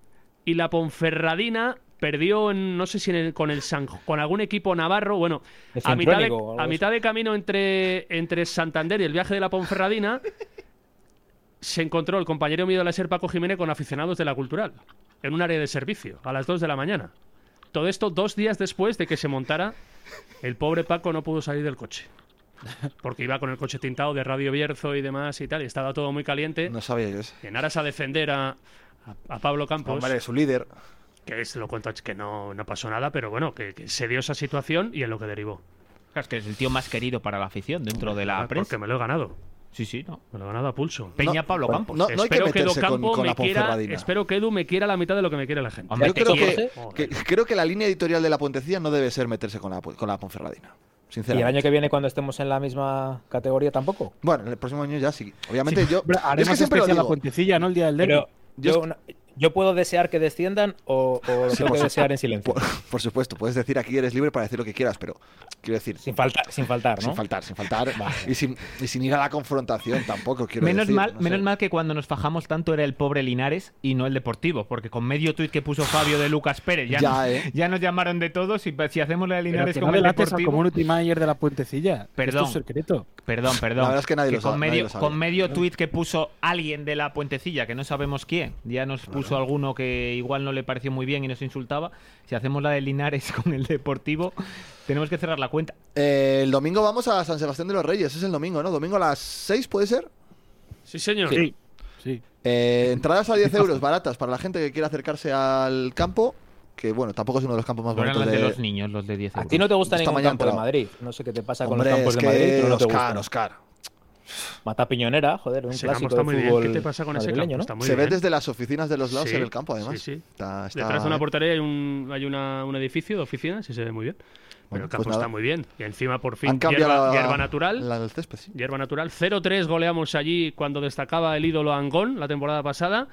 Speaker 5: y la Ponferradina perdió en, no sé si en el- con el San, con algún equipo navarro, bueno,
Speaker 7: El
Speaker 5: a mitad de,
Speaker 7: Centrónico o algo
Speaker 5: a
Speaker 7: de
Speaker 5: mitad de camino entre, entre Santander y el viaje de la Ponferradina se encontró el compañero mío de la SER Paco Jiménez con aficionados de la Cultural en un área de servicio a las 2 de la mañana. Todo esto dos días después de que se montara El pobre Paco no pudo salir del coche. Porque iba con el coche tintado de Radio Bierzo y demás y tal, y estaba todo muy caliente.
Speaker 2: No sabía yo eso.
Speaker 5: En aras a defender a, a- a Pablo Campos.
Speaker 2: Hombre, su líder.
Speaker 5: Que es, lo cuento, que no, no pasó nada, pero bueno, que, que se dio esa situación y en lo que derivó.
Speaker 3: Es que es el tío más querido para la afición dentro de la prensa.
Speaker 5: Porque me lo he ganado.
Speaker 3: Sí, sí, no.
Speaker 5: Me lo he ganado a pulso.
Speaker 3: Peña Pablo
Speaker 5: Bueno,
Speaker 3: Campos.
Speaker 5: no- no hay que Espero que meterse Do con- Campo con me la quiera- Ponferradina. espero que Edu me quiera la mitad de lo que me quiere la gente.
Speaker 3: Ah.
Speaker 2: Yo creo que, que- creo que la línea editorial de la Puentecilla no debe ser meterse con la, con la Ponferradina.
Speaker 7: Y el
Speaker 2: Sinceramente.
Speaker 7: año que viene, cuando estemos en la misma categoría, tampoco.
Speaker 2: Bueno, en el próximo año ya sí. Obviamente yo.
Speaker 7: Hombre,
Speaker 2: yo es
Speaker 7: haremos
Speaker 2: que siempre lo
Speaker 7: especial
Speaker 4: la
Speaker 2: digo.
Speaker 4: puentecilla, ¿no? El día del derbi.
Speaker 7: Pero
Speaker 2: Yo es
Speaker 7: yo,
Speaker 2: que-
Speaker 7: no- yo puedo desear que desciendan o, o lo
Speaker 2: Sí,
Speaker 7: tengo
Speaker 2: por
Speaker 7: que
Speaker 2: su-
Speaker 7: desear en silencio.
Speaker 2: Por, por supuesto, puedes decir aquí eres libre para decir lo que quieras, pero quiero decir. Sin
Speaker 7: faltar, sin faltar,
Speaker 2: Sin
Speaker 7: ¿no?
Speaker 2: faltar, sin faltar. y, sin, y sin ir a la confrontación tampoco, quiero
Speaker 3: Menos,
Speaker 2: decir,
Speaker 3: mal,
Speaker 2: no sé.
Speaker 3: menos mal que cuando nos fajamos tanto era el pobre Linares y no el deportivo, porque con medio tuit que puso Fabio de Lucas Pérez ya,
Speaker 2: Ya,
Speaker 3: nos,
Speaker 2: ¿eh?
Speaker 3: ya nos llamaron de todos y pues, si hacemos la de
Speaker 4: Pero
Speaker 3: Linares
Speaker 4: que
Speaker 3: como
Speaker 4: no
Speaker 3: el
Speaker 4: delates al
Speaker 3: deportivo.
Speaker 4: community manager de la puentecilla. que
Speaker 3: Perdón.
Speaker 4: Esto es secreto.
Speaker 3: Perdón, perdón.
Speaker 2: La verdad es que nadie lo
Speaker 3: con
Speaker 2: sabe, nadie
Speaker 3: medio,
Speaker 2: lo sabe.
Speaker 3: Con medio tuit que puso alguien de la puentecilla, que no sabemos quién, ya nos puso alguno que igual no le pareció muy bien y nos insultaba. Si hacemos la de Linares con el deportivo, tenemos que cerrar la cuenta.
Speaker 2: Eh, el domingo vamos a San Sebastián de los Reyes, es el domingo, ¿no? Domingo a las 6, ¿puede ser?
Speaker 5: Sí, señor.
Speaker 2: Sí.
Speaker 4: Sí.
Speaker 2: Eh, entradas a 10 euros, baratas, para la gente que quiera acercarse al campo, que bueno, tampoco es uno de los campos más
Speaker 3: No eran
Speaker 2: baratos
Speaker 3: las de
Speaker 2: de
Speaker 3: los niños, los de 10
Speaker 7: A
Speaker 3: euros.
Speaker 7: ti no te gusta
Speaker 2: Esta
Speaker 7: ningún
Speaker 2: mañana
Speaker 7: campo de
Speaker 2: entrado.
Speaker 7: Madrid. No sé qué te pasa
Speaker 2: Hombre,
Speaker 7: con los campos
Speaker 2: es
Speaker 7: de Madrid.
Speaker 2: que
Speaker 7: pero no te
Speaker 2: Oscar,
Speaker 7: gustan.
Speaker 2: Oscar.
Speaker 7: Mata piñonera, joder, un
Speaker 5: Ese campo
Speaker 7: clásico
Speaker 5: está
Speaker 7: de
Speaker 5: muy bien.
Speaker 7: fútbol
Speaker 5: ¿Qué te pasa con ese campo?
Speaker 7: madrileño, ¿no?
Speaker 5: Está muy
Speaker 2: Se ve
Speaker 5: bien.
Speaker 2: desde las oficinas de los lados
Speaker 5: Sí,
Speaker 2: en el campo, además.
Speaker 5: sí, sí.
Speaker 2: Está- ¿eh? está-
Speaker 5: Detrás de una portería hay, un, hay una- un edificio de oficinas y se ve muy bien. Pero
Speaker 2: Bueno,
Speaker 5: el
Speaker 2: pues
Speaker 5: campo
Speaker 2: nada.
Speaker 5: está muy bien. Y encima, por
Speaker 2: Han
Speaker 5: fin,
Speaker 2: cambiado
Speaker 5: hierba,
Speaker 2: la-
Speaker 5: hierba natural.
Speaker 2: la del césped, sí.
Speaker 5: Hierba natural. 0-3 goleamos allí cuando destacaba el ídolo Angón la temporada pasada.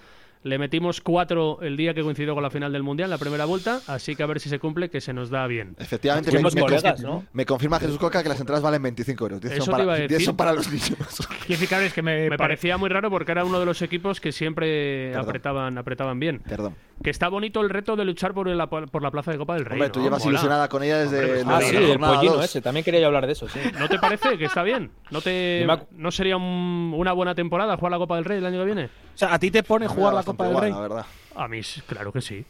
Speaker 5: Le metimos 4 el día que coincidió con la final del Mundial, la primera vuelta. Así que a ver si se cumple, que se nos da bien.
Speaker 2: Efectivamente, me,
Speaker 7: Fuimos
Speaker 2: me
Speaker 7: colegas,
Speaker 2: confirma,
Speaker 7: ¿no?
Speaker 2: me confirma Jesús Coca que las entradas valen 25 euros. 10 son
Speaker 5: Eso te
Speaker 2: para,
Speaker 5: iba a
Speaker 2: 10
Speaker 5: decir.
Speaker 2: son para los niños.
Speaker 3: Quiero decir, claro, es que me,
Speaker 5: Me
Speaker 3: pare-
Speaker 5: parecía muy raro porque era uno de los equipos que siempre
Speaker 2: Perdón.
Speaker 5: apretaban, apretaban bien.
Speaker 2: Perdón.
Speaker 5: Que está bonito el reto de luchar por la, por la plaza de Copa del Rey.
Speaker 2: Hombre, tú
Speaker 5: ¿no?
Speaker 2: llevas
Speaker 5: Mola.
Speaker 2: ilusionada con ella desde
Speaker 5: Hombre,
Speaker 2: la
Speaker 7: Ah, sí, el
Speaker 2: jornada
Speaker 7: pollino
Speaker 2: dos.
Speaker 7: ese. También quería yo hablar de eso, sí.
Speaker 5: ¿No te parece que está bien? ¿No, te,
Speaker 7: Yo me acu-
Speaker 5: ¿no sería un- una buena temporada jugar la Copa del Rey el año que viene?
Speaker 4: O sea, ¿a ti te pone
Speaker 2: Me da
Speaker 4: jugar la
Speaker 2: bastante
Speaker 4: Copa del
Speaker 2: igual,
Speaker 4: Rey?
Speaker 2: la verdad.
Speaker 5: A mí, sí, claro que sí.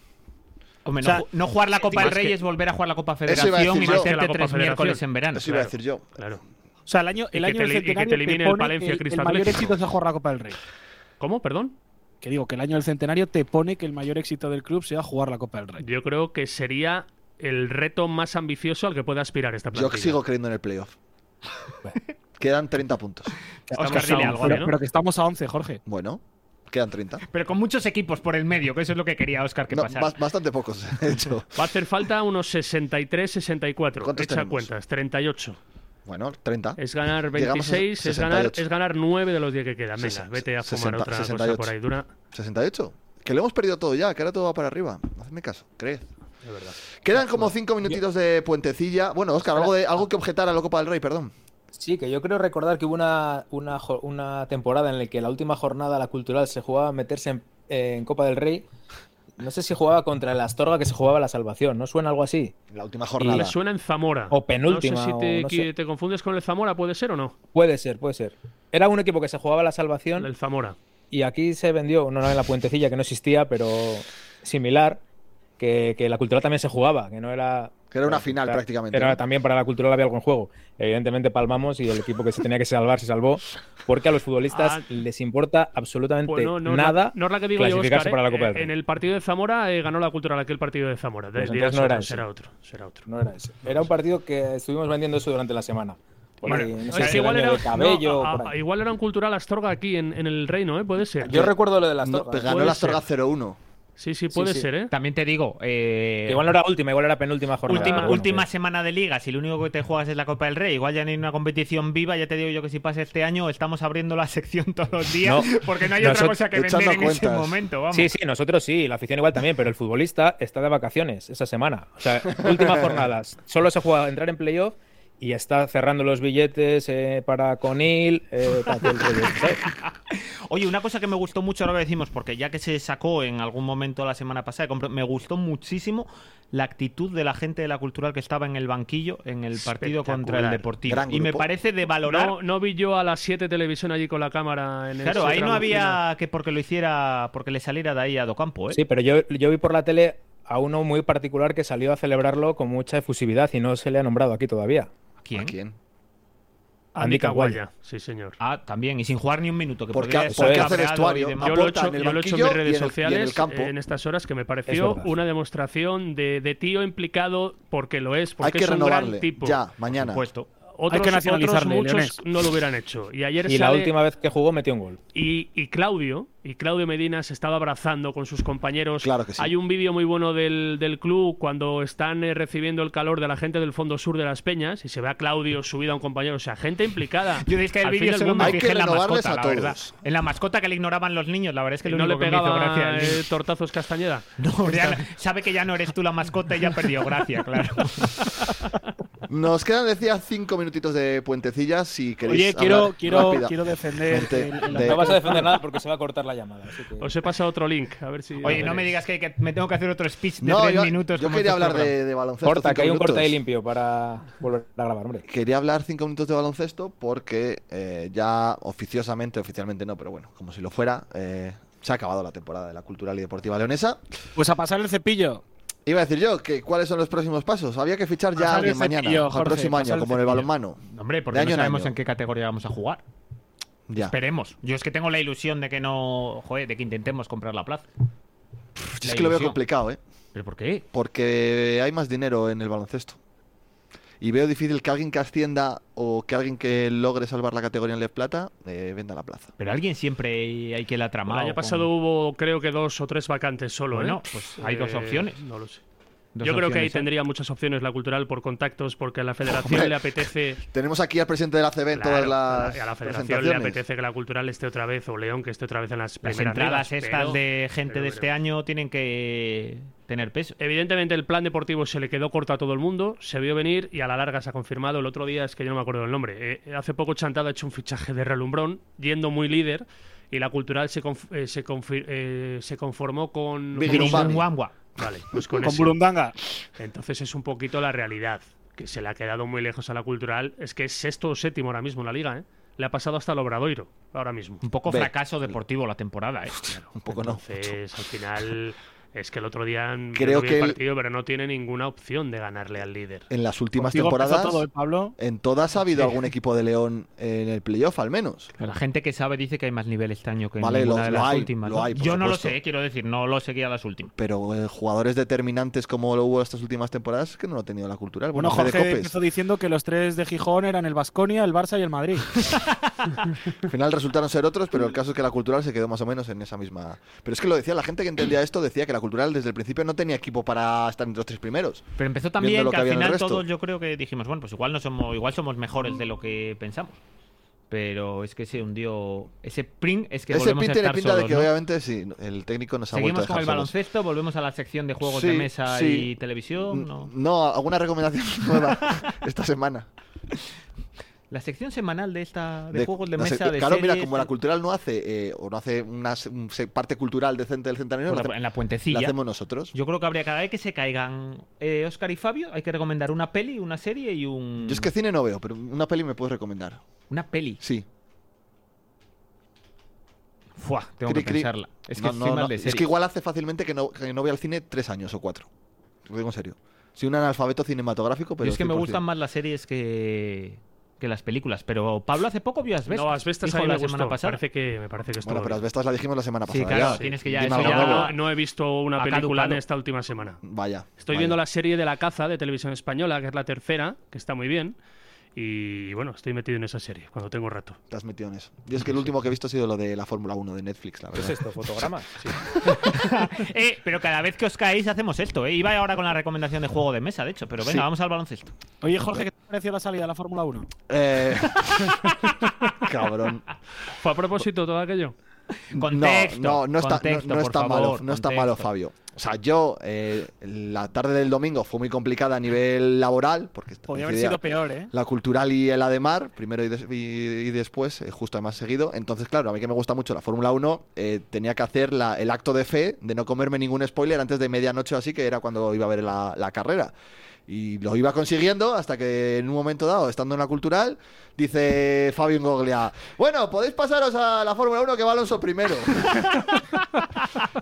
Speaker 3: Hombre,
Speaker 4: O sea,
Speaker 3: no, ju- no jugar la Copa del
Speaker 5: más
Speaker 3: Rey
Speaker 5: que-
Speaker 3: es volver a jugar la Copa
Speaker 2: iba a
Speaker 3: Federación
Speaker 2: decir
Speaker 3: y
Speaker 2: yo.
Speaker 3: meterte
Speaker 5: Que la Copa
Speaker 3: tres
Speaker 5: Federación.
Speaker 3: miércoles en verano.
Speaker 2: Eso iba a
Speaker 3: Claro.
Speaker 2: decir yo.
Speaker 5: Claro.
Speaker 4: O sea, el año, el
Speaker 5: que
Speaker 4: año
Speaker 5: te
Speaker 4: del
Speaker 5: elim- y que te
Speaker 4: centenario
Speaker 5: elimine
Speaker 4: te
Speaker 5: el
Speaker 4: pone
Speaker 5: Palencia
Speaker 4: el,
Speaker 5: Cristal
Speaker 4: el mayor
Speaker 5: Atlético.
Speaker 4: éxito es jugar la Copa del Rey.
Speaker 5: ¿Cómo? ¿Perdón?
Speaker 4: Que digo que el año del centenario te pone que el mayor éxito del club sea jugar la Copa del Rey.
Speaker 5: Yo creo que sería el reto más ambicioso al que pueda aspirar esta
Speaker 2: Yo
Speaker 5: plantilla.
Speaker 2: sigo creyendo en el playoff. Quedan 30 puntos.
Speaker 5: Estamos
Speaker 3: Oscar, dile
Speaker 5: a
Speaker 3: algo,
Speaker 5: once,
Speaker 4: Pero,
Speaker 5: ¿no?
Speaker 4: pero que estamos a 11, Jorge.
Speaker 2: Bueno, quedan 30.
Speaker 3: Pero con muchos equipos por el medio, que eso es lo que quería Oscar que
Speaker 2: No,
Speaker 3: pasara.
Speaker 2: bas- bastante pocos, de hecho.
Speaker 5: Va a hacer falta unos 63, 64.
Speaker 2: ¿Cuántos
Speaker 5: Echa
Speaker 2: tenemos?
Speaker 5: cuentas, 38.
Speaker 2: Bueno, 30.
Speaker 5: Es ganar
Speaker 2: Llegamos a
Speaker 5: 26, es ganar,
Speaker 2: 68.
Speaker 5: es ganar 9 de los 10 que quedan. Venga,
Speaker 2: Sesen-
Speaker 5: vete a fumar
Speaker 2: 60,
Speaker 5: otra
Speaker 2: 68.
Speaker 5: cosa por ahí dura.
Speaker 2: 68. Que lo hemos perdido todo ya, que ahora todo va para arriba. Hacedme caso, creed. Quedan como 5 minutitos de puentecilla. Bueno, Oscar, algo, de, algo que objetar a la Copa del Rey, perdón.
Speaker 7: Sí, que yo creo recordar que hubo una, una, jo- una temporada en la que la última jornada, la cultural, se jugaba a meterse en, eh, en Copa del Rey. No sé si jugaba contra el Astorga que se jugaba la salvación, ¿no suena algo así?
Speaker 2: La última
Speaker 7: Nada.
Speaker 5: Me
Speaker 2: jornada.
Speaker 5: suena en Zamora.
Speaker 7: O penúltima,
Speaker 5: No sé si
Speaker 7: o
Speaker 5: te,
Speaker 7: no
Speaker 5: qui-
Speaker 7: sé.
Speaker 5: te confundes con el Zamora, ¿puede ser o no?
Speaker 7: Puede ser, puede ser. Era un equipo que se jugaba la salvación
Speaker 5: El Zamora.
Speaker 7: y aquí se vendió, no no, en la puentecilla que no existía, pero similar, que, que la cultural también se jugaba, que no era...
Speaker 2: Que era una final, prácticamente,
Speaker 7: Era
Speaker 2: ¿no?
Speaker 7: también para la cultural había algo en juego. Evidentemente palmamos y el equipo que se tenía que salvar se salvó, porque a los futbolistas
Speaker 5: Ah.
Speaker 7: les importa absolutamente
Speaker 5: Pues no, no es la-
Speaker 7: nada
Speaker 5: no es la que digo yo,
Speaker 7: clasificarse
Speaker 5: Óscar,
Speaker 7: para la
Speaker 5: ¿eh?
Speaker 7: Copa del Rey.
Speaker 5: En el partido de Zamora eh, ganó la cultural aquel partido de Zamora.
Speaker 7: Pues
Speaker 5: De-
Speaker 7: entonces
Speaker 5: dirás
Speaker 7: no era
Speaker 5: otro,
Speaker 7: ese.
Speaker 5: será otro, será otro.
Speaker 7: No era ese. Era un partido que estuvimos vendiendo eso durante la semana. Por
Speaker 5: Bueno,
Speaker 7: ahí, no
Speaker 5: es
Speaker 7: sé
Speaker 5: que
Speaker 7: si
Speaker 5: igual
Speaker 7: daño
Speaker 5: era,
Speaker 7: de cabello,
Speaker 5: no, a-
Speaker 7: por
Speaker 5: a-
Speaker 7: ahí.
Speaker 5: Ah, igual era un cultural Astorga aquí en, en el reino, ¿eh? Puede ser.
Speaker 7: Yo recuerdo lo de las
Speaker 2: No,
Speaker 7: torres.
Speaker 2: pues ganó
Speaker 5: Puede
Speaker 2: la Astorga
Speaker 5: ser.
Speaker 2: 0-1.
Speaker 5: Sí, sí, puede
Speaker 7: sí.
Speaker 5: ser, ¿eh?
Speaker 3: También te digo, eh,
Speaker 7: Que Igual no era última, igual era penúltima jornada.
Speaker 3: última,
Speaker 7: pero bueno,
Speaker 3: última
Speaker 7: sí.
Speaker 3: semana de liga, si lo único que te juegas es la Copa del Rey, igual ya no hay una competición viva, ya te digo yo que si pasa este año estamos abriendo la sección todos los días,
Speaker 7: No.
Speaker 3: porque no hay otra
Speaker 7: Nosot-
Speaker 3: cosa que
Speaker 2: echando
Speaker 3: vender en ese
Speaker 2: cuentas.
Speaker 3: momento, vamos.
Speaker 7: Sí, sí, nosotros sí, la afición igual también, pero el futbolista está de vacaciones esa semana. O sea, últimas jornadas. Solo se juega a entrar en playoff y está cerrando los billetes eh, para Conil, eh, para todo el rollo, ¿sabes?
Speaker 3: Oye, una cosa que me gustó mucho ahora que decimos, porque ya que se sacó en algún momento la semana pasada, compro- me gustó muchísimo la actitud de la gente de la cultural que estaba en el banquillo en el partido contra el
Speaker 5: Espectacular.
Speaker 3: Deportivo.
Speaker 2: Gran
Speaker 3: Y me
Speaker 2: grupo.
Speaker 3: parece de valorar.
Speaker 5: No, no vi yo a las 7 televisión allí con la cámara en el
Speaker 3: claro, ahí no
Speaker 5: tramo final.
Speaker 3: había que porque lo hiciera, porque le saliera de ahí a Docampo, ¿eh?
Speaker 7: Sí, pero yo, yo vi por la tele a uno muy particular que salió a celebrarlo con mucha efusividad y no se le ha nombrado aquí todavía.
Speaker 3: ¿A quién? ¿A quién?
Speaker 5: Andy Caguaya, sí señor.
Speaker 3: Ah, también, y sin jugar ni un minuto. Que
Speaker 2: Porque,
Speaker 3: podría
Speaker 2: porque
Speaker 3: estar
Speaker 2: hace
Speaker 3: cabreado
Speaker 2: vestuario,
Speaker 3: y demás.
Speaker 5: Yo lo he hecho, yo lo he hecho en mis redes
Speaker 2: y en el- y en el
Speaker 5: sociales eh, en,
Speaker 2: campo.
Speaker 5: estas horas que me
Speaker 2: Es
Speaker 5: pareció
Speaker 2: verdad.
Speaker 5: una demostración de, de tío implicado porque lo es,
Speaker 2: Hay
Speaker 5: porque
Speaker 2: que
Speaker 5: es un
Speaker 2: renovarle.
Speaker 5: gran tipo.
Speaker 2: Ya, mañana.
Speaker 3: Puesto.
Speaker 5: Otros,
Speaker 4: Hay que nacionalizarle,
Speaker 5: otros
Speaker 4: Leonés.
Speaker 5: muchos no lo hubieran hecho. Y ayer
Speaker 7: Y la
Speaker 5: sale-
Speaker 7: última vez que jugó metió un gol.
Speaker 5: y, y Claudio, y Claudio Medina se estaba abrazando con sus compañeros.
Speaker 7: Claro que sí.
Speaker 5: Hay un vídeo muy bueno del, del club cuando están eh, recibiendo el calor de la gente del fondo sur de las Peñas y se ve a Claudio subido a un compañero, o sea, gente implicada.
Speaker 2: pues,
Speaker 3: Yo es que el
Speaker 5: Al fin
Speaker 3: vídeo
Speaker 5: del
Speaker 3: solo
Speaker 5: mundo.
Speaker 3: me fijé en la mascota, la verdad. En la mascota que le ignoraban los niños, la verdad es que
Speaker 5: Que
Speaker 3: lo
Speaker 5: no le
Speaker 3: único que me hizo gracia
Speaker 5: pegaba
Speaker 3: el niño.
Speaker 5: eh, tortazos Castañeda.
Speaker 3: No, ya- sabe que ya no eres tú la mascota y ya perdió gracia, claro.
Speaker 2: Nos quedan, decía, cinco minutitos de puentecillas si queréis.
Speaker 4: Oye, quiero,
Speaker 2: hablar
Speaker 4: quiero,
Speaker 2: rápida.
Speaker 4: quiero defender.
Speaker 2: Gente
Speaker 4: el- el-
Speaker 2: de-
Speaker 7: No vas a defender nada porque se va a cortar la llamada. así que-
Speaker 5: Os he pasado otro link, a ver si.
Speaker 3: Oye, no me digas que, que me tengo que hacer otro speech de
Speaker 2: No,
Speaker 3: tres
Speaker 2: yo-
Speaker 3: minutos.
Speaker 2: yo
Speaker 3: como
Speaker 2: quería
Speaker 3: este
Speaker 2: hablar de-
Speaker 3: programa.
Speaker 2: de baloncesto.
Speaker 7: Corta,
Speaker 2: cinco
Speaker 7: que hay un
Speaker 2: minutos.
Speaker 7: corta y limpio para volver a grabar, hombre.
Speaker 2: Quería hablar cinco minutos de baloncesto porque eh, ya oficiosamente, oficialmente no, pero bueno, como si lo fuera, eh, se ha acabado la temporada de la Cultural y Deportiva Leonesa.
Speaker 4: Pues a pasar el cepillo.
Speaker 2: Iba a decir yo que cuáles son los próximos pasos. Había que fichar ya a
Speaker 4: Pasar
Speaker 2: alguien
Speaker 4: el
Speaker 2: mañana,
Speaker 4: cepillo,
Speaker 2: para el
Speaker 4: Jorge,
Speaker 2: próximo año,
Speaker 4: pasar el
Speaker 2: como en el
Speaker 4: cepillo.
Speaker 2: balonmano.
Speaker 3: Hombre, porque
Speaker 2: de
Speaker 3: no
Speaker 2: año en
Speaker 3: sabemos
Speaker 2: año.
Speaker 3: en qué categoría vamos a jugar.
Speaker 2: Ya.
Speaker 3: Esperemos. Yo es que tengo la ilusión de que no. Joder, de que intentemos comprar la plaza.
Speaker 2: Yo es
Speaker 3: La
Speaker 2: que lo veo
Speaker 3: ilusión.
Speaker 2: complicado, ¿eh?
Speaker 3: ¿Pero por qué?
Speaker 2: Porque hay más dinero en el baloncesto. Y veo difícil que alguien que ascienda o que alguien que logre salvar la categoría en Lev Plata eh, venda la plaza.
Speaker 3: Pero alguien siempre hay que la
Speaker 5: El
Speaker 3: tramar.
Speaker 5: año pasado hubo, creo que dos o tres vacantes solo,
Speaker 3: Bueno,
Speaker 5: ¿eh?
Speaker 3: pues hay dos opciones.
Speaker 5: No lo sé. Yo creo que ahí tendría muchas opciones la cultural por contactos, porque a la federación
Speaker 2: ¿eh? Hombre.
Speaker 5: le apetece.
Speaker 2: Tenemos aquí al presidente de la CB en
Speaker 5: Claro,
Speaker 2: todas
Speaker 5: a
Speaker 2: las
Speaker 5: la- a la federación le
Speaker 2: presentaciones.
Speaker 5: apetece que la cultural esté otra vez, o León que esté otra vez en las
Speaker 3: Las
Speaker 5: primeras
Speaker 3: entradas
Speaker 5: ligas,
Speaker 3: estas
Speaker 5: pero-
Speaker 3: de gente
Speaker 5: pero-
Speaker 3: de este
Speaker 5: pero-
Speaker 3: año tienen que tener peso.
Speaker 5: Evidentemente el plan deportivo se le quedó corto a todo el mundo, se vio venir y a la larga se ha confirmado. El otro día es que yo no me acuerdo el nombre. eh, hace poco Chantada ha hecho un fichaje de relumbrón, yendo muy líder, y la cultural se, conf- eh, se, confir- eh, se conformó con...
Speaker 2: Big
Speaker 5: con-
Speaker 2: Lumbami.
Speaker 3: Guangua.
Speaker 5: Vale, pues con,
Speaker 4: Con
Speaker 5: ese.
Speaker 4: Burundanga.
Speaker 5: Entonces es un poquito la realidad, que se le ha quedado muy lejos a la cultural. Es que es sexto o séptimo ahora mismo en la liga, ¿eh? Le ha pasado hasta el Obradoiro, ahora mismo.
Speaker 3: Un poco
Speaker 2: Ve.
Speaker 3: fracaso deportivo la temporada, ¿eh?
Speaker 2: Un poco no.
Speaker 5: Entonces, al final, es que el otro día yo
Speaker 2: Creo
Speaker 5: no vi
Speaker 2: que
Speaker 5: el
Speaker 2: el-
Speaker 5: partido, pero no tiene ninguna opción de ganarle al líder.
Speaker 2: En las últimas
Speaker 4: Contigo empezó
Speaker 2: temporadas,
Speaker 4: todo, ¿eh, Pablo?
Speaker 2: en todas ha habido algún equipo de León en el playoff, al menos.
Speaker 3: La gente que sabe dice que hay más nivel este año que en
Speaker 2: Vale,
Speaker 3: ninguna
Speaker 2: lo-
Speaker 3: de
Speaker 2: lo
Speaker 3: las
Speaker 2: hay,
Speaker 3: últimas.
Speaker 2: lo
Speaker 3: ¿no?
Speaker 2: hay, por
Speaker 3: Yo no lo
Speaker 2: supuesto.
Speaker 3: sé, quiero decir, no lo seguía las últimas.
Speaker 2: Pero eh, jugadores determinantes como lo hubo estas últimas temporadas es que no lo ha tenido la cultural.
Speaker 4: Bueno,
Speaker 2: Bueno, Fede
Speaker 4: Jorge
Speaker 2: Copes.
Speaker 4: empezó diciendo que los tres de Gijón eran el Vasconia, el Barça y el Madrid.
Speaker 2: Al final resultaron ser otros, pero el caso es que la cultural se quedó más o menos en esa misma. Pero es que lo decía, la gente que entendía esto decía que la cultural desde el principio no tenía equipo para estar entre los tres primeros.
Speaker 3: Pero empezó
Speaker 2: Viendo
Speaker 3: también
Speaker 2: lo
Speaker 3: que
Speaker 2: que
Speaker 3: al
Speaker 2: había en el
Speaker 3: final
Speaker 2: resto.
Speaker 3: todos yo creo que dijimos, bueno, pues igual no somos, igual somos mejores de lo que pensamos. Pero es que se hundió ese print, es que
Speaker 2: Ese
Speaker 3: volvemos
Speaker 2: pin
Speaker 3: a
Speaker 2: tiene
Speaker 3: estar
Speaker 2: pinta
Speaker 3: solos,
Speaker 2: de que
Speaker 3: ¿no?
Speaker 2: obviamente sí, el técnico nos ha
Speaker 3: Seguimos
Speaker 2: vuelto
Speaker 3: con
Speaker 2: a
Speaker 3: el
Speaker 2: dejar solos.
Speaker 3: baloncesto, volvemos a la sección de juegos de
Speaker 2: Sí,
Speaker 3: mesa
Speaker 2: sí.
Speaker 3: y televisión. ¿no?
Speaker 2: No, alguna recomendación nueva esta semana.
Speaker 3: La sección semanal de esta de, juegos de
Speaker 2: no sé,
Speaker 3: mesa de
Speaker 2: claro, mira,
Speaker 3: series,
Speaker 2: como la cultural no hace, eh, o no hace una se- un se- parte cultural decente del centenario,
Speaker 3: por
Speaker 2: la,
Speaker 3: la-
Speaker 2: hace-
Speaker 3: en la
Speaker 2: la
Speaker 3: puentecilla.
Speaker 2: hacemos nosotros.
Speaker 3: pues, Yo creo que habría cada vez que se caigan eh, Oscar y Fabio, hay que recomendar una peli, una serie y un
Speaker 2: Yo es que cine no veo, pero una peli me puedes recomendar.
Speaker 3: una peli.
Speaker 2: Sí.
Speaker 3: Fuah, tengo
Speaker 2: Cri,
Speaker 3: que
Speaker 2: cri.
Speaker 3: pensarla. Es que
Speaker 2: No,
Speaker 3: estoy
Speaker 2: no,
Speaker 3: mal
Speaker 2: no.
Speaker 3: de
Speaker 2: Es
Speaker 3: series.
Speaker 2: que igual hace fácilmente que no, que no vea al cine tres años o cuatro. Lo digo en serio. Soy un analfabeto cinematográfico,
Speaker 3: Yo
Speaker 2: pero.
Speaker 3: es que me
Speaker 2: 100%.
Speaker 3: gustan más las series que que las películas, pero Pablo hace poco vio Asbestas.
Speaker 5: No, Asbestas
Speaker 3: dijo
Speaker 5: ahí me
Speaker 3: la
Speaker 5: gustó.
Speaker 3: semana pasada.
Speaker 5: Parece que me parece que estuvo
Speaker 2: Bueno, pero
Speaker 5: bien.
Speaker 2: Asbestas la dijimos la semana
Speaker 3: Sí,
Speaker 2: pasada.
Speaker 3: claro,
Speaker 2: ya.
Speaker 3: tienes que ya
Speaker 2: Dime
Speaker 3: eso
Speaker 2: algo
Speaker 3: ya-
Speaker 2: nuevo.
Speaker 5: no he visto una
Speaker 3: Ha
Speaker 5: película en
Speaker 3: caducado.
Speaker 5: esta última semana.
Speaker 2: Vaya.
Speaker 5: Estoy
Speaker 2: vaya.
Speaker 5: viendo la serie de La Caza de Televisión Española, que es la tercera, que está muy bien. Y bueno, estoy metido en esa serie cuando tengo rato.
Speaker 2: Te has metido en eso. Yo es que el último que he visto ha sido lo de la Fórmula 1 de Netflix, la
Speaker 7: ¿Qué es
Speaker 2: verdad.
Speaker 7: esto? ¿Fotograma? Sí.
Speaker 3: Eh, pero cada vez que os caéis hacemos esto, eh. Iba ahora con la recomendación de juego de mesa, de hecho, pero venga,
Speaker 2: Sí.
Speaker 3: vamos al baloncesto.
Speaker 4: Oye, Jorge, ¿qué te pareció la salida de la Fórmula 1?
Speaker 2: Eh, Cabrón.
Speaker 5: ¿Fue a propósito todo aquello?
Speaker 3: Contexto,
Speaker 2: no, no, no está,
Speaker 3: contexto,
Speaker 2: no, no
Speaker 3: por
Speaker 2: está
Speaker 3: favor,
Speaker 2: malo, no está malo,
Speaker 3: contexto.
Speaker 2: Fabio. O sea, yo eh, la tarde del domingo fue muy complicada a nivel laboral, porque
Speaker 4: Podría haber
Speaker 2: coincidía-
Speaker 4: sido peor, ¿eh?
Speaker 2: La cultural y el Ademar, primero y, des- y- y después, eh, justo además seguido. Entonces, claro, a mí que me gusta mucho la Fórmula 1, eh, tenía que hacer la- el acto de fe de no comerme ningún spoiler antes de medianoche o así, que era cuando iba a ver la, la carrera. Y lo iba consiguiendo hasta que en un momento dado, estando en la cultural, dice Fabio Ingoglia, bueno, podéis pasaros a la Fórmula 1 que va Alonso primero.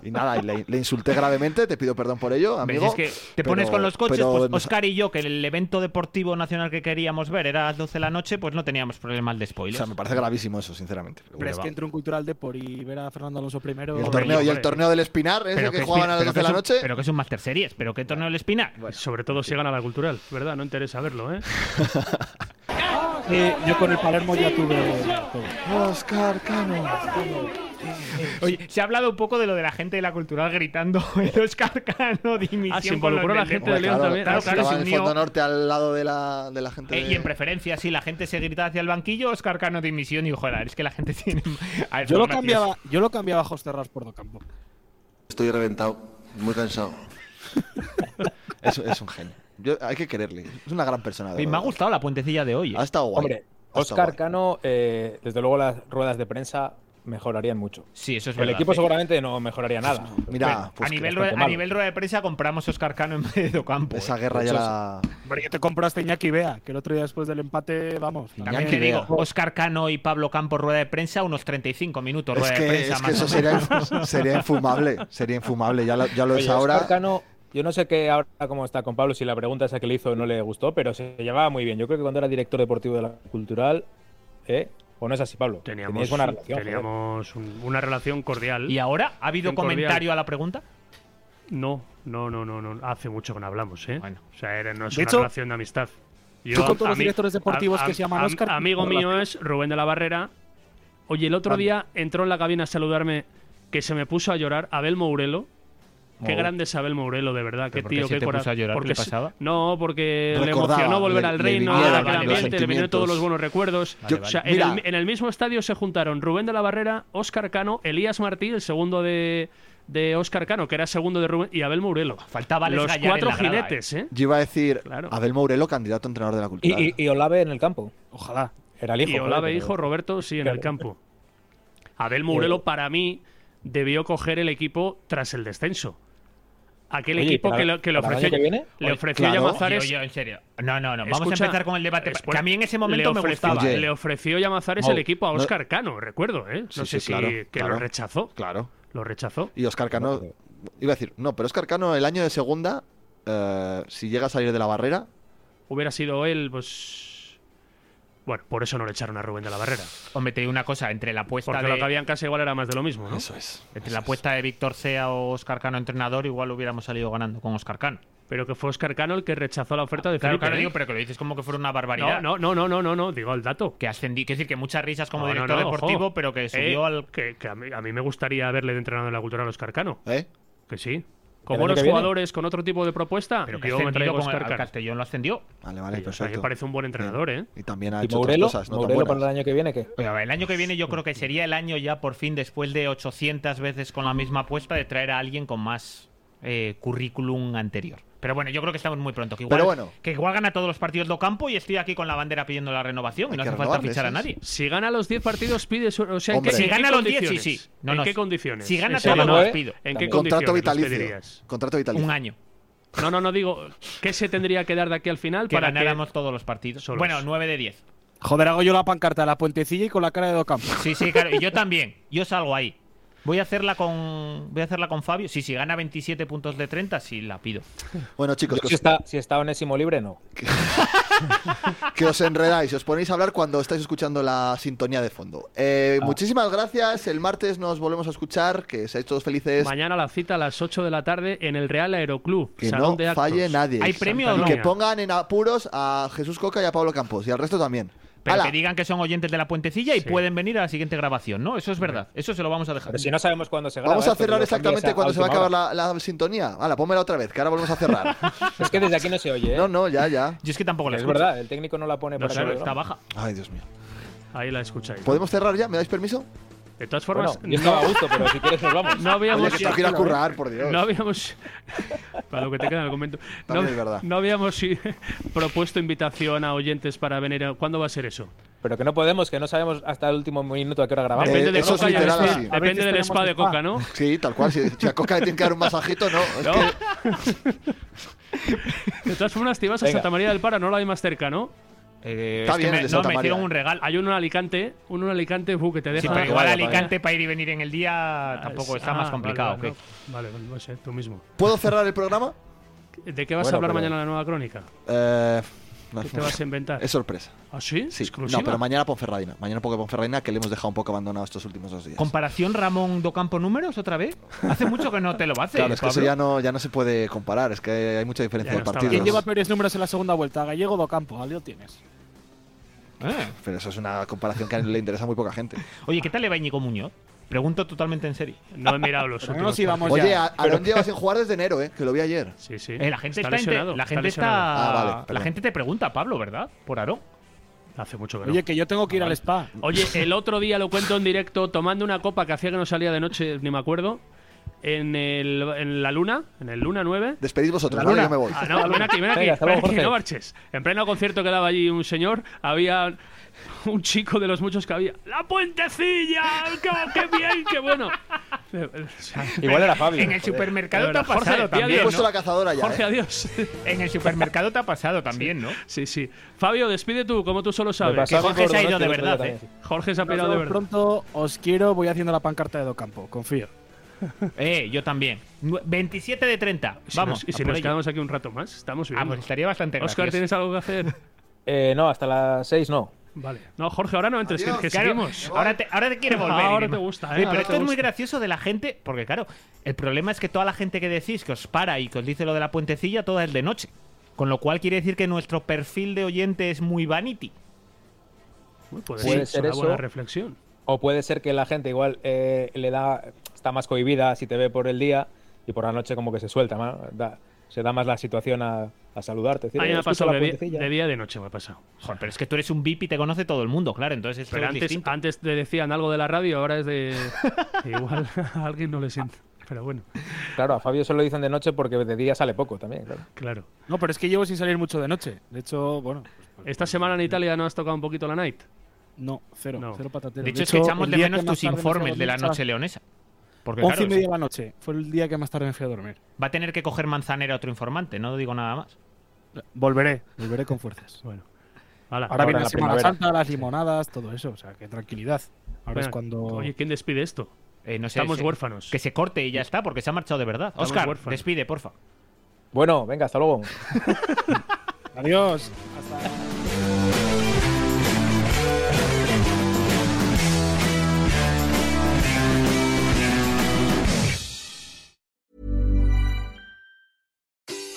Speaker 2: y nada, y le, le, insulté gravemente, te pido perdón por ello, amigo.
Speaker 3: Es que te pero, pones con los coches, pero, pues Oscar y yo, que el evento deportivo nacional que queríamos ver era a las 12 de la noche, pues no teníamos problemas de spoilers.
Speaker 2: O sea, me parece gravísimo eso, sinceramente.
Speaker 4: Pero, pero es va. que entre un cultural de por y ver a Fernando Alonso primero...
Speaker 2: Y el torneo, y el torneo del Espinar, ese que, que, jugaban a las 12 de la
Speaker 3: un,
Speaker 2: noche...
Speaker 3: Pero que es un Master Series, pero qué torneo del Espinar. Bueno,
Speaker 5: Sobre todo si sí. gana la cultural, ¿verdad? No interesa verlo, ¿eh?
Speaker 4: Eh, yo con el Palermo ya tuve.
Speaker 2: Oscar Cano.
Speaker 3: Oye, se ha hablado un poco de lo de la gente de la cultural gritando el Oscar Cano dimisión.
Speaker 5: Ah, se involucró la gente de León
Speaker 2: claro,
Speaker 5: también.
Speaker 2: Claro, claro, claro se fondo norte al lado de la, de la gente.
Speaker 3: Eh, de... Y en preferencia, sí, la gente se grita hacia el banquillo, Oscar Cano dimisión y joder, es que la gente tiene.
Speaker 4: Ver, yo, lo cambiaba, yo lo cambiaba a Jos Terras por Docampo.
Speaker 9: Estoy reventado, muy cansado.
Speaker 2: es, es un genio. Yo, hay que quererle. Es una gran persona.
Speaker 3: me ha gustado la puentecilla de hoy. ¿eh?
Speaker 2: Ha estado guay.
Speaker 7: Hombre, Oscar Cano, eh, desde luego las ruedas de prensa mejorarían mucho.
Speaker 3: Sí, eso es
Speaker 7: El
Speaker 3: verdad,
Speaker 7: equipo
Speaker 3: sí.
Speaker 7: seguramente no mejoraría nada.
Speaker 2: Mira,
Speaker 3: pues a, nivel rueda, a nivel rueda de prensa compramos Oscar Cano en medio de campo.
Speaker 2: Esa guerra eh. ya la...
Speaker 4: Hombre, yo te compraste Iñaki Bea, que el otro día después del empate, vamos.
Speaker 3: Iñaki también te digo, Oscar Cano y Pablo Campos rueda de prensa, unos 35 minutos rueda
Speaker 2: es que,
Speaker 3: de prensa.
Speaker 2: Es que eso sería, sería, infumable, sería infumable, ya lo, ya lo Oye, es Pues ahora.
Speaker 7: Oscar Cano, yo no sé qué ahora cómo está con Pablo, si la pregunta esa que le hizo no le gustó, pero se llevaba muy bien. Yo creo que cuando era director deportivo de la Cultural, ¿eh? ¿O no es así, Pablo?
Speaker 5: Teníamos, buena relación, teníamos un, una relación cordial.
Speaker 3: ¿Y ahora? ¿Ha habido comentario cordial? a la pregunta?
Speaker 5: No, no, no, no, no. Hace mucho que no hablamos, ¿eh? Bueno. O sea, era, no es de una hecho, relación de amistad.
Speaker 4: Yo, tú con todos los directores deportivos a, a, que se llaman
Speaker 5: a,
Speaker 4: Oscar.
Speaker 5: Amigo mío la... es Rubén de la Barrera. Oye, el otro día entró en la cabina a saludarme que se me puso a llorar Abel Mourelo. Qué grande es Abel Mourelo, de verdad. Qué tío,
Speaker 3: qué
Speaker 5: te
Speaker 3: corazón. Llorar, porque pasaba?
Speaker 5: No, porque Recordaba, le emocionó volver al reino, le, vale, vale, ambiente, le vinieron todos los buenos recuerdos. Vale, o sea, en, el, en, el, mismo estadio se juntaron Rubén de la Barrera, Óscar Cano, Elías Martí, el segundo de, de Óscar Cano, que era segundo de Rubén, y Abel Mourelo.
Speaker 3: Faltaba
Speaker 5: los
Speaker 3: Gallar
Speaker 5: cuatro
Speaker 3: en la
Speaker 5: jinetes, grada, ¿eh? ¿eh?
Speaker 2: Yo iba a decir claro. Abel Mourelo, candidato a entrenador de la cultura.
Speaker 7: Y, y, y, Olave en el campo.
Speaker 5: Ojalá.
Speaker 7: Era el hijo.
Speaker 5: Y Olave, pero... hijo, Roberto, sí, en claro. el campo. Abel Mourelo, para mí, debió coger el equipo tras el descenso aquel Oye, equipo para, que, lo, que, lo ofreció,
Speaker 7: que viene?
Speaker 5: le ofreció claro. Llamazares.
Speaker 3: Yo, yo, en serio. No, no, no. Vamos Escucha, a empezar con el debate. Pues, que a mí en ese momento
Speaker 5: ofreció,
Speaker 3: me gustaba. ¿eh?
Speaker 5: Oye. Le ofreció Llamazares no, el equipo a Oscar no, Cano, recuerdo, ¿eh? No sí, sé sí, si claro, que claro, lo rechazó.
Speaker 2: Claro.
Speaker 5: Lo rechazó.
Speaker 2: Y Oscar Cano. Iba a decir, no, pero Oscar Cano, el año de segunda, eh, si llega a salir de la barrera.
Speaker 5: Hubiera sido él, pues. Bueno, por eso no le echaron a Rubén de la Barrera.
Speaker 3: Hombre, te digo una cosa, entre la apuesta
Speaker 5: Porque
Speaker 3: de...
Speaker 5: lo que había en casa igual era más de lo mismo, ¿no?
Speaker 2: Eso es.
Speaker 3: Entre
Speaker 2: eso
Speaker 3: la apuesta es. de Víctor Sea o Oscar Cano entrenador, igual hubiéramos salido ganando con Oscar Cano.
Speaker 5: Pero que fue Oscar Cano el que rechazó la oferta de
Speaker 3: claro,
Speaker 5: Felipe. ¿eh?
Speaker 3: Claro, digo, pero que lo dices como que fuera una barbaridad.
Speaker 5: No, no, no, no, no, no, digo el dato.
Speaker 3: Que ascendí, que decir que muchas risas como no, director no, deportivo, ojo. pero que subió eh, al...
Speaker 5: Que, que a, mí, a, mí, me gustaría verle de entrenador en la cultura a Oscar Cano.
Speaker 2: ¿Eh?
Speaker 5: Que sí. Con buenos jugadores, con otro tipo de propuesta,
Speaker 3: pero que yo me traigo Oscar Cano. Castellón lo ascendió.
Speaker 2: Vale, vale, perfecto.
Speaker 5: me parece un buen entrenador, ¿eh?
Speaker 2: Y también ha hecho Mourelo, otras cosas. No Mourelo
Speaker 7: para el año que viene, ¿qué?
Speaker 3: Pero el año que viene yo creo que sería el año ya, por fin, después de 800 veces con la misma apuesta, de traer a alguien con más eh, currículum anterior. Pero bueno, yo creo que estamos muy pronto. Que igual,
Speaker 2: Pero bueno,
Speaker 3: que igual gana todos los partidos do campo y estoy aquí con la bandera pidiendo la renovación y no hace falta fichar a nadie.
Speaker 5: Si gana los 10 partidos, pides. O sea, ¿en qué,
Speaker 3: si
Speaker 5: ¿en
Speaker 3: gana
Speaker 5: qué
Speaker 3: los 10, sí, sí.
Speaker 5: No, ¿En no, qué condiciones?
Speaker 3: Si gana todos los pido.
Speaker 5: ¿En qué
Speaker 2: Contrato
Speaker 5: condiciones?
Speaker 2: Vitalicio. Contrato vitalicio.
Speaker 3: Un año.
Speaker 5: No, no, no digo. ¿Qué se tendría que dar de aquí al final
Speaker 3: que
Speaker 5: para
Speaker 3: ganáramos
Speaker 5: que...
Speaker 3: todos los partidos? Solos. Bueno, 9 de 10.
Speaker 4: Joder, hago yo la pancarta, la puentecilla y con la cara de Docampo.
Speaker 3: Sí, sí, claro. Y yo también. Yo salgo ahí. Voy a hacerla con voy a hacerla con Fabio. Sí, si sí, gana 27 puntos de 30, sí la pido.
Speaker 2: Bueno, chicos,
Speaker 7: si, os... está, si está onésimo libre, no.
Speaker 2: que os enredáis, os ponéis a hablar cuando estáis escuchando la sintonía de fondo. Eh, ah. Muchísimas gracias. El martes nos volvemos a escuchar. Que seáis todos felices.
Speaker 5: Mañana la cita a las 8 de la tarde en el Real Aeroclub.
Speaker 2: Que
Speaker 5: Salón
Speaker 2: no
Speaker 5: de
Speaker 2: falle nadie.
Speaker 3: ¿Hay premio
Speaker 2: Que pongan en apuros a Jesús Coca y a Pablo Campos. Y al resto también.
Speaker 3: Pero ¡Hala! que digan que son oyentes de la puentecilla y sí. pueden venir a la siguiente grabación, ¿no? Eso es verdad. Eso se lo vamos a dejar.
Speaker 7: Pero si no sabemos cuándo se graba.
Speaker 2: Vamos a cerrar exactamente cuando se va a acabar la, la, sintonía. Hala, pónmela otra vez, que ahora volvemos a cerrar.
Speaker 7: es que desde aquí no se oye, ¿eh?
Speaker 2: No, no, ya, ya.
Speaker 3: Yo es que tampoco la
Speaker 7: Es
Speaker 3: escucho.
Speaker 7: verdad, el técnico no la pone
Speaker 3: no
Speaker 7: para
Speaker 3: está baja.
Speaker 2: Ay, Dios mío.
Speaker 5: Ahí la escucháis.
Speaker 2: ¿Podemos cerrar ya? ¿Me dais permiso?
Speaker 5: De todas formas.
Speaker 7: Bueno, yo estaba a gusto, pero si quieres nos vamos.
Speaker 5: No habíamos.
Speaker 2: Oye, que tengo que ir a currar, por Dios.
Speaker 5: No habíamos. Para lo que te queda en el convento. No,
Speaker 2: También es verdad.
Speaker 5: no habíamos eh, propuesto invitación a oyentes para venir. a- ¿Cuándo va a ser eso?
Speaker 7: Pero que no podemos, que no sabemos hasta el último minuto a qué hora grabamos.
Speaker 5: Depende de
Speaker 2: eso es
Speaker 5: Coca y el
Speaker 2: literal
Speaker 5: spa.
Speaker 2: así.
Speaker 5: Depende del spa de Coca, ¿no?
Speaker 2: Sí, tal cual. Si, si a Coca le tienen que dar un masajito, no. Es
Speaker 5: No.
Speaker 2: que-
Speaker 5: De todas formas, te ibas a
Speaker 7: Venga.
Speaker 5: Santa María del Para, no la hay más cerca, ¿no?
Speaker 2: Está
Speaker 3: Eh, es que
Speaker 2: bien
Speaker 3: me-
Speaker 2: el de
Speaker 3: no,
Speaker 2: Santa
Speaker 3: me
Speaker 2: María.
Speaker 3: hicieron un regalo.
Speaker 5: Hay uno en Alicante, uno en Alicante uh, que te deja.
Speaker 3: Sí, pero igual
Speaker 2: vale,
Speaker 3: Alicante para ir y venir en el día tampoco está
Speaker 5: Ah,
Speaker 3: más
Speaker 5: vale,
Speaker 3: complicado.
Speaker 5: Vale,
Speaker 3: ¿ok?
Speaker 5: no. Vale, vale, no sé, tú mismo.
Speaker 2: ¿Puedo cerrar el programa?
Speaker 5: ¿De qué vas
Speaker 2: Bueno,
Speaker 5: a hablar
Speaker 2: pero-
Speaker 5: mañana en la nueva crónica?
Speaker 2: Eh, no,
Speaker 5: ¿Qué te vas Este a inventar?
Speaker 2: Es sorpresa.
Speaker 5: ¿Ah, sí?
Speaker 2: Sí.
Speaker 5: ¿Exclusiva?
Speaker 2: No, pero mañana Ponferradina. Mañana poco Ponferradina, que le hemos dejado un poco abandonado estos últimos dos días.
Speaker 3: Comparación Ramón Docampo números otra vez. Hace mucho que no te lo hace.
Speaker 2: Claro, es que eso
Speaker 3: Pablo.
Speaker 2: ya no, ya no se puede comparar. Es que hay mucha diferencia
Speaker 5: Ya
Speaker 2: de
Speaker 5: no está
Speaker 4: ¿Quién lleva
Speaker 2: partidos.
Speaker 4: peores números en la segunda vuelta? ¿Gallego o Docampo? Al lío tienes.
Speaker 3: Eh.
Speaker 2: Pero eso es una comparación que le interesa a muy poca gente.
Speaker 3: Oye, ¿qué tal le va Íñigo Muñoz? Pregunto totalmente en serio.
Speaker 5: No he mirado los
Speaker 4: Pero Pues no
Speaker 5: últimos.
Speaker 4: nos íbamos
Speaker 2: Oye,
Speaker 4: ya.
Speaker 2: a- Aarón lleva sin jugar desde enero, ¿eh? Que lo vi ayer.
Speaker 5: Sí, sí.
Speaker 3: Eh, la gente está,
Speaker 5: está
Speaker 3: en-
Speaker 5: lesionado.
Speaker 3: la gente está,
Speaker 5: lesionado.
Speaker 2: Ah, vale,
Speaker 3: la
Speaker 2: perdón.
Speaker 3: gente te pregunta, Pablo, ¿verdad? Por Aarón.
Speaker 5: Hace mucho que no.
Speaker 4: Oye, que yo tengo que ir al spa.
Speaker 5: Oye, el otro día lo cuento en directo, tomando una copa que hacía que no salía de noche, ni me acuerdo, en, el, en la Luna, en el Luna 9.
Speaker 2: Despedid vosotros, ¿vale? Yo me voy.
Speaker 5: Ah, no, ven aquí, ven aquí,
Speaker 7: Venga, hasta
Speaker 5: ven
Speaker 7: luego,
Speaker 5: aquí,
Speaker 7: Jorge.
Speaker 5: no marches. En pleno concierto que daba allí un señor, había un chico de los muchos que había. ¡La puentecilla! ¡Qué, qué bien, qué bueno! O sea,
Speaker 7: Igual era Fabio.
Speaker 3: En el
Speaker 7: joder.
Speaker 3: supermercado te
Speaker 5: Pero,
Speaker 3: ha
Speaker 5: Eh, Jorge,
Speaker 3: pasado
Speaker 5: di
Speaker 2: Yo he
Speaker 3: también,
Speaker 5: adiós,
Speaker 2: puesto
Speaker 3: ¿no?
Speaker 2: la cazadora ya.
Speaker 5: Jorge,
Speaker 2: ¿eh?
Speaker 5: adiós.
Speaker 3: En el supermercado te ha pasado también, ¿no?
Speaker 5: Sí, sí. Fabio, despide tú, como tú solo
Speaker 7: Me
Speaker 5: sabes.
Speaker 7: pasaba
Speaker 3: Jorge
Speaker 7: por
Speaker 3: se ha ido
Speaker 7: Donosti
Speaker 3: de
Speaker 7: el otro día
Speaker 3: verdad, eh.
Speaker 7: también.
Speaker 5: Jorge se ha
Speaker 4: Nos
Speaker 5: pirado de
Speaker 4: vemos
Speaker 5: verdad.
Speaker 4: pronto, os quiero, voy haciendo la pancarta de Docampo, confío.
Speaker 3: Eh, yo también. Nue- 27 de 30.
Speaker 5: Y si
Speaker 3: Vamos.
Speaker 5: nos- y si
Speaker 3: a por
Speaker 5: nos
Speaker 3: ello.
Speaker 5: quedamos aquí un rato más, estamos bien.
Speaker 3: Ah, pues estaría bastante gracioso.
Speaker 5: Oscar, ¿tienes algo que hacer?
Speaker 7: Eh, no, hasta las 6 no.
Speaker 5: Vale. No, Jorge, ahora no entres, que, que
Speaker 3: Claro,
Speaker 5: seguimos.
Speaker 3: Ahora te, ahora te quiere volver.
Speaker 5: Ahora
Speaker 3: Inma.
Speaker 5: te gusta, ¿eh?
Speaker 3: Sí,
Speaker 5: Ahora
Speaker 3: pero esto
Speaker 5: te
Speaker 3: es muy
Speaker 5: gusta.
Speaker 3: gracioso de la gente, porque claro, el problema es que toda la gente que decís que os para y que os dice lo de la puentecilla, toda es de noche. Con lo cual quiere decir que nuestro perfil de oyente es muy vanity.
Speaker 5: Uy, Puede,
Speaker 7: Puede
Speaker 5: ser,
Speaker 7: ser
Speaker 5: una
Speaker 7: eso.
Speaker 5: buena reflexión.
Speaker 7: O puede ser que la gente igual eh, le da, está más cohibida si te ve por el día y por la noche como que se suelta, ¿no? Da- se da más la situación a, a saludarte. decir,
Speaker 5: A mí
Speaker 7: "Eh,
Speaker 5: me ha
Speaker 7: escucha
Speaker 5: pasado de,
Speaker 7: la
Speaker 5: día-
Speaker 7: puentecilla".
Speaker 5: de día y de noche, me ha pasado.
Speaker 3: Joder, pero es que tú eres un VIP y te conoce todo el mundo, claro, entonces esto
Speaker 5: Pero
Speaker 3: es
Speaker 5: antes,
Speaker 3: distinto.
Speaker 5: antes te decían algo de la radio, ahora es de. Igual a alguien no le siento. Pero bueno,
Speaker 7: Claro, a Fabio se lo dicen de noche porque de día sale poco también. claro.
Speaker 5: claro.
Speaker 4: No, pero es que llevo sin salir mucho de noche. De hecho, bueno, pues,
Speaker 5: Esta
Speaker 7: pues,
Speaker 5: semana en Italia no has tocado un poquito la night.
Speaker 4: no, cero,
Speaker 5: No.
Speaker 4: cero patatero.
Speaker 3: de hecho, es que echamos de menos tus informes de la noche leonesa. Porque
Speaker 4: Once
Speaker 3: claro,
Speaker 4: y media de la noche, fue el día que más tarde me fui a dormir.
Speaker 3: va a tener que coger manzanera otro informante, no digo nada más.
Speaker 4: Volveré, volveré con fuerzas.
Speaker 5: Bueno. Hala.
Speaker 4: Ahora, viene la
Speaker 7: en la
Speaker 4: Semana
Speaker 7: primavera.
Speaker 4: Santa, las limonadas, todo eso, o sea, que tranquilidad. Ahora
Speaker 5: Venga,
Speaker 4: es cuando...
Speaker 5: Oye, ¿quién despide esto?
Speaker 3: Eh, no sé,
Speaker 5: Estamos
Speaker 3: se-
Speaker 5: huérfanos.
Speaker 3: Que se corte y ya está, porque se ha marchado de verdad.
Speaker 5: Estamos
Speaker 3: Oscar,
Speaker 5: huérfanos.
Speaker 3: despide, porfa.
Speaker 7: Bueno, venga, hasta luego.
Speaker 4: Adiós.